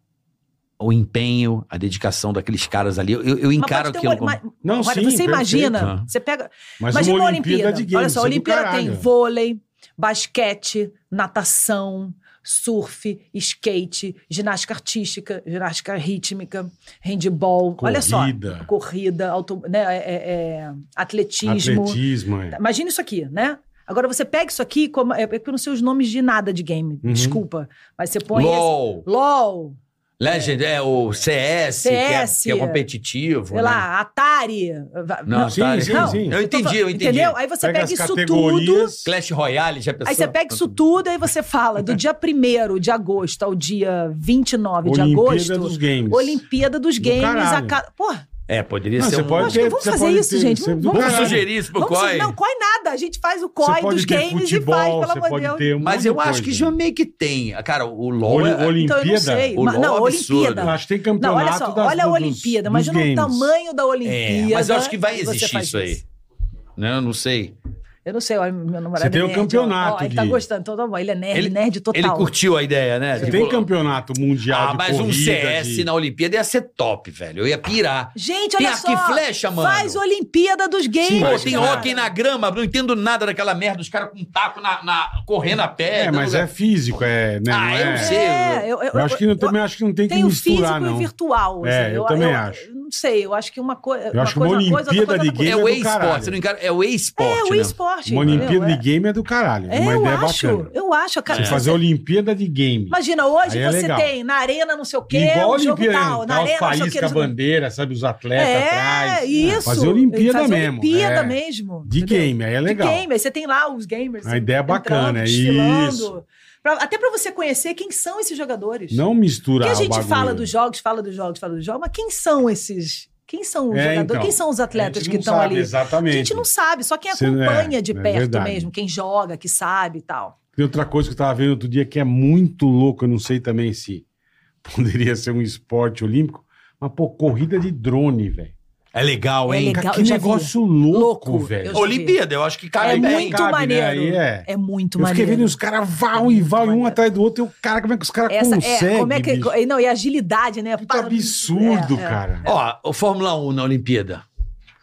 o empenho, a dedicação daqueles caras ali, eu, eu eu Mas encaro pode ter aquilo uma- como... mas- Ah. Não, olha, sim, você perfeito. imagina, você pega, Mas imagina uma Olimpíada de games. Olha só, a isso é do Olimpíada caralho. tem vôlei, basquete, natação, surf, skate, ginástica artística, ginástica rítmica, handball. Olha só, Corrida. corrida, auto, né, é- é- é, atletismo. Atletismo, é. Imagina isso aqui, né? Agora você pega isso aqui, como, é, porque eu não sei os nomes de nada de game, Uhum. desculpa. Mas você põe. LOL, Esse, LOL, Legend, é o CS, que é- CS, que, é, competitivo, sei né? lá, Atari. va- Então, Não, Sim, tá, sim, não. sim. Eu entendi, eu entendi. Entendeu? Aí você pega, as isso tudo. categorias, Clash Royale, já pensou? Aí você pega isso tudo, aí você fala do dia 1 de agosto ao dia 29 de Olimpíada agosto. dos Games. Olimpíada dos Do Games. a caralho. ca- Porra, É, poderia Não, ser você um... pode acho que ter- vamos você fazer pode isso, ter- gente. você- Vamos- do vamos caralho. sugerir isso pro vamos. COI. Não, COI nada. A gente faz o Você COI pode dos ter games futebol, e faz, pelo você amor de pode Deus. ter um monte Mas de eu acho coisa. que já meio que tem. Cara, o LOL Oli- é- Então eu não Olimpíada? sei. O Mas- não, LOL é absurdo. Olimpíada. Eu acho que tem Não, campeonato olha só, das- olha a dos- Olimpíada, dos imagina games. o tamanho da É, Olimpíada. mas eu acho que vai e você existir faz isso aí. Né? Eu não sei. Eu não sei, olha, meu namorado Você tem é o nerd, campeonato, ó, ó, ele tá Gui. gostando, então tá bom, ele é nerd, Ele- nerd total. Ele curtiu a ideia, né? É Você Tipo, tem campeonato mundial Ah, de mas um corrida, CS de- na Olimpíada ia ser top, velho. Eu ia pirar. Gente, Tem olha arco e só, flecha, mano. faz Olimpíada dos Games. Sim, Pô, mas, é- tem cara- hóquei na grama, não entendo nada daquela merda, os caras com um taco na, na- correndo a pé. É, mas é físico, é... Né, Ah, não eu não é- sei. É, eu, eu- Eu acho que não- eu- também acho que não tem que tem o físico misturar, e o não. virtual. É, assim, eu também acho. eu Não sei, eu acho que uma, coi Eu acho que coisa uma é coisa, outra Olimpíada coisa é de outra coisa. É game o é do caralho. e-sport, você não encara- é o e-sport. É, o né? esporte. Uma entendeu? Olimpíada É. de game é do caralho. É, uma eu ideia acho, bacana. eu acho. Cara, é- Você fazer Olimpíada de game. Imagina, hoje Aí é você legal. tem na arena não sei o quê, Igual a um jogo Olimpíada, tal, tá na os arena não sei o países quê. com a não sei o quê. bandeira, sabe, os atletas é, atrás. né, isso. Fazer Olimpíada Fazer mesmo. Olimpíada é. mesmo. De entendeu? game, aí é legal. De game, aí você tem lá os gamers. A ideia é bacana, é desfilando. isso. Pra- até pra você conhecer quem são esses jogadores. Não misturar Porque a o gente bagulho. fala dos jogos, fala dos jogos, fala dos jogos, mas quem são esses? Quem são os É, jogadores? então. quem são os A atletas gente que não estão sabe ali? A Exatamente. gente não sabe, só quem Você- é, acompanha de é perto verdade. mesmo, quem joga, que sabe e tal. Tem outra coisa que eu tava vendo outro dia que é muito louco, eu não sei também se poderia ser um esporte olímpico, mas, pô, corrida de drone, velho. É legal, É hein? legal. Cara, eu que já vi. negócio louco, Louco, velho. eu já- Olimpíada, eu acho que cabe É aí bem. muito cabe, né? maneiro. Aí é. É muito Eu fiquei maneiro. vendo os caras vão e vão, e um maneiro. atrás do outro, e o cara, como é que os caras Essa, conseguem? é, como é que, bicho? e não, e a agilidade, né? Puta absurdo, É, é. cara. Ó, o Fórmula 1 na Olimpíada.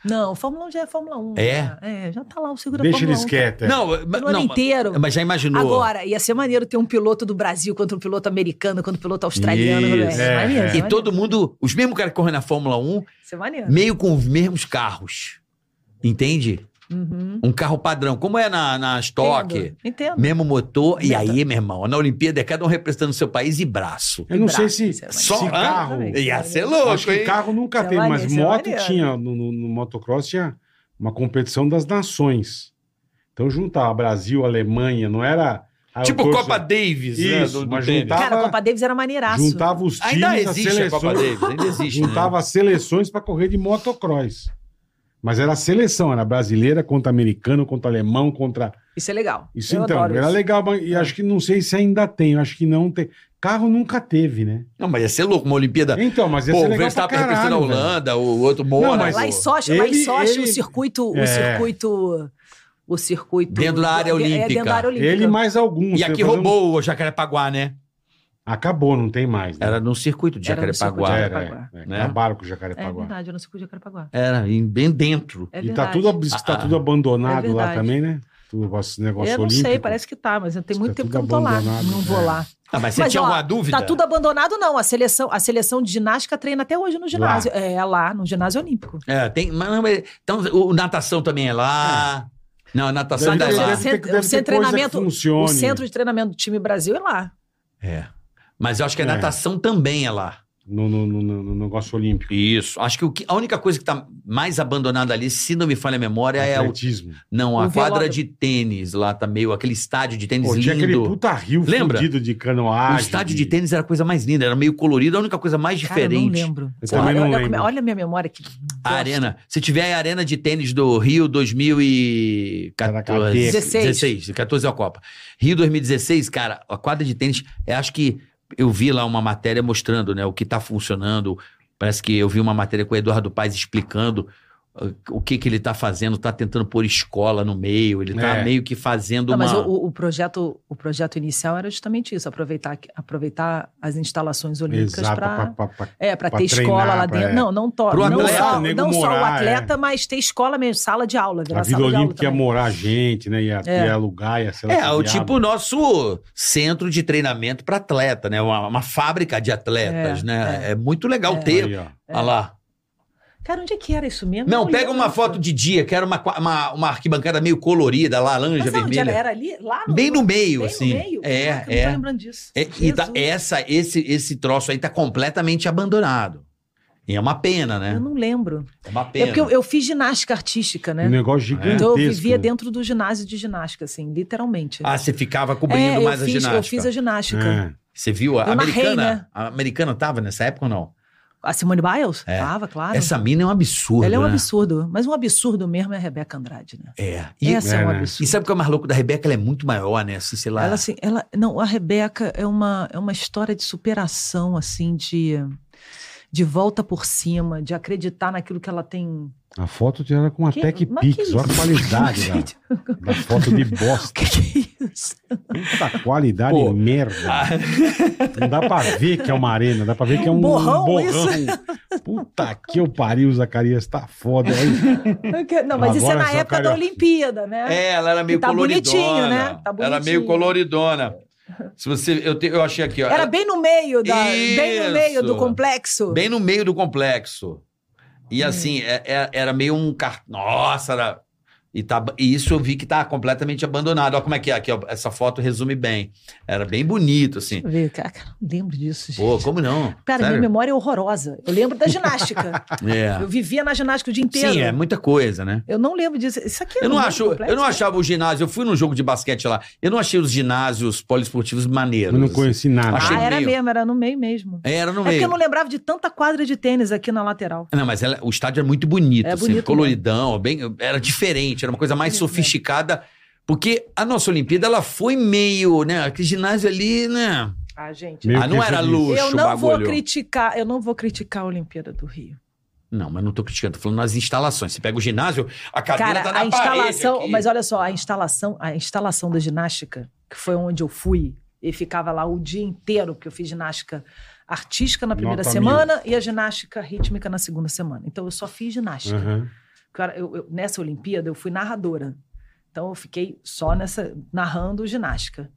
Não, Fórmula 1 já é Fórmula 1. É? né? É, já tá lá o segura Deixa Fórmula eles 1. quietos. é. Não, mas- ano não, inteiro. Mas já imaginou. Agora, ia ser maneiro ter um piloto do Brasil contra um piloto americano, contra um piloto australiano. Isso, é, é, maneiro, é. isso E maneiro. todo mundo, os mesmos caras que correm na Fórmula 1, Isso é maneiro. meio com os mesmos carros. Entende? Uhum. Um carro padrão, como é na, na Stock. Entendo, entendo. Mesmo motor, e Verdade. aí, meu irmão, na Olimpíada é cada um representando seu país e braço. Eu não sei se, Isso é se Só- carro. Exatamente. Ia ser Acho louco, que hein? carro nunca Isso é teve, mas maneiro, isso é moto maneiro. tinha, no, no- no motocross tinha uma competição das nações. Então juntava Brasil, Alemanha, não era. ah, eu Tipo torço- Copa Davis, né? Isso, do- do mas tênis. juntava- Cara, a Copa Davis era maneiraço. Juntava os times, Ainda as existe a seleções. Copa Davis, ainda existe. né? juntava as seleções para correr de motocross. Mas era seleção, era brasileira contra americano, contra alemão, contra. Isso é legal. Isso Eu então, adoro era isso. É. legal, mas- e acho que não sei se ainda tem, eu acho que não tem. Carro nunca teve, né? Não, mas ia ser louco, uma Olimpíada. Então, mas ia Pô, ser o legal pra Verstappen representando caralho. a velho. Holanda, o outro Não, Mônaco. mas- Lá em Sochi, lá em Ele- Sochi o ele- circuito, É. o circuito, o circuito Dentro da área é, É, olímpica. dentro da área olímpica. Ele e mais alguns. E aqui fazer um- roubou o Jacarepaguá, né? Acabou, não tem mais. né? Era num circuito de Era no Jacarepaguá. circuito Era, de Era, Jacarepaguá. é, é, Né? Acabaram com o É Jacarepaguá. verdade, eu não sei o que eu Jacarepaguá. em- bem dentro. É e verdade. tá tudo, ab- Ah, tá ah. tudo abandonado É lá verdade. também, né? Tudo, esse negócio Eu não sei, olímpico. parece que tá, mas tem Isso muito tá tempo tudo que eu não tô lá. abandonado, Não vou né? lá. Ah, mas você tinha ó, alguma dúvida? Tá tudo abandonado, não. A seleção, a seleção de ginástica treina até hoje no ginásio. É, lá, no ginásio olímpico. É, tem. Mas, não, mas- então, o natação também é lá. Não, a natação ainda é Deve- O lá. deve- ter- centro- o ter centro de coisa que treinamento- funcione. o centro de treinamento do time Brasil é lá. É. Mas eu acho que a É. natação também é lá. No, no, no, no- no negócio olímpico. Isso. Acho que, o que- a única coisa que tá mais abandonada ali, se não me falha a memória, é o. Atletismo. Não, a O quadra velódromo. de tênis lá tá meio. Aquele estádio de tênis Pô, tinha aquele lindo. puta rio Lembra? fudido de O canoagem. estádio de tênis era a coisa mais linda, era meio colorido, a única coisa mais Cara, eu diferente. não lembro. Eu também não olha, é- lembro. Olha a minha memória que A arena. Se tiver a arena de tênis do Tá Rio 2014. Caracateca. 16. 16, 14 é a Copa. Rio 2016, cara, a quadra de tênis, eu acho que eu vi lá uma matéria mostrando, né, o que tá funcionando. Parece que eu vi uma matéria com o Eduardo Paes explicando uh, o que que ele tá fazendo, tá tentando pôr escola no meio, ele tá É. meio que fazendo Não, uma mas o- o, o projeto, o projeto inicial era justamente isso, aproveitar, que- aproveitar as instalações olímpicas Exato, pra, para pra- pra- é, para pra ter escola treinar, lá pra- é. dentro. Não, não to, Pro não, atleta, só, nego não só o morar, é. atleta, mas ter escola mesmo, sala de aula, virar A sala Vila de aula Olímpica ia também. morar gente, né? Ia, É. ia alugar, ia ser É, o tipo nosso centro de treinamento para atleta, né? Uma, uma fábrica de atletas, É, né? É, muito legal É. ter. Aí, ó. Olha lá. Cara, onde é que era isso mesmo? Não, Eu pega lembro. uma foto de dia, que era uma, qua- uma, uma arquibancada meio colorida, laranja, Mas onde vermelha. ela era ali? Lá no, Bem no meio, bem assim. No meio? É, Caraca, é. Eu não tô lembrando disso. É, e tá- Jesus. essa, esse, esse troço aí tá completamente abandonado. E é uma pena, né? Eu não lembro. É uma É pena. porque eu, eu fiz ginástica artística, né? Um negócio É. gigantesco. Então eu vivia né? dentro do ginásio de ginástica, assim, literalmente. Ah, você ficava é, cobrindo eu mais a fiz, ginástica. Eu fiz a ginástica. É. Você viu? A Eu narrei, americana, né? a americana tava nessa época ou não? A Simone Biles? É. Tava, claro. Essa mina é um absurdo, Ela é um né? absurdo. Mas um absurdo mesmo é a Rebeca Andrade, né? É. E, Essa é, É, um né? absurdo. E sabe o que é o mais louco da Rebeca? Ela é muito maior, né? Assim, sei lá. Ela, assim, ela, não, a Rebeca é uma, é uma história de superação, assim, de, de volta por cima, de acreditar naquilo que ela tem. A foto tirada com uma Que- Tech mas que Pix. Olha a isso? qualidade da, Gente, da foto de O bosta. que, que é isso? Puta qualidade Pô. Ah. merda. Não dá pra ver que é uma arena, dá pra ver que é um borrão. Borrão, Puta que eu pariu, Zacarias, tá foda. Aí, Eu que- Não, mas isso é Agora na só época caiu da a- Olimpíada, né? É, ela era meio tá coloridona. bonitinho, né? Tá Ela bonitinho. era meio coloridona. Se você, eu, te- eu achei aqui, ó. Era bem no meio da, bem Isso. no meio do complexo. bem no meio do complexo. E Hum. assim, é- é- era meio um car... Nossa, era... E, tá, e isso eu vi que tá completamente abandonado. Olha como é que é aqui, ó. Essa foto resume bem. Era bem bonito, assim. Deixa eu ver, cara, cara, não lembro disso, gente. Pô, como não? Cara, Sério? minha memória é horrorosa. Eu lembro da ginástica. É. Eu vivia na ginástica o dia inteiro. Sim, é muita coisa, né? Eu não lembro disso. Isso aqui é Eu não, muito acho, complexo. eu não achava o ginásio, eu fui num jogo de basquete lá, eu não achei os ginásios poliesportivos maneiros. eu não assim. conheci nada. Achei Ah, era meio. mesmo, era no meio mesmo. Era no é porque meio. eu não lembrava de tanta quadra de tênis aqui na lateral. Não, mas ela- o estádio era muito bonito, É assim, bonito É coloridão, bem, era diferente, era uma coisa mais Bonito né? mesmo. sofisticada, porque a nossa Olimpíada ela foi meio, né, aquele ginásio ali, né? Ah, gente. Meio ah, não que era feliz. luxo, Eu não vou bagulho. criticar, eu não vou criticar a Olimpíada do Rio. Não, mas não tô criticando, tô falando nas instalações. Você pega o ginásio, a cadeira Cara, tá na a instalação, parede aqui. mas olha só, a instalação, a instalação da ginástica, que foi onde eu fui e ficava lá o dia inteiro, porque eu fiz ginástica artística na primeira Nota semana e a ginástica rítmica na segunda semana. Então eu só fiz ginástica. Aham. Cara, eu- eu- nessa Olimpíada eu fui narradora. Então eu fiquei só nessa narrando ginástica.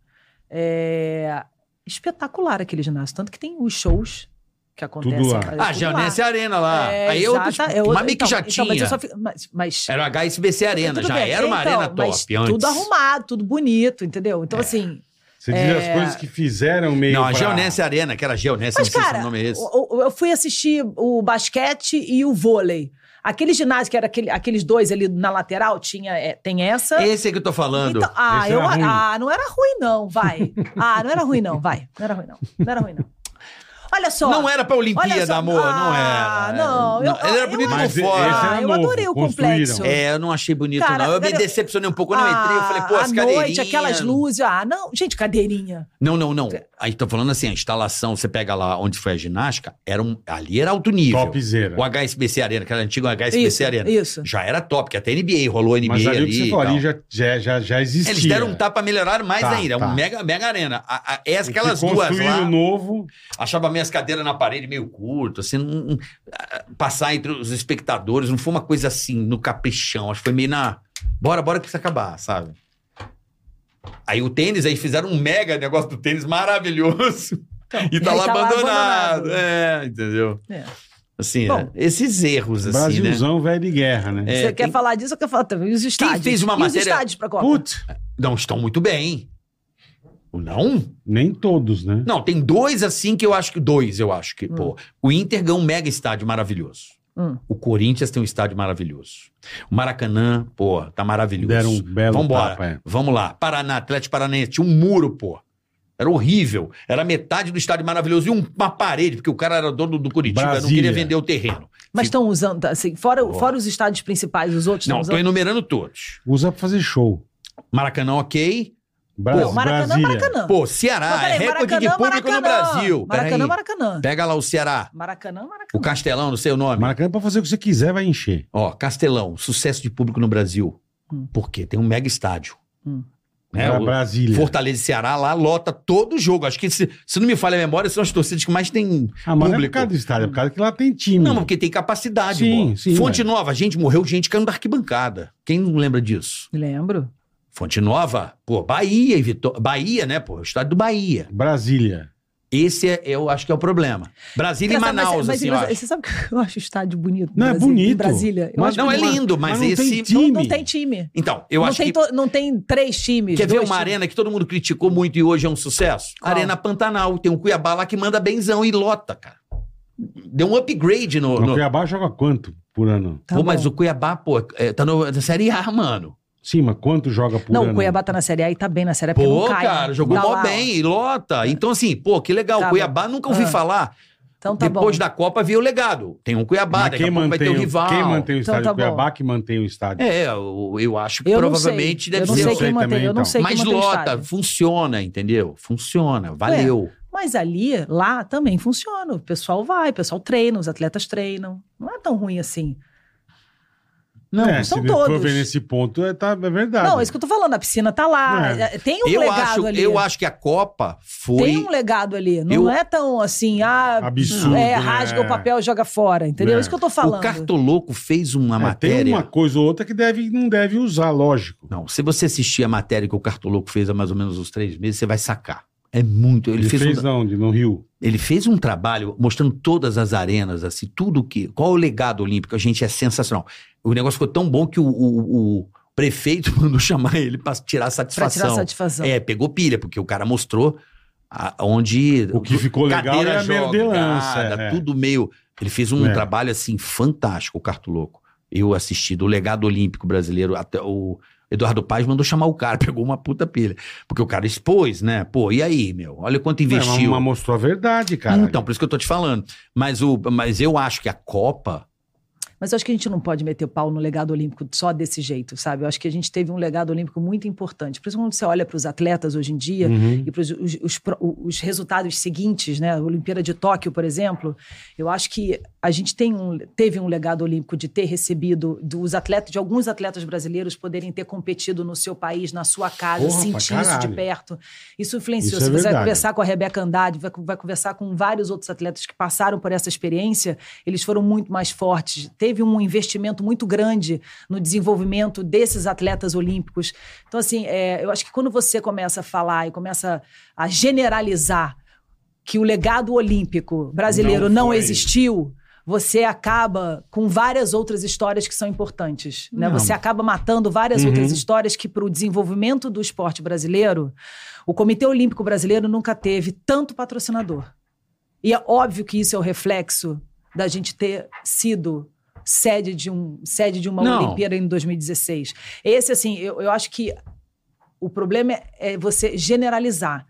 É, espetacular aquele ginásio, tanto que tem os shows que acontecem. Tudo lá. cara, Ah, tudo já lá. nesse Arena lá. É, ah, Aí eu, exata- é outra- mas meio que então, já então, tinha. Mas eu só fico- mas- mas- Era a HSBC Arena, tudo já bem, era uma então, arena mas top antes. É, Tudo arrumado, tudo bonito, entendeu? Então, assim. Você diz as coisas que fizeram meio. Não, a pra- Geonense Arena, que era Geonense, não Mas, sei se cara, o nome é esse. o- o- eu fui assistir o basquete e o vôlei. Aquele ginásio que era aquele- aqueles dois ali na lateral, tinha, é, tem essa. Esse é que eu tô falando. Então, ah, Esse eu, era ruim. ah, não era ruim, não, vai. Ah, não era ruim, não, vai. Não era ruim, não. Não era ruim, não. Olha só. Não era pra Olimpíada, Olha só, amor, não ah, era. né? não, eu- ele era eu bonito por acho- esse fora. era Ah, eu novo, adorei o complexo. construíram. um É, eu não achei bonito, Cara, não. Eu me cara, decepcionei um pouco, eu não entrei. Eu falei, pô, Ah, as à cadeirinhas. noite, aquelas luzes. Ah, não. Gente, cadeirinha. Não, não, não. Aí tô falando assim, a instalação, você pega lá onde foi a ginástica, era um, ali era alto nível. Topzera. O HSBC Arena, aquela antiga HSBC Isso, Arena. isso. Já era top, porque até NBA rolou NBA Mas ali, é o que e você falou, ali tal. já, já, já, já existia. Eles deram um tapa, melhoraram mais Tá, ainda. tá. Um mega, mega arena. A- a- O essa, que aquelas duas construíram um lá. novo. Achava minhas cadeiras na parede meio curto, assim, não- não- ah, passar entre os espectadores, não foi uma coisa assim, no caprichão, acho que foi meio na. Bora, bora que isso acabar, sabe? Aí o tênis, aí fizeram um mega negócio do tênis maravilhoso. e tá aí lá tá lá abandonado. abandonado. É, entendeu? É. Assim, Bom. né? esses erros, assim, né? Brasilzão velho de guerra, né? É, Você quer tem- falar disso ou quer falar também? E os estádios? fez uma e matéria- os estádios pra É. Copa? Putz, Não estão muito bem. Não? nem todos, né? Não, tem dois assim que eu acho que. Dois, eu acho que. Pô, o Inter ganhou um mega estádio maravilhoso. Hum. O Corinthians tem um estádio maravilhoso. O Maracanã, pô, tá maravilhoso. Deram um belo Vambora. tapa, é. Vamos lá. Paraná, Atlético Paranaense, tinha um muro, pô. Era horrível. Era metade do estádio maravilhoso e um- uma parede, porque o cara era dono do Curitiba, não Brasília. queria vender o terreno. Mas estão usando, tá, assim, fora, fora os estádios principais, os outros Não, estão tô usando. enumerando todos. Usa pra fazer show. Maracanã, ok. Bra Pô, Maracanã, Brasília. Maracanã. Pô, Ceará, Mas peraí, é recorde de público no Brasil. Maracanã, Peraí. Maracanã. Pega lá o Ceará. Maracanã, Maracanã. O Castelão, não sei o nome. Maracanã é pra fazer o que você quiser, vai encher. Ó, Castelão, sucesso de público no Brasil. Hum. Por quê? Tem um mega estádio. Hum. Né, Pra o- Brasília. Fortaleza e Ceará lá lota todo jogo. Acho que, se, se não me falha a memória, são as torcidas que mais tem. Ah, mas não é por público. causa do estádio, é por causa que lá tem time. Não, porque tem capacidade. Sim, pô. sim, é. Fonte ué. Nova, gente, morreu gente caindo da arquibancada. Quem não lembra disso? Lembro. Fonte Nova, pô, Bahia e Vitória. Bahia, né, pô? O estádio do Bahia. Brasília. Esse é, eu acho que é o problema. Brasília e Engraçado, mas- Manaus, mas, assim, mas eu acho. você sabe que eu acho o estádio bonito? no Não, é Brasil, bonito. Em Brasília. Eu Mas acho Não, é bonito. lindo, Mas mas, não tem esse. time. Não tem time. Então, eu não, acho tem que. to- não tem três times. Quer ver dois uma times. arena que todo mundo criticou muito e hoje é um sucesso? Qual? Arena Pantanal. Tem um Cuiabá lá que manda benzão e lota, cara. Deu um upgrade no. No no- Cuiabá joga quanto por ano? Tá pô, mas bom. o Cuiabá, pô, é, tá no- na Série A, mano. Sim, mas quanto joga por ano? Não, o Cuiabá tá na Série A e tá bem na Série A. porque Pô, não cai, né? cara, jogou Tá mó lá, ó. É. bem e lota. Então, assim, pô, que legal. Tá bom. Cuiabá nunca ouvi Ah. falar. Então tá Depois bom. da Copa veio o legado. Tem um Cuiabá, Mas daqui quem a pouco vai ter mantém, o o- rival. quem mantém o estádio é Então tá Cuiabá que mantém o estádio. É, eu, eu acho que Eu não sei. provavelmente deve eu não ser. sei Eu sei quem mantém, também, eu não então. sei Mas quem mantém o lota, estádio. funciona, entendeu? Funciona, valeu. Mas ali, lá também funciona. O pessoal vai, o pessoal treina, os atletas treinam. Não é tão ruim assim. Não, são É, se for todos. ver nesse ponto, é, tá, é verdade. Não, é isso que eu tô falando. A piscina tá lá. É. é, Tem um eu, legado acho, ali. eu acho que a Copa foi. Tem um legado ali. Não Eu- é tão assim, ah, Absurdo, é, né? rasga o papel e joga fora, entendeu? É. É isso que eu tô falando. O Cartoloco fez uma É, matéria. Tem uma coisa ou outra que deve, não deve usar, lógico. Não, se você assistir a matéria que o Cartoloco fez há mais ou menos uns três meses, você vai sacar. É muito. Ele, Ele, fez, fez né? um, não, de no Rio. ele fez um trabalho mostrando todas as arenas, assim, tudo que. Qual é o legado olímpico? A gente é sensacional. O negócio ficou tão bom que o, o- o prefeito mandou chamar ele para tirar Pra satisfação. tirar satisfação. É, pegou pilha, porque o cara mostrou a- onde. O que ficou legal cadeira é a merdelança. jogada, é. tudo meio. Ele fez um É. trabalho assim fantástico, o Cartoloco. Eu assisti do legado olímpico brasileiro, até o Eduardo Paes mandou chamar o cara, pegou uma puta pilha, porque o cara expôs, né? Pô, e aí, meu? Olha quanto Não, é mas- investiu. mas mostrou a verdade, cara. Então, por isso que eu tô te falando. Mas o mas eu acho que a Copa Mas eu acho que a gente não pode meter o pau no legado olímpico só desse jeito, sabe? Eu acho que a gente teve um legado olímpico muito importante. Por isso, quando você olha para os atletas hoje em dia, Uhum. e para os, os pro- os resultados seguintes, né? A Olimpíada de Tóquio, por exemplo, eu acho que a gente tem um- teve um legado olímpico de ter recebido dos atletas, de alguns atletas brasileiros poderem ter competido no seu país, na sua casa, Porra, pra sentir isso de caralho. perto. Isso influenciou. Se Isso é você vai verdade. conversar com a Rebeca Andrade, vai, vai conversar com vários outros atletas que passaram por essa experiência, eles foram muito mais fortes. Teve um investimento muito grande no desenvolvimento desses atletas olímpicos. Então, assim, é, eu acho que quando você começa a falar e começa a generalizar que o legado olímpico brasileiro Não não, foi. existiu, você acaba com várias outras histórias que são importantes. Né? Não. Você acaba matando várias Uhum. outras histórias que, para o desenvolvimento do esporte brasileiro, o Comitê Olímpico Brasileiro nunca teve tanto patrocinador. E é óbvio que isso é o reflexo da gente ter sido sede de, um, sede de uma Não. Olimpíada em 2016. Esse, assim, eu, eu acho que o problema é, é você generalizar.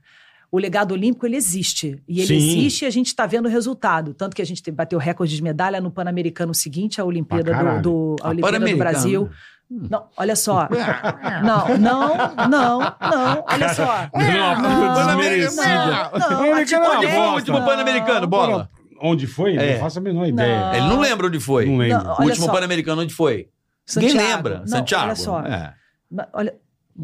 O legado olímpico, ele existe. E ele Sim. existe e a gente está vendo o resultado. Tanto que a gente te- bateu recorde de medalha no Pan-Americano seguinte, a Olimpíada, Pra caralho. do, do- a Olimpíada do Pan-Americano. Brasil. Não, olha só. Não, não, não, não. Olha só. Não, desmerecida. não, é tipo não, Olha que era uma Atibaia, bosta. o último não. Pan-Americano, bola. Onde foi? É. Não faço a menor ideia. Ele não lembra onde foi. Não lembro. Não, o olha último só. Pan-Americano onde foi? Santiago. Ninguém lembra. Não, Santiago. olha só. É. Ma- Olha,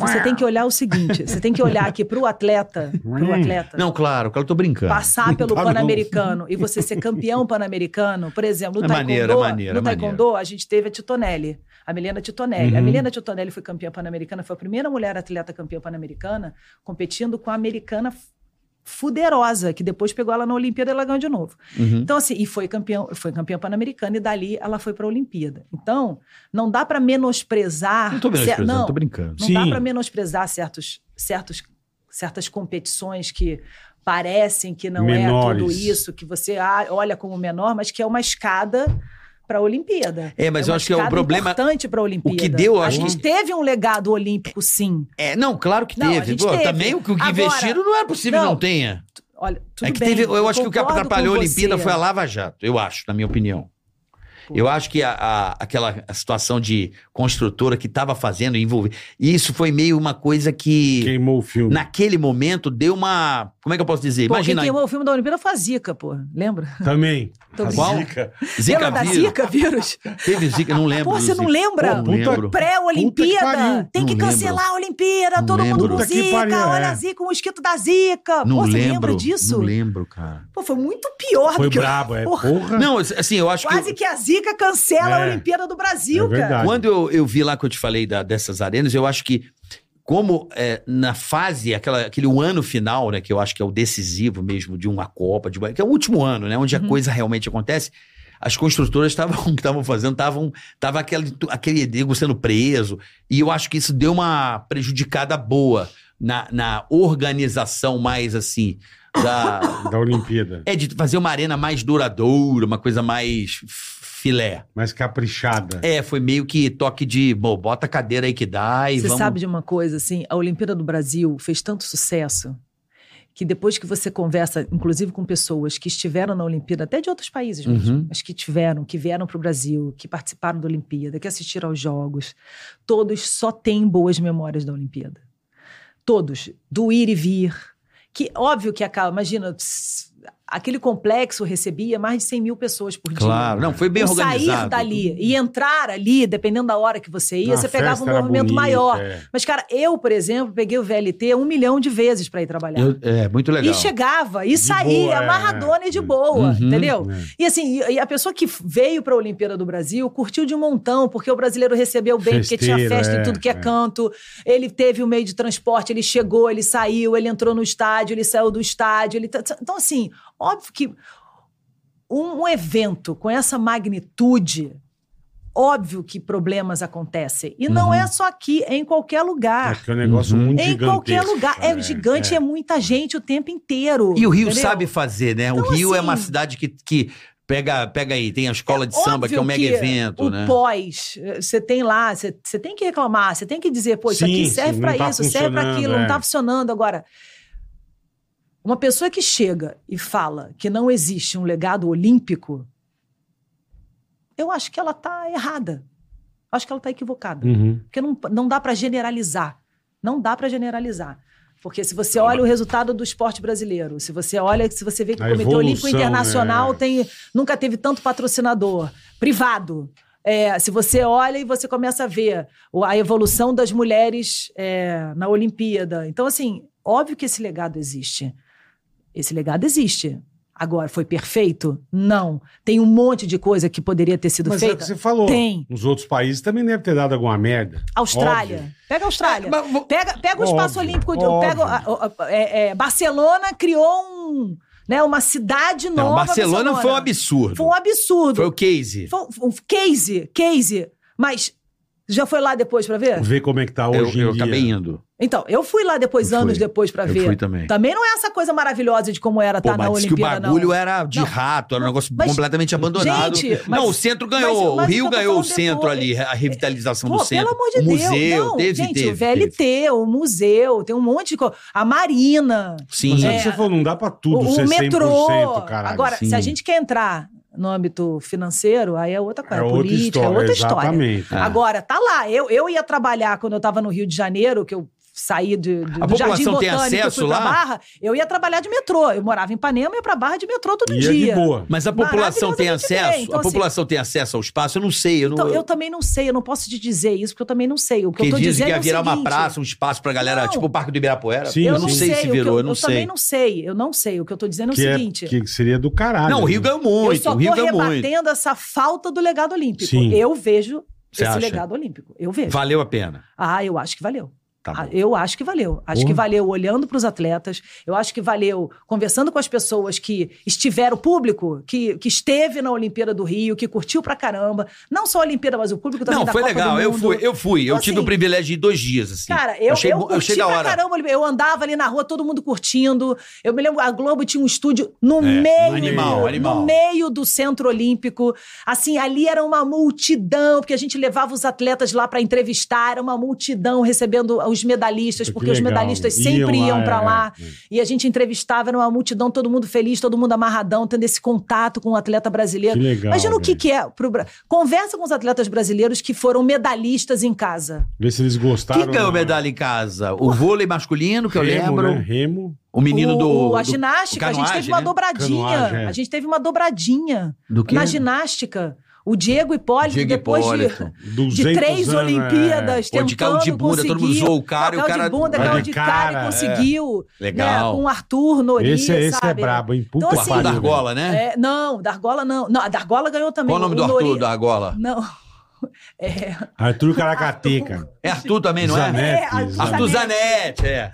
Você tem que olhar o seguinte: você tem que olhar aqui pro atleta, pro atleta. Não, claro, claro, eu tô brincando. Passar pelo Tá bom. Pan-Americano e você ser campeão pan-americano, por exemplo, no É Taekwondo, maneiro, é maneiro, no é maneiro. taekwondo a gente teve a Titonelli, a Milena Titonelli. A Uhum. Milena Titonelli foi campeã pan-americana, foi a primeira mulher atleta campeã pan-americana, competindo com a americana f- fuderosa, que depois pegou ela na Olimpíada e ela ganhou de novo. Uhum. Então, assim, e foi campeão, foi campeã pan-americana, e dali ela foi para a Olimpíada. Então, não dá para menosprezar. Não tô cer- menosprezando, Tá. não, tô brincando. não dá Sim. para menosprezar certos, certos, certas competições que parecem que não é tudo Menores. isso, que você ah, olha como menor, mas que é uma escada para a Olimpíada. É, mas uma eu acho que é o escada problema- importante para a Olimpíada. deu, eu a acho gente teve um legado olímpico, sim. É, não, claro que Não, a teve. gente Pô, teve. Também o que o que Agora- investiram não era possível não, Não, tenha. Olha, tudo é que bem, teve, eu acho que o que concordo com atrapalhou a Olimpíada você. foi a Lava Jato, eu acho, na minha opinião. Eu acho que a, a- aquela situação de construtora que estava fazendo envolver. Isso foi meio uma coisa que, É. Queimou o filme. naquele momento, deu uma. Como é que eu posso dizer? Pô, Imagina. quem queimou o filme da Olimpíada foi a Zica, pô. Lembra? Também. Tô A brincando. Zica. Zika Lembra da vírus. Zika vírus? Teve Zika, não lembro. Pô, do você não Zika. lembra? Pô, não Puta- lembro. Puta que pariu. Olimpíada! Tem que Não cancelar a Olimpíada, Não todo lembro. mundo com Puta que Zika, pariu, olha é. a Zika, o mosquito da Zika. Não Pô, você lembra lembro disso? Não lembro, cara. Pô, foi muito pior Foi do que brabo, é. Porra, Porra. Não, assim, eu acho que. Quase que a Zika cancela É. a Olimpíada do Brasil, É verdade. cara. Quando eu, eu vi lá que eu te falei da- dessas arenas, eu acho que como é, na fase, aquela, aquele ano final, né, que eu acho que é o decisivo mesmo de uma Copa, de uma- que é o último ano, né, onde a coisa realmente acontece, as construtoras estavam que estavam fazendo, estavam tava aquele aquele nego sendo preso, e eu acho que isso deu uma prejudicada boa na, na organização mais assim da Da Olimpíada. é de fazer uma arena mais duradoura, uma coisa mais filé. Mas caprichada. É, foi meio que toque de, bom, bota a cadeira aí que dá e Você vamos. sabe de uma coisa, assim, a Olimpíada do Brasil fez tanto sucesso que depois que você conversa, inclusive com pessoas que estiveram na Olimpíada, até de outros países mesmo, Uhum. mas que tiveram, que vieram para o Brasil, que participaram da Olimpíada, que assistiram aos Jogos, todos só têm boas memórias da Olimpíada. Todos. Do ir e vir. Que, óbvio que acaba, imagina, pss, aquele complexo recebia mais de 100 mil pessoas por dia Claro, não, foi bem o organizado. sair dali e entrar ali, dependendo da hora que você ia, Ah, a você pegava um festa era movimento bonita, maior. é. Mas, cara, eu, por exemplo, peguei o VLT um milhão de vezes pra ir trabalhar. Eu- é, muito legal. né? E chegava, e saía, boa, é, amarradona e de é. boa, Uhum. entendeu? É. E assim, e- e a pessoa que veio pra Olimpíada do Brasil curtiu de um montão, porque o brasileiro recebeu bem, porque tinha Festeiro, festa é, em tudo que é, é. canto, ele teve o meio de transporte, ele chegou, ele saiu, ele entrou no estádio, ele saiu do estádio. Ele... tá- Então, assim, óbvio que um, um evento com essa magnitude. Óbvio que problemas acontecem. E não Uhum. é só aqui, é em qualquer lugar. É que é um negócio Uhum. muito Em gigantesco. qualquer lugar. É, cara, gigante, é. muita gente o tempo inteiro. E o Rio entendeu? sabe fazer, né? o Então, Rio é uma assim- cidade que, que pega, pega aí, tem a escola de samba, que é um Óbvio mega evento, o né? pós, eh, você tem lá, você você tem que reclamar, você tem que dizer, pô, isso Sim, aqui sim, serve não pra tá isso, serve pra funcionando, aquilo, não é. tá funcionando. Agora, uma pessoa que chega e fala que não existe um legado olímpico, eu acho que ela tá errada. Acho que ela tá equivocada. Uhum. Porque não, não dá pra generalizar. Não dá pra generalizar. Porque se você olha o resultado do esporte brasileiro, se você olha, se você vê que A o Comitê Olímpico evolução, Internacional né? tem, nunca teve tanto patrocinador privado. É, se você olha e você começa a ver o- a evolução das mulheres é, na Olimpíada. Então, assim, óbvio que esse legado existe. Esse legado existe. Agora, foi perfeito? Não. Tem um monte de coisa que poderia ter sido Mas é o que feita. você falou. Tem. Nos outros países também deve ter dado alguma merda. Austrália. Óbvio. Pega a Austrália. Mas vo- Pega, pega o espaço Óbvio, olímpico. de- eu óbvio. pego a- a- a- é- é, Barcelona criou um, né, uma cidade nova. não, Barcelona foi um absurdo. Foi um absurdo. Foi o case. Foi um- um case, case. Mas já foi lá depois pra ver? Ver como é que tá hoje eu eu em dia. acabei indo. Então, eu fui lá depois, Eu anos fui. depois pra Eu ver. fui também. não é essa coisa maravilhosa de como era Pô, estar na mas disse que o Olimpíada, bagulho não. é era de Não. rato, era um negócio Mas, completamente abandonado. gente, mas- não, o centro ganhou, mas- mas o Rio o que eu tô ganhou o falando centro depois- ali, a revitalização Pô, do centro. pelo amor de um o museu, Deus. Não, teve, gente, teve, o VLT, teve. o museu, tem um monte de coisa. A Marina. Sim. Mas é o É. que você falou, não dá pra tudo é o, o ser metrô. 100%, caralho. Agora, Sim. se a gente quer entrar no âmbito financeiro, aí é outra é coisa, é outra política, história. é outra história. exatamente. Ah. Agora, tá lá. Eu, eu ia trabalhar quando eu estava no Rio de Janeiro, que eu sair de, de, A do Jardim população tem Botânico e acesso fui pra lá? Barra, eu ia trabalhar de metrô. Eu morava em Ipanema e ia pra Barra de metrô todo E é dia. de boa. Mas a população tem Maravilhosamente acesso? bem. Então, a assim- população tem acesso ao espaço? Eu não sei. Eu não, Então, eu também não sei, eu não posso te dizer isso, porque eu também não sei. O que, Porque eu tô dizendo dizem que é ia o virar uma seguinte, praça, um espaço pra galera, Não. tipo o Parque do Ibirapuera. Sim, eu sim. não Não sei, se o que virou, eu, eu não eu sei. também não sei, eu não sei. O que eu tô dizendo é o que, é, seguinte. que seria do caralho. Não, o Rio né? ganhou muito. eu só o tô Rio ganhou rebatendo muito. essa falta do legado olímpico. Sim. Eu vejo Você esse acha? legado olímpico. Eu vejo. Valeu a pena. Ah, eu acho que valeu. Tá Ah, bom. Uhum. Eu acho que valeu. Acho Porra. que valeu olhando para os atletas. Eu acho que valeu conversando com as pessoas que estiveram, o público que, que esteve na Olimpíada do Rio, que curtiu pra caramba. Não só a Olimpíada, mas o público também Não, da foi Copa legal. do Eu Mundo. fui, eu fui. eu Então, tive assim, o privilégio de ir dois dias, assim. Cara, eu, achei, eu bo- curti achei da pra hora. caramba. Eu andava ali na rua, todo mundo curtindo. Eu me lembro, a Globo tinha um estúdio no meio. animal, no animal. meio do Centro Olímpico. Assim, ali era uma multidão, porque a gente levava os atletas lá pra entrevistar. Era uma multidão recebendo os medalhistas, Que porque os legal. medalhistas Iam sempre lá, iam pra é, lá. é. E a gente entrevistava, era uma multidão, todo mundo feliz, todo mundo amarradão, tendo esse contato com o atleta brasileiro. Que legal, né? Imagina o que, velho. que é. Pro... Bra- Conversa com os atletas brasileiros que foram medalhistas em casa. Vê se eles gostaram. Quem ganhou ou não. medalha em casa? O vôlei masculino, que eu Remo, lembro. né? Remo. O menino O- do. a do- ginástica, o a gente canoagem, teve uma né? dobradinha. Canoagem, é. A gente teve uma dobradinha Do quê? na ginástica. O Diego Hipólito, Diego depois Hipólito. de, 200 de três anos, né? Olimpíadas, Ou tentando de caldo de bunda, conseguir. todo mundo zoou o cara e o Não, caldo cara- de bunda, Vai caldo de de cara, cara, é. e conseguiu. Legal. Né, com o Arthur Nori, Esse, é- esse é sabe? brabo, hein? Puta Então, O assim, Arthur da pariu, velho. Argola, né? É, não, Dargola não. Não, a Dargola ganhou também. Qual é o nome do Arthur Nori- da Argola? Não. É, Arthur Ah, Caracateca. É Arthur também, não é? Zanetti. é, Arthur Zanetti, é.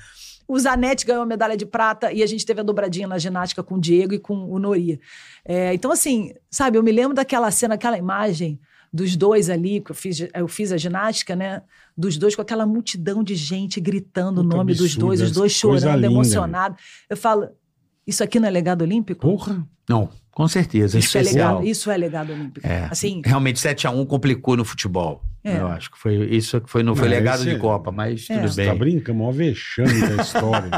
O Zanetti ganhou a medalha de prata e a gente teve a dobradinha na ginástica com o Diego e com o Nori. É, então, assim, sabe, eu me lembro daquela cena, aquela imagem dos dois ali, que eu fiz, eu fiz a ginástica, né? Dos dois com aquela multidão de gente gritando Puta o nome dos absurdo, dois, os essa dois coisa chorando, linda, emocionados. Eu falo, isso aqui não é legado olímpico? Porra. Não, com certeza. Isso é, especial. legado, isso é legado olímpico. É. Assim, Realmente, 7x1 complicou no futebol. É. Eu acho que foi isso que foi, não foi Não, legado esse- de Copa, mas É. tudo Você tá bem. brincando? Mó vexame da história.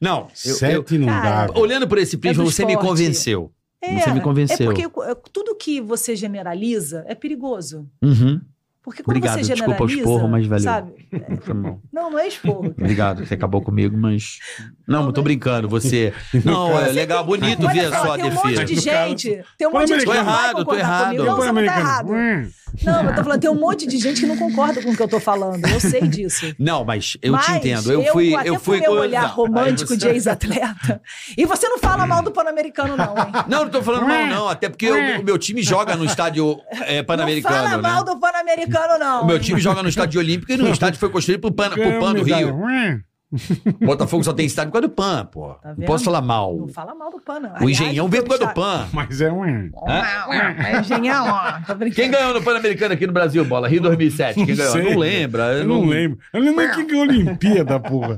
Não, eu- eu- Sete não dá. Cara, velho. olhando por esse prisma, É do você me esporte. convenceu. é, Você me convenceu. É porque é, tudo que você generaliza é perigoso. Uhum. Porque quando Obrigado, você generaliza, desculpa o esporro, mas valeu. sabe? Foi bom. Não, não é esporro. cara. Obrigado, você acabou comigo, mas. Não, eu tô brincando, você. Não, é legal, bonito Olha ver só, a sua tem um monte de defesa. gente. Tem um Pô, monte de gente Tô que não vai errado, tô concordar errado. comigo. Não, Põe você não tá americano. errado. Hum. Não, eu tô falando, tem um monte de gente que não concorda com o que eu tô falando. Eu sei disso. Não, mas eu Mas te entendo. Eu fui. até Eu com fui meu com- olhar Não, romântico aí de você- ex-atleta. E você não fala mal do Pan-Americano, não, hein? Não, não tô falando mal, não. Até porque o, o meu time joga no estádio é, não pan-americano. fala mal Né? do Pan-Americano, não. O meu hein? time joga no estádio olímpico e no estádio foi construído pro Pan, pro pan do Tá Rio. Hum. Botafogo só tem estádio por causa do PAN, pô. Tá não vendo? posso falar mal. Não fala mal do Pan, não. o Aliás, Engenhão veio por causa do está- PAN. Mas é um. É, Engenhão, ó. Tô brincando. Quem ganhou no Pan-Americano aqui no Brasil, bola? Rio 2007. Quem ganhou? sei. Não lembra. Eu não lembro. Eu não lembro o que que é Olimpíada, porra.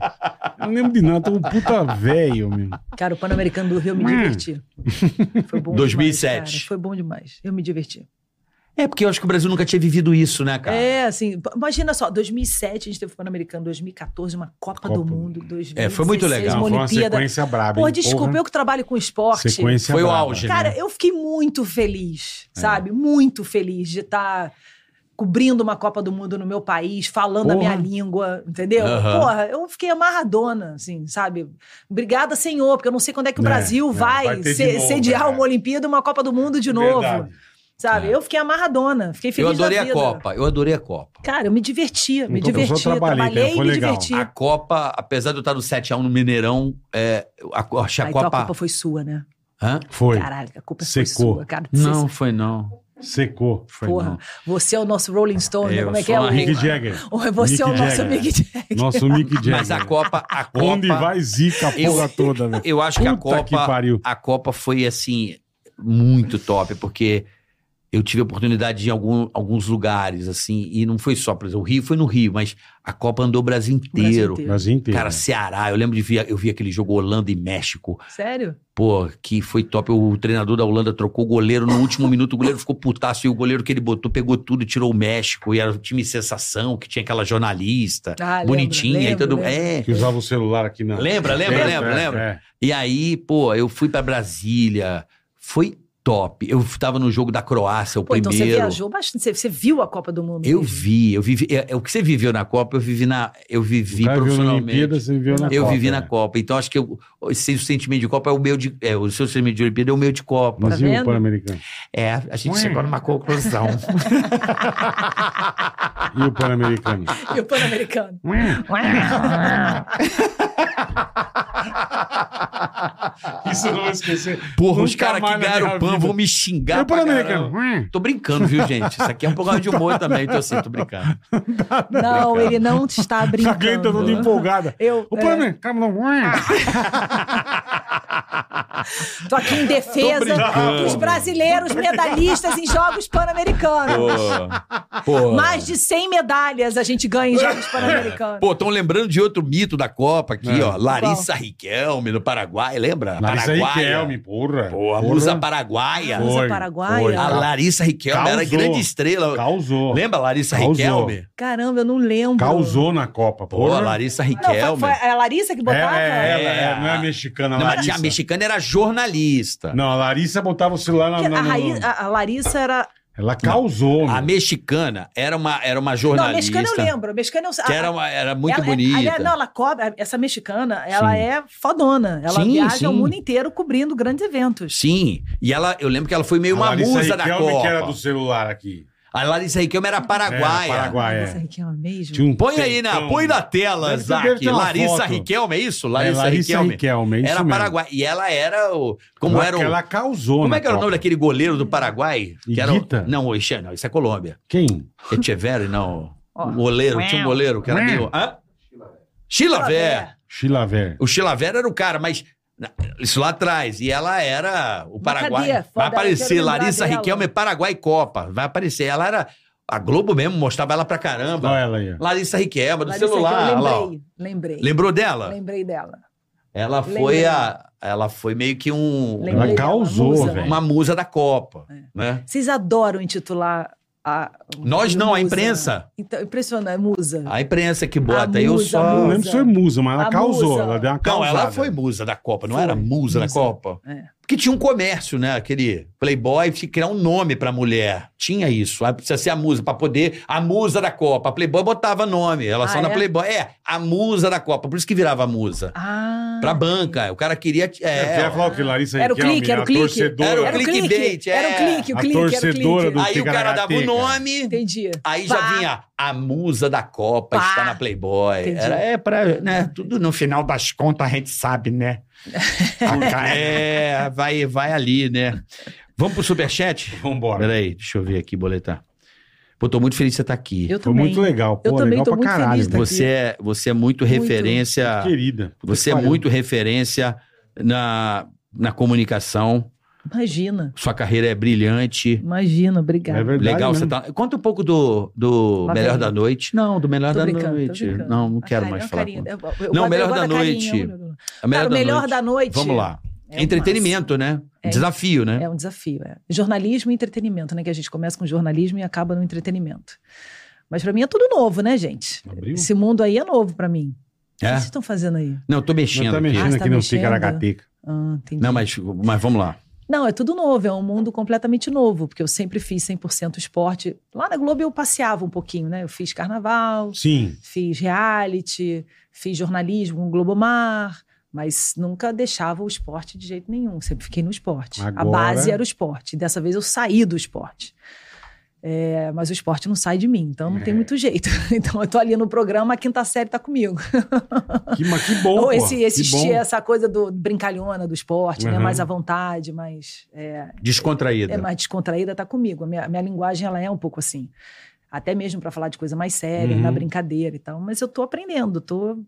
Eu não lembro de nada. Eu Tô um puta velho, meu. Cara, o Pan-Americano do Hum. Rio eu me diverti. Foi bom 2007. Demais, cara. Foi bom demais. Eu me diverti. É porque eu acho que o Brasil nunca tinha vivido isso, né, cara? É, assim, p- imagina só, 2007 a gente teve o Pan-Americano, 2014 uma Copa, Copa. do Mundo, 2016 É, foi muito legal. Não, uma foi uma Olimpíada. sequência braba. Pô, hein, desculpa, porra. eu que trabalho com esporte. Sequência Foi o braba. auge, né? Cara, eu fiquei muito feliz, sabe? Muito feliz de estar cobrindo uma Copa do Mundo no meu país, falando a minha Porra. língua, entendeu? Aham. Porra, eu fiquei amarradona, assim, sabe? Obrigada, senhor, porque eu não sei quando é que o É, Brasil é, vai, vai ter de se- novo, sediar é. uma Olimpíada e uma Copa do Mundo de novo, Verdade. sabe? Eu fiquei amarradona, fiquei eu feliz adorei da a vida. Copa. Eu adorei a Copa. Cara, eu me divertia, me Então, eu só divertia. trabalhei, Trabalhei, cara, e foi me legal. diverti. A Copa, apesar de eu estar no 7x1 no Mineirão, é, a, eu achei a Ah, então Copa. a culpa foi sua, né? Hã? Foi. Caralho, a culpa foi Secou. sua, cara. Não, foi não. Secou. Foi Porra, não. você é o nosso Rolling Stone, né? Eu como é que sou é? uma O- Mick Jagger. o- Você é o Mick nosso Jagger. Mick Jagger. Nosso Mick Jagger. Mas a Copa, a Copa. Onde vai zica a Eu- porra toda, velho? Eu acho que a Puta Copa. que pariu. A Copa foi assim muito top, porque eu tive a oportunidade de ir em algum- alguns lugares assim, e não foi só, por exemplo, o Rio foi no Rio, mas a Copa andou o Brasil inteiro. inteiro. Mas inteiro. Cara, Ceará, eu lembro de ver, eu vi aquele jogo Holanda e México. Sério? Pô, que foi top. O treinador da Holanda trocou o goleiro no último minuto, o goleiro ficou putaço e o goleiro que ele botou pegou tudo e tirou o México. E era o time sensação, que tinha aquela jornalista Ah, lembro, bonitinha e lembro, tudo. lembro. É. que usava o celular aqui na. Lembra, lembra, É, lembra, é, lembra? é. E aí, pô, eu fui pra Brasília. Foi top. Eu estava no jogo da Croácia, o Pô, então É, primeiro. você viajou bastante. Você, você viu a Copa do Mundo? Eu mesmo? vi, eu vivi. é, é, o que você viveu na Copa, eu vivi na. Eu vivi o cara viu na profissionalmente. Olimpíada, você viu na eu Copa. vivi na né? Copa. Então, acho que eu, esse sentimento de Copa é o meu de. É, o seu sentimento de Olimpíada é o meu de Copa. Mas Tá e o vendo? Pan-Americano? É, a gente chegou numa conclusão. E o Pan-Americano? E o Pan-Americano. Isso eu não vou esquecer. Porra, Nunca os caras que mais na ganharam minha o PAN vida. vão me E xingar. o pra Pan-Americano? Tá caramba. Tô brincando, viu, gente? Isso aqui é um programa de humor também, então assim, tô brincando. Não, ele não está A Glenn tá brincando. toda empolgada. Eu O é, Pan-Americano. Calma, não. tô aqui em defesa brincando. dos brasileiros medalhistas em Jogos Pan-Americanos. Pô. Mais de 100 medalhas a gente ganha em Jogos Pan-Americanos. Pô, estão lembrando de outro mito da Copa aqui, É. ó. Larissa Riquelme, do Paraguai, lembra? Larissa Ah, Paraguaia. Riquelme, é porra. Pô, a Porra. musa paraguaia. Musa Foi, paraguaia. foi. A Larissa Riquelme era Causou. grande estrela. Causou. Lembra a Larissa Causou. Riquelme? Caramba, eu não lembro. Causou na Copa, Pô, porra. a Larissa Não, foi, Riquelme. foi a Larissa que É, é, botava? ela, é, não é mexicana, a Não, a Larissa. tia mexicana era jornalista. Não, a Larissa botava o celular na... Porque na- a, no- Raí- a- a Larissa era. Ela causou, A meu. mexicana era uma, era uma Não, a jornalista. mexicana eu lembro. A mexicana eu... Que a- era, uma- era muito ela, é- bonita. ela- não, ela cobra. Essa mexicana, ela Sim. é fodona. Ela Sim, viaja sim. o mundo inteiro cobrindo grandes eventos. Sim, e ela, eu lembro que ela foi meio a uma Larissa musa da Riquelme Copa. que era do celular aqui. A Larissa Riquelme era paraguaia. É, Paraguai, Nossa, é. que é mesmo. Tinha um Põe aí na, peitão. põe na tela, Deve ter- deve Zac. ter uma Larissa foto. Riquelme, é isso? É, Larissa, Riquelme. Riquelme, é isso Era mesmo. paraguaia. E ela era o. Como Ela- era o. Ela causou Como na é que era o Copa. nome daquele goleiro do Paraguai? Que era o- Higuita? Não, o Ixê, não, isso é Colômbia. Quem? Echeverri, não. Ó. O goleiro, tinha um goleiro que era meio. Hã? Chilavé. Chilaver. O Chilavé era o cara, mas. Isso lá atrás. E ela era o Paraguai. cadê a foto Vai dela? aparecer Quero lembrar Larissa dela. Riquelme, Paraguai Copa. Vai aparecer. Ela era. A Globo mesmo mostrava ela pra caramba. Olha ela aí. ó. Larissa Riquelme, do Larissa, celular. que eu olha lá, ó. lembrei, lembrei. Lembrou dela? Lembrei dela. Ela foi Lembrei. a. Ela foi meio que um. Lembrei É. Ela dela, causou, musa. velho. Uma musa da Copa. Né? Vocês adoram intitular a. Nós não, a musa. imprensa. Então, impressionante, musa. A imprensa que bota. A eu musa, a só. Não musa. Não, lembro se foi musa, mas ela A causou. musa. Ela deu uma causada. ela foi musa da Copa, não Foi. era musa, da Musa. Copa. É. Porque tinha um comércio, né? Aquele Playboy tinha que criar um nome pra mulher. Tinha isso. Ah, Precisa ser a musa, pra poder. A musa da Copa. A Playboy botava nome. Ela só Ah, na é? Playboy. É, a musa da Copa. Por isso que virava musa. Ah. Pra banca. O cara queria. É, É, eu ia falar o que Larissa Era o Riquelme, clique, era o a clique. torcedora. Era o Era o clique, clickbait, é. era o clique, o A clique, era o torcedora clique. do- Aí o cara dava o Ticaracateca. nome. Entendi. Aí já Pá. vinha a musa da Copa, Pá. está na Playboy. Entendi. Era, é pra, né, tudo no final das contas a gente sabe, né? A ca- é, vai, vai ali, né? Vamos pro superchat? Vambora. Peraí, deixa eu ver aqui, boletar. Pô, tô muito feliz de você estar aqui. Eu Foi também. muito legal. Pô, Eu também legal tô pra muito caralho. feliz daqui. Você é, você é Muito. muito, referência. Querida. Puta que Você é pariu. muito referência na, na comunicação. Imagina, Sua carreira é brilhante. imagina, É obrigada. verdade Legal, mesmo. você tá. Conta um pouco do, do Lá Melhor vem. da Noite. Não, do Melhor Tô da brincando, tô Noite. brincando. Ah, é, Não, não A quero carinha, mais a falar. carinha. um com- Eu- eu- eu Não, guardo- Melhor eu guardo da a carinha. A melhor Cara, Ah, o da melhor noite. da noite. Vamos lá. É um Entretenimento, né? É. Desafio, né? É um desafio, é. Jornalismo e entretenimento, né? Que a gente começa com jornalismo e acaba no entretenimento. Mas pra mim é tudo novo, né, gente? tá Abriu? Esse mundo aí é novo pra mim. O que É? vocês estão fazendo aí? Não, eu tô Não mexendo tá aqui. Ah, mexendo você tá aqui no mexendo? Ticaracateca. Ah, entendi. Não, mas, mas vamos lá. Não, é tudo novo, é um mundo completamente novo, porque eu sempre fiz 100% esporte. Lá na Globo eu passeava um pouquinho, né? Eu fiz carnaval, Sim. fiz reality, fiz jornalismo no Globomar, mas nunca deixava o esporte de jeito nenhum, sempre fiquei no esporte. Agora- A base era o esporte, dessa vez eu saí do esporte. É, mas o esporte não sai de mim, então não tem É. muito jeito. Então eu tô ali no programa, a quinta série tá comigo. Que, mas que bom, Ou pô. esse, esse é que bom. esti- essa coisa do brincalhona do esporte, né? Uhum. Mais à vontade, mais. é, Descontraída. é mais descontraída, tá comigo. A minha, minha linguagem ela é um pouco assim. Até mesmo para falar de coisa mais séria, Uhum. na brincadeira e tal. Mas eu tô aprendendo, tô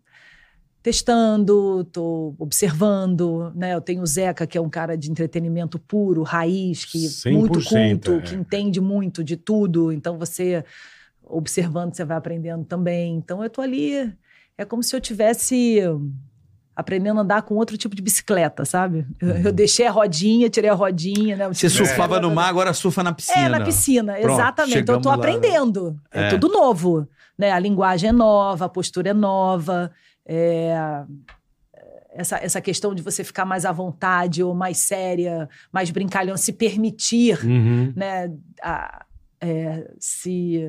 testando, tô observando, né? Eu tenho o Zeca, que é um cara de entretenimento puro, raiz, que é muito 100%, culto, é. que entende muito de tudo. Então você observando, você vai aprendendo também. Então eu tô ali, é como se eu tivesse aprendendo a andar com outro tipo de bicicleta, sabe? Eu, Uhum. eu deixei a rodinha, tirei a rodinha, né? O Você tipo de surfava bicicleta- no mar, agora surfa na piscina. é, na piscina, Pronto, exatamente. Então, eu tô chegamos lá, né? aprendendo. É. É. tudo novo. Né? A linguagem é nova, a postura é nova. É... essa, essa questão de você ficar mais à vontade ou mais séria, mais brincalhão, se permitir Uhum. né, a- é, se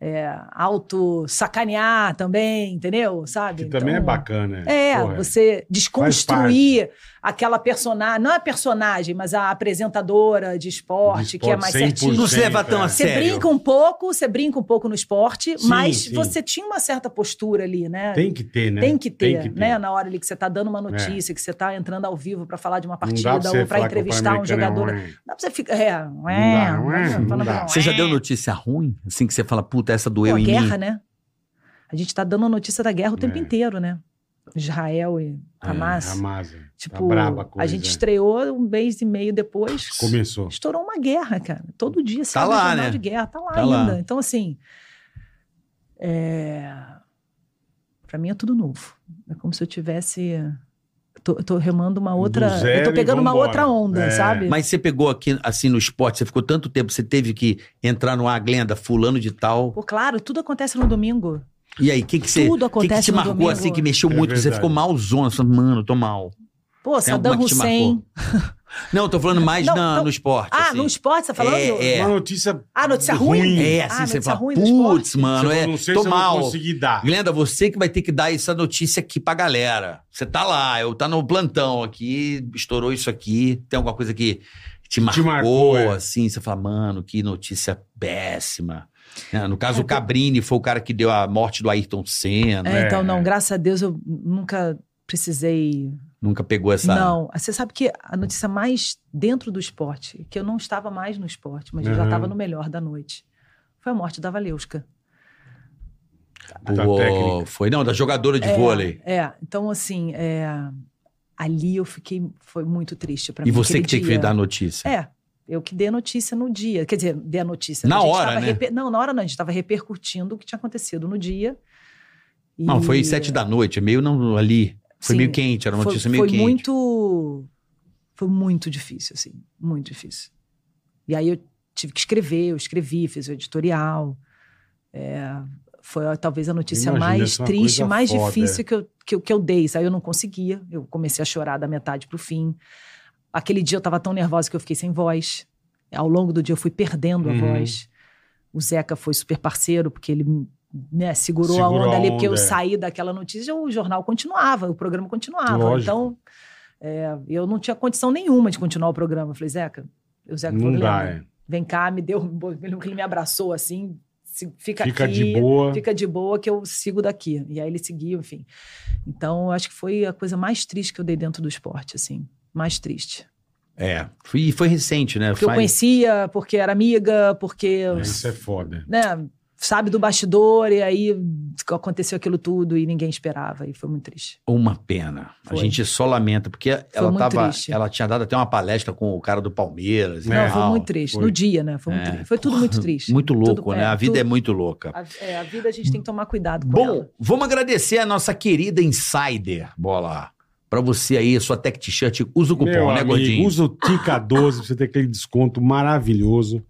é, auto-sacanear também, entendeu? Sabe? Que também é Então, bacana. É, Porra. você desconstruir aquela personagem, não a personagem, mas a apresentadora de esporte, De que é esporte, mais 100%, certinha. Não se leva tão a é. Você sério. brinca um pouco, você brinca um pouco no esporte, Sim, mas sim. você tinha uma certa postura ali, né? Tem que ter, né? Tem que ter, né? Na hora ali que você tá dando uma notícia, que você tá entrando ao vivo pra falar de uma É. Não dá pra partida você ou pra falar que o entrevistar um Pan-Americano é jogador. ruim. Dá pra você ficar. É, ué, dá, não ué, dá, não fala, dá. não, Você é. já deu notícia ruim? Assim que você fala, puta, essa Pô, doeu a em guerra, mim. né? A gente tá dando notícia da guerra o tempo É. inteiro, né? Israel e Hamas. É, Hamas. é. Tipo, tá braba a coisa. a gente é. estreou um mês e meio depois. Começou. Estourou uma guerra, cara. Todo dia Tá um lá, jornal né? de guerra. Tá lá Tá lá. ainda. Então, assim. É... Pra mim é tudo novo. É como se eu tivesse. eu Tô, eu tô remando uma outra. zero Eu tô e pegando uma vambora. outra onda, É. sabe? Mas você pegou aqui, assim, no esporte, você ficou tanto tempo, você teve que entrar no ar, Glenda, fulano de tal. Pô, claro, tudo acontece no domingo. E aí, o que, que você. Tudo que, que acontece te no marcou domingo. assim, que mexeu É muito? que Você verdade. ficou malzona, você falou, mano, eu tô mal. Pô, Tem Saddam alguma que te Hussein. Não, eu tô falando mais Não, na- não. no esporte. Ah, assim. no esporte, você tá falando? É. Uma notícia. Ah, notícia ruim? É, Ah, assim, você notícia fala, ruim no putz, esporte? Você mano, é, fala, não sei tô se eu vou mal. conseguir dar. Glenda, você que vai ter que dar essa notícia aqui pra galera. Você tá lá, eu tá no plantão aqui, estourou isso aqui, tem alguma coisa que te marcou, marcou, é. assim, você fala, mano, que notícia péssima. É, No caso, o Cabrini foi o cara que deu a morte do Ayrton Senna, É, então, É, não, é. graças a Deus eu nunca precisei nunca pegou essa... Não, você sabe que a notícia mais dentro do esporte, que eu não estava mais no esporte, mas eu já Uhum. Aham. estava no melhor da noite, foi a morte da Valeuska. Pô, Da técnica. foi, não, da jogadora de vôlei. É, então assim, é, ali eu fiquei, foi muito triste para mim. E você aquele que tem que dia. dar a notícia. É, eu que dei a notícia no dia, quer dizer, dei a notícia. Na a gente hora, tava né? reper- Não, na hora não, a gente estava repercutindo o que tinha acontecido no dia. E- Não, foi sete da noite, meio não ali. Foi Sim, meio quente, era uma foi, notícia meio foi quente. muito foi muito difícil assim muito difícil e aí eu tive que escrever eu escrevi fiz o editorial É, foi ó, talvez a notícia Imagina, mais isso é uma triste coisa mais foda. difícil que eu, que, eu- que eu dei aí eu não conseguia eu comecei a chorar da metade pro fim aquele dia eu tava tão nervosa que eu fiquei sem voz ao longo do dia eu fui perdendo Uhum. a voz o Zeca foi super parceiro porque ele né, segurou, a Segurou onda a ali, porque eu onda, é. saí daquela notícia, o jornal continuava, o programa continuava. Lógico. Então, é, eu não tinha condição nenhuma de continuar o programa. Eu falei, Zeca, o Zeca falou, Não dá, Glenda, é. vem cá, me deu, um me lembro que ele me abraçou assim, se- fica, é. Fica aqui, de boa. fica de boa que eu sigo daqui. E aí ele seguiu, enfim. Então, eu acho que foi a coisa mais triste que eu dei dentro do esporte, assim. Mais triste. É, foi- e foi recente, né? Porque eu Faz- conhecia, porque era amiga, porque É, Isso é foda. né, sabe do bastidor, e aí aconteceu aquilo tudo e ninguém esperava, e foi muito triste. Uma pena. Foi. A gente só lamenta, porque ela muito tava. triste. Ela tinha dado até uma palestra com o cara do Palmeiras. e É. Não, foi tal. muito triste. foi. No dia, né? Foi, É. muito triste. foi tudo muito triste. Muito louco, Tudo- né? é, a vida tudo- é muito louca. A, é, a vida a gente tem que tomar cuidado com Bom, ela. vamos agradecer a nossa querida insider, bola. Pra você aí, sua tech t-shirt, usa o cupom, Meu né, amigo, gordinho? Usa o Tica12 pra você ter aquele desconto maravilhoso.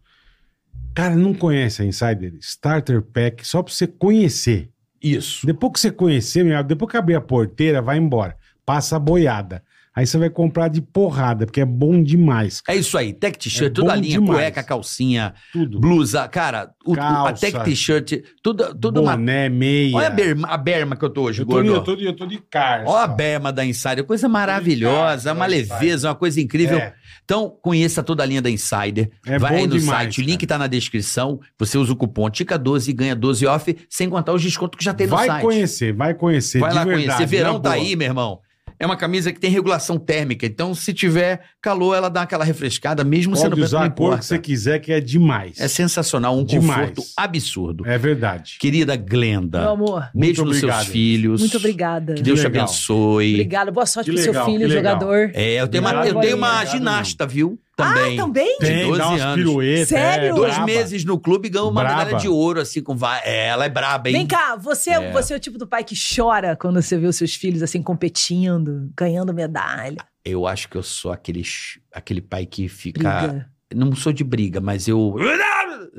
Cara, não conhece a Insider? Starter Pack, só pra você conhecer. Isso. Depois que você conhecer, meu, depois que abrir a porteira, vai embora. Passa a boiada. Aí você vai comprar de porrada, porque é bom demais. É isso aí, tech É t-shirt, toda a bom linha, demais. cueca, calcinha, Tudo. blusa, cara, o, o- a Calça. tech t-shirt, tudo, tudo uma. Boné, meia. Olha a berma, a berma que eu tô hoje, eu tô, gordo. eu, tô, eu tô de carça. Olha a berma da Insider, coisa maravilhosa, Cara, uma da leveza, uma coisa incrível. É. Então, conheça toda a linha da Insider. É Vai bom aí no demais, site, o link cara. tá na descrição. Você usa o cupom TICA12 e ganha 12 off, sem contar os descontos que já tem no Vai site. conhecer, vai conhecer. Vai de lá verdade, conhecer. na Verão tá boa. aí, meu irmão. É uma camisa que tem regulação térmica, então se tiver calor, ela dá aquela refrescada, mesmo sendo Pode usar não a cor importa. que você quiser, que é demais. É sensacional, um Demais. conforto absurdo. É verdade. Querida Glenda, Meu amor, Muito beijo tá. nos seus obrigado. filhos. muito obrigada. Que Deus te legal. abençoe. Obrigada. Boa sorte Que pro legal, seu filho, que legal. jogador. É, eu tenho uma, Obrigado, eu tenho uma obrigado, ginasta, viu? Também. Ah, Também? De 12 dá umas anos. piruetas. Sério? é, Dois braba. meses no clube ganhou uma Braba. medalha de ouro, assim, com. va- É, ela é braba, hein? Vem cá, você É. é. você é o tipo do pai que chora quando você vê os seus filhos assim competindo, ganhando medalha. Eu acho que eu sou aquele, ch- aquele pai que fica. Briga. Não sou de briga, mas eu.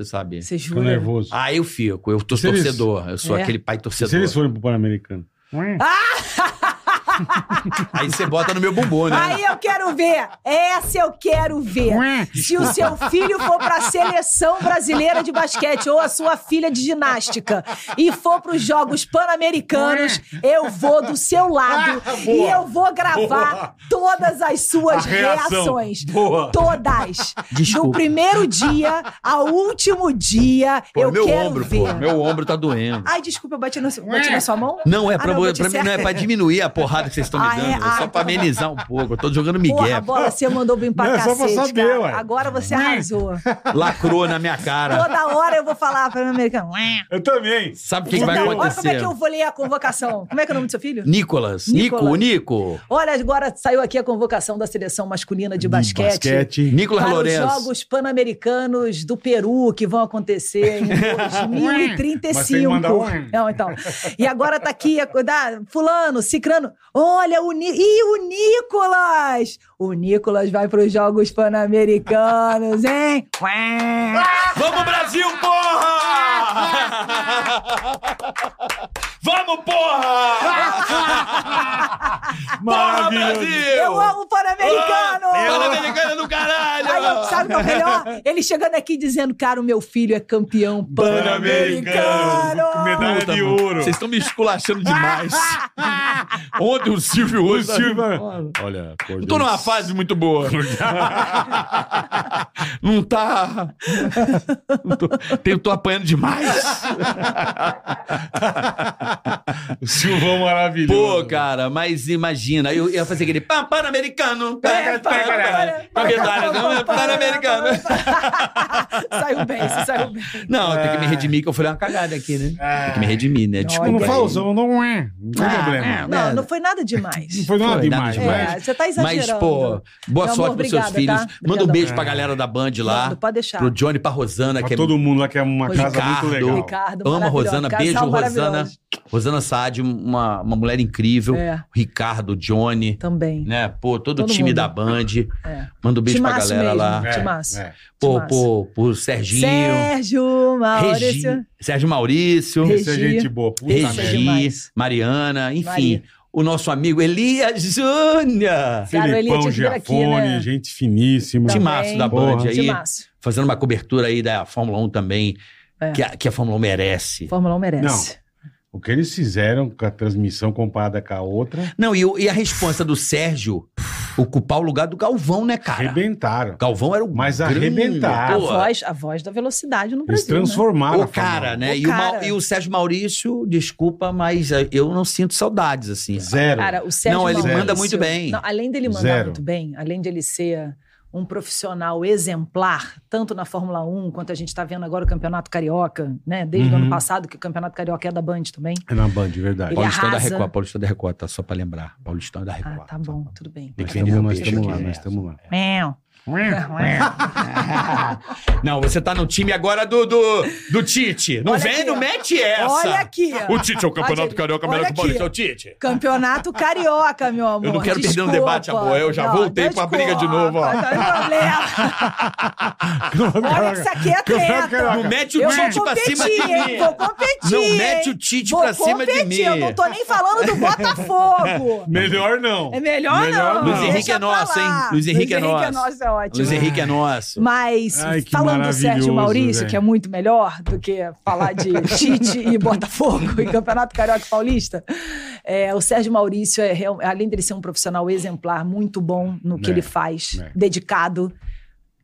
Sabe? Você Fico jura? nervoso. Ah, eu fico. Eu tô Se eles- torcedor. Eu sou É. aquele pai E se torcedor. Ah, eles forem pro Pan-Americano? Aí você bota no meu bumbum, né? Aí eu quero ver. Essa eu quero ver. é Se o seu filho for para a seleção brasileira de basquete ou a sua filha de ginástica e for para os Jogos Pan-Americanos, eu vou do seu lado Ah, e boa. eu vou gravar Boa. todas as suas A reação. reações. Boa. Todas. Desculpa. Do primeiro dia ao último dia, Pô, eu meu quero ombro, ver. pô. Meu ombro tá doendo. Ai, desculpa, eu bati, no, bati na sua mão? Não, é pra, Ah, não, vo- bati pra mim, certo. não é pra diminuir a porrada que vocês estão me Ah, é? dando. É, Ah, só então pra tá. amenizar um pouco. Eu tô jogando Porra, migué. bola, você mandou bem pra Não, é só pra cacete, saber, cara. ué. Agora você arrasou. Lacrou na minha cara. Toda hora eu vou falar para o americano. Eu também. Sabe o que, que Então, vai olha como é acontecer? que eu vou ler a convocação. Como é que é o nome do seu filho? Nicolas. Nico, Nicolas. Nico. Olha, agora saiu aqui a convocação da seleção masculina de, Basquete. Nicolas para Lourenço. os Jogos Pan-Americanos do Peru, que vão acontecer em 2035. Mas tem que mandar um. Não, então. E agora tá aqui, a- da- fulano, cicrano. Olha, o Ni... Ih, o Nicolas! O Nicolas vai para os Jogos Pan-Americanos, hein? Vamos, Brasil, porra! Vamos, porra! porra, Brasil! Eu amo o Pan-Americano! Pan-Americano do caralho! Aí, eu- sabe o que é o melhor? Ele chegando aqui dizendo, cara, o meu filho é campeão pan-americano. Pan-Americano. Medalha Puta, de mano, ouro. Vocês estão me esculachando demais. Ontem o Silvio O hoje. Silvio. Olha, eu tô numa fase muito boa. Não tá. Não tô, tenho- tô apanhando demais. O Silvão maravilhoso. Pô, cara, mas imagina. Eu ia fazer aquele pam, pan-americano. É, pan- pan- Pra medalha, não, é pan-americano. saiu bem, isso saiu bem. Não, tem que me redimir, que eu falei uma cagada aqui, né? Tem que me redimir, né? Desculpa. É. Não então aí. fala usão, não é. Não tem Ah, é, problema. Não, merda. não foi nada demais. Não foi nada Foi, nada demais, demais. mas... É, você tá exagerando. Mas, pô, boa Meu sorte amor, pros seus obrigada, filhos. tá? Manda um Obrigada. beijo pra galera da Band lá. Manda, pode deixar. Pro Johnny, pra Rosana, que Pra é todo mundo lá que é uma Pois é. casa muito Ricardo. legal. Ricardo, Ama a maravilhoso. Rosana, Casal beijo, Rosana. maravilhoso. Rosana Saad, uma, uma mulher incrível. É. Ricardo, Johnny, Também. né? Pô, todo o Todo time mundo. da Band. É. Manda um beijo pra Timaço galera mesmo. lá. É. Timaço. é. Pô, Timaço. pô, pro Serginho. Sérgio, Maurício. Regi, Sérgio Maurício. Regi. Essa é gente boa. Puta Regi. merda. Regi, demais. Mariana, enfim. Maria. O nosso amigo Elias Júnior. Cara, ele tinha Felipão que vir aqui, Giafone, né? gente finíssima. Também. Timaço da Porra. Band aí. Timaço. Fazendo uma cobertura aí da Fórmula 1 também, É. que, a, que a Fórmula 1 merece. Fórmula 1 merece. O que eles fizeram com a transmissão comparada com a outra, Não, e, o- e a resposta do Sérgio ocupar o lugar do Galvão, né, cara? arrebentaram. Galvão era o Mas grande- arrebentaram. A Pô, voz, a voz da velocidade no Eles Brasil. né? transformaram. O cara, um. né? O E, o Mau- cara. e o Sérgio Maurício, desculpa, mas eh, eu não sinto saudades, assim. Zero. Cara, o Sérgio Não, ele Maurício- manda muito bem. Não, além dele mandar Zero. muito bem, além de ele ser um profissional exemplar, tanto na Fórmula 1 quanto a gente está vendo agora o Campeonato Carioca, né? Desde Uhum. o ano passado, que o Campeonato Carioca é da Band também. É na Band, de verdade. Ele Paulistão da arrasa. Record, Paulistão da Record, tá? Só pra lembrar. Paulistão da Ah, Record. tá bom, tudo bem. Tem que Tamo- vender o nós peixe estamos é lá, aqui. nós estamos lá. Meu. Não, você tá no time agora do, do, do Tite. Não Olha vem, aqui, não ó. mete essa. Olha aqui, ó. O Tite é o campeonato Olha, carioca, olha melhor que o aqui, Paulista, ó. é o Tite. Campeonato Carioca, meu amor. Eu não quero perder um Desculpa. debate, amor. Eu já voltei não, com a briga de novo, ó. Não tem problema. Olha que isso aqui é treta. Não mete o Eu Tite vou pra competir, cima de mim. hein? Vou competir. Não mete hein? o Tite Vou pra cima de competir, mim. Eu não tô nem falando do Botafogo. Melhor não. É melhor, não. Luiz Henrique Deixa é nosso, pra lá. hein? Luiz Henrique é Luiz Henrique é nosso. nosso, é ótimo. Luiz Henrique é nosso. Mas Ai, que falando do Sérgio maravilhoso, Maurício, velho. que é muito melhor do que falar de Tite e Botafogo e Campeonato Carioca e Paulista, é, o Sérgio Maurício, é, real- além dele ser um profissional exemplar, muito bom no que É, ele faz, é. dedicado.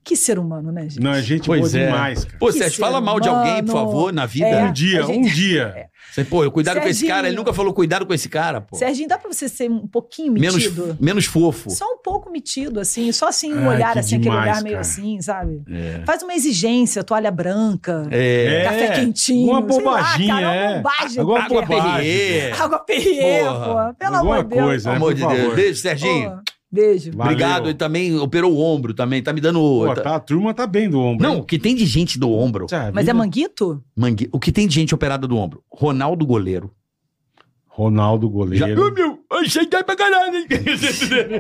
Que ser humano, né, gente? Não, é gente Pois boa é. demais, cara. Pô, Que Sérgio, ser fala mal de alguém, por humano. favor, na vida. É. Um dia, a gente- um dia. Você, Pô, cuidado com esse Serginho. cara. Ele nunca falou cuidado com esse cara, pô. Serginho, dá pra você é ser um pouquinho menos, metido? menos fofo. Só um pouco metido, assim, só assim, Ai, um olhar, que assim, demais, aquele olhar meio cara. assim, sabe? É. Faz uma exigência, toalha branca, É. café quentinho. Uma sei lá, bobaginha, cara, uma é. bobagem. Alguma qualquer. Água Perrier. Água Perrier, Porra. pô. Pelo Alguma amor de Deus. coisa, Pelo né? amor Por de Deus. favor. Beijo, Serginho. Pô, beijo. Valeu. Obrigado. Ele também operou o ombro também. Tá me dando. Pô, tá- tá, a turma tá bem do ombro. Não, hein? o que tem de gente do ombro. Puta Mas vida. é manguito? Mangue... O que tem de gente operada do ombro? Ronaldo goleiro. Ronaldo Já... Ô, goleiro. meu, achei que ia pra caralho, hein?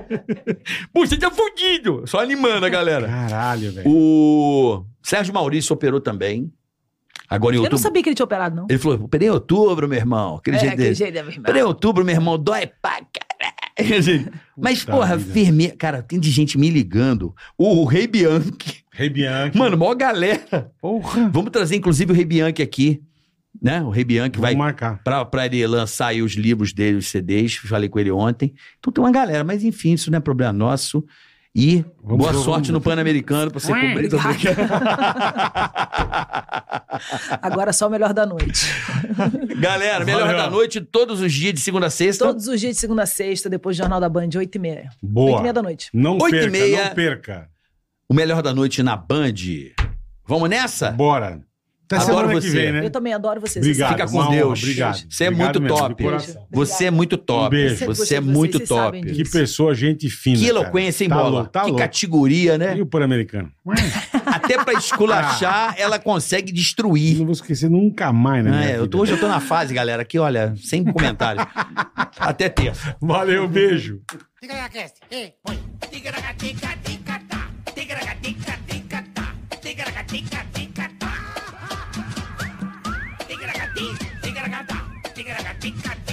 Pô, você tá fudido. Só animando a galera. Caralho, velho. O Sérgio Maurício operou também. Agora em Eu não outubro. sabia que ele tinha operado, não. Ele falou: operei em outubro, meu irmão. Aquele É, jeito aquele dele. jeito, é, meu irmão. Operei em outubro, meu irmão. Dói pra caralho. Gente, Mas, Puta porra, vida. vermelho. Cara, tem de gente me ligando. O Rei Bianchi. Rei Bianchi. Mano, maior galera. porra. Vamos trazer, inclusive, o Rei Bianchi aqui. Né? O Rei Bianchi vai Vamos marcar. pra, pra ele lançar aí os livros dele, os CDs, falei com ele ontem. Então tem uma galera, mas enfim, isso não é problema nosso. E Vamos boa ver, sorte vamos ver. no Pan-Americano pra você Ué, cobrir. Tô Agora só o melhor da noite. brincando. Galera, melhor Valeu. da noite, todos os dias, de segunda a sexta. Todos os dias de segunda a sexta, depois do Jornal da Band, 8 e meia. 8 e Boa. meia da noite. Não Oito e perca, meia. não perca. O melhor da noite na Band. Vamos nessa? Bora. Até Adoro semana você. que vem, né? Eu também adoro vocês. vocês Obrigado. sabem. Fica com uma honra, Deus. Obrigado. Você é Obrigado muito mesmo, de top. coração. Você é muito top. Um beijo. Você é Gostei de vocês, muito vocês top. sabem disso. Que, Que pessoa, gente fina. cara. eloquência, hein, Tá bola? louco, tá que louco. categoria, né? E o Pan-Americano? Até pra Ah. esculachar, ela consegue destruir. Não vou esquecer nunca mais, né? Ah, é, eu tô- hoje eu tô na fase, galera, que olha, sem comentários. Até terça. Valeu, beijo. Ticaracast, hey, boy. Ticaracatica, ticata. Ticaracatica, ticata. Ticaracatica, ticata. Ticaracatica, ticaracata. Ticaracatica, ticata.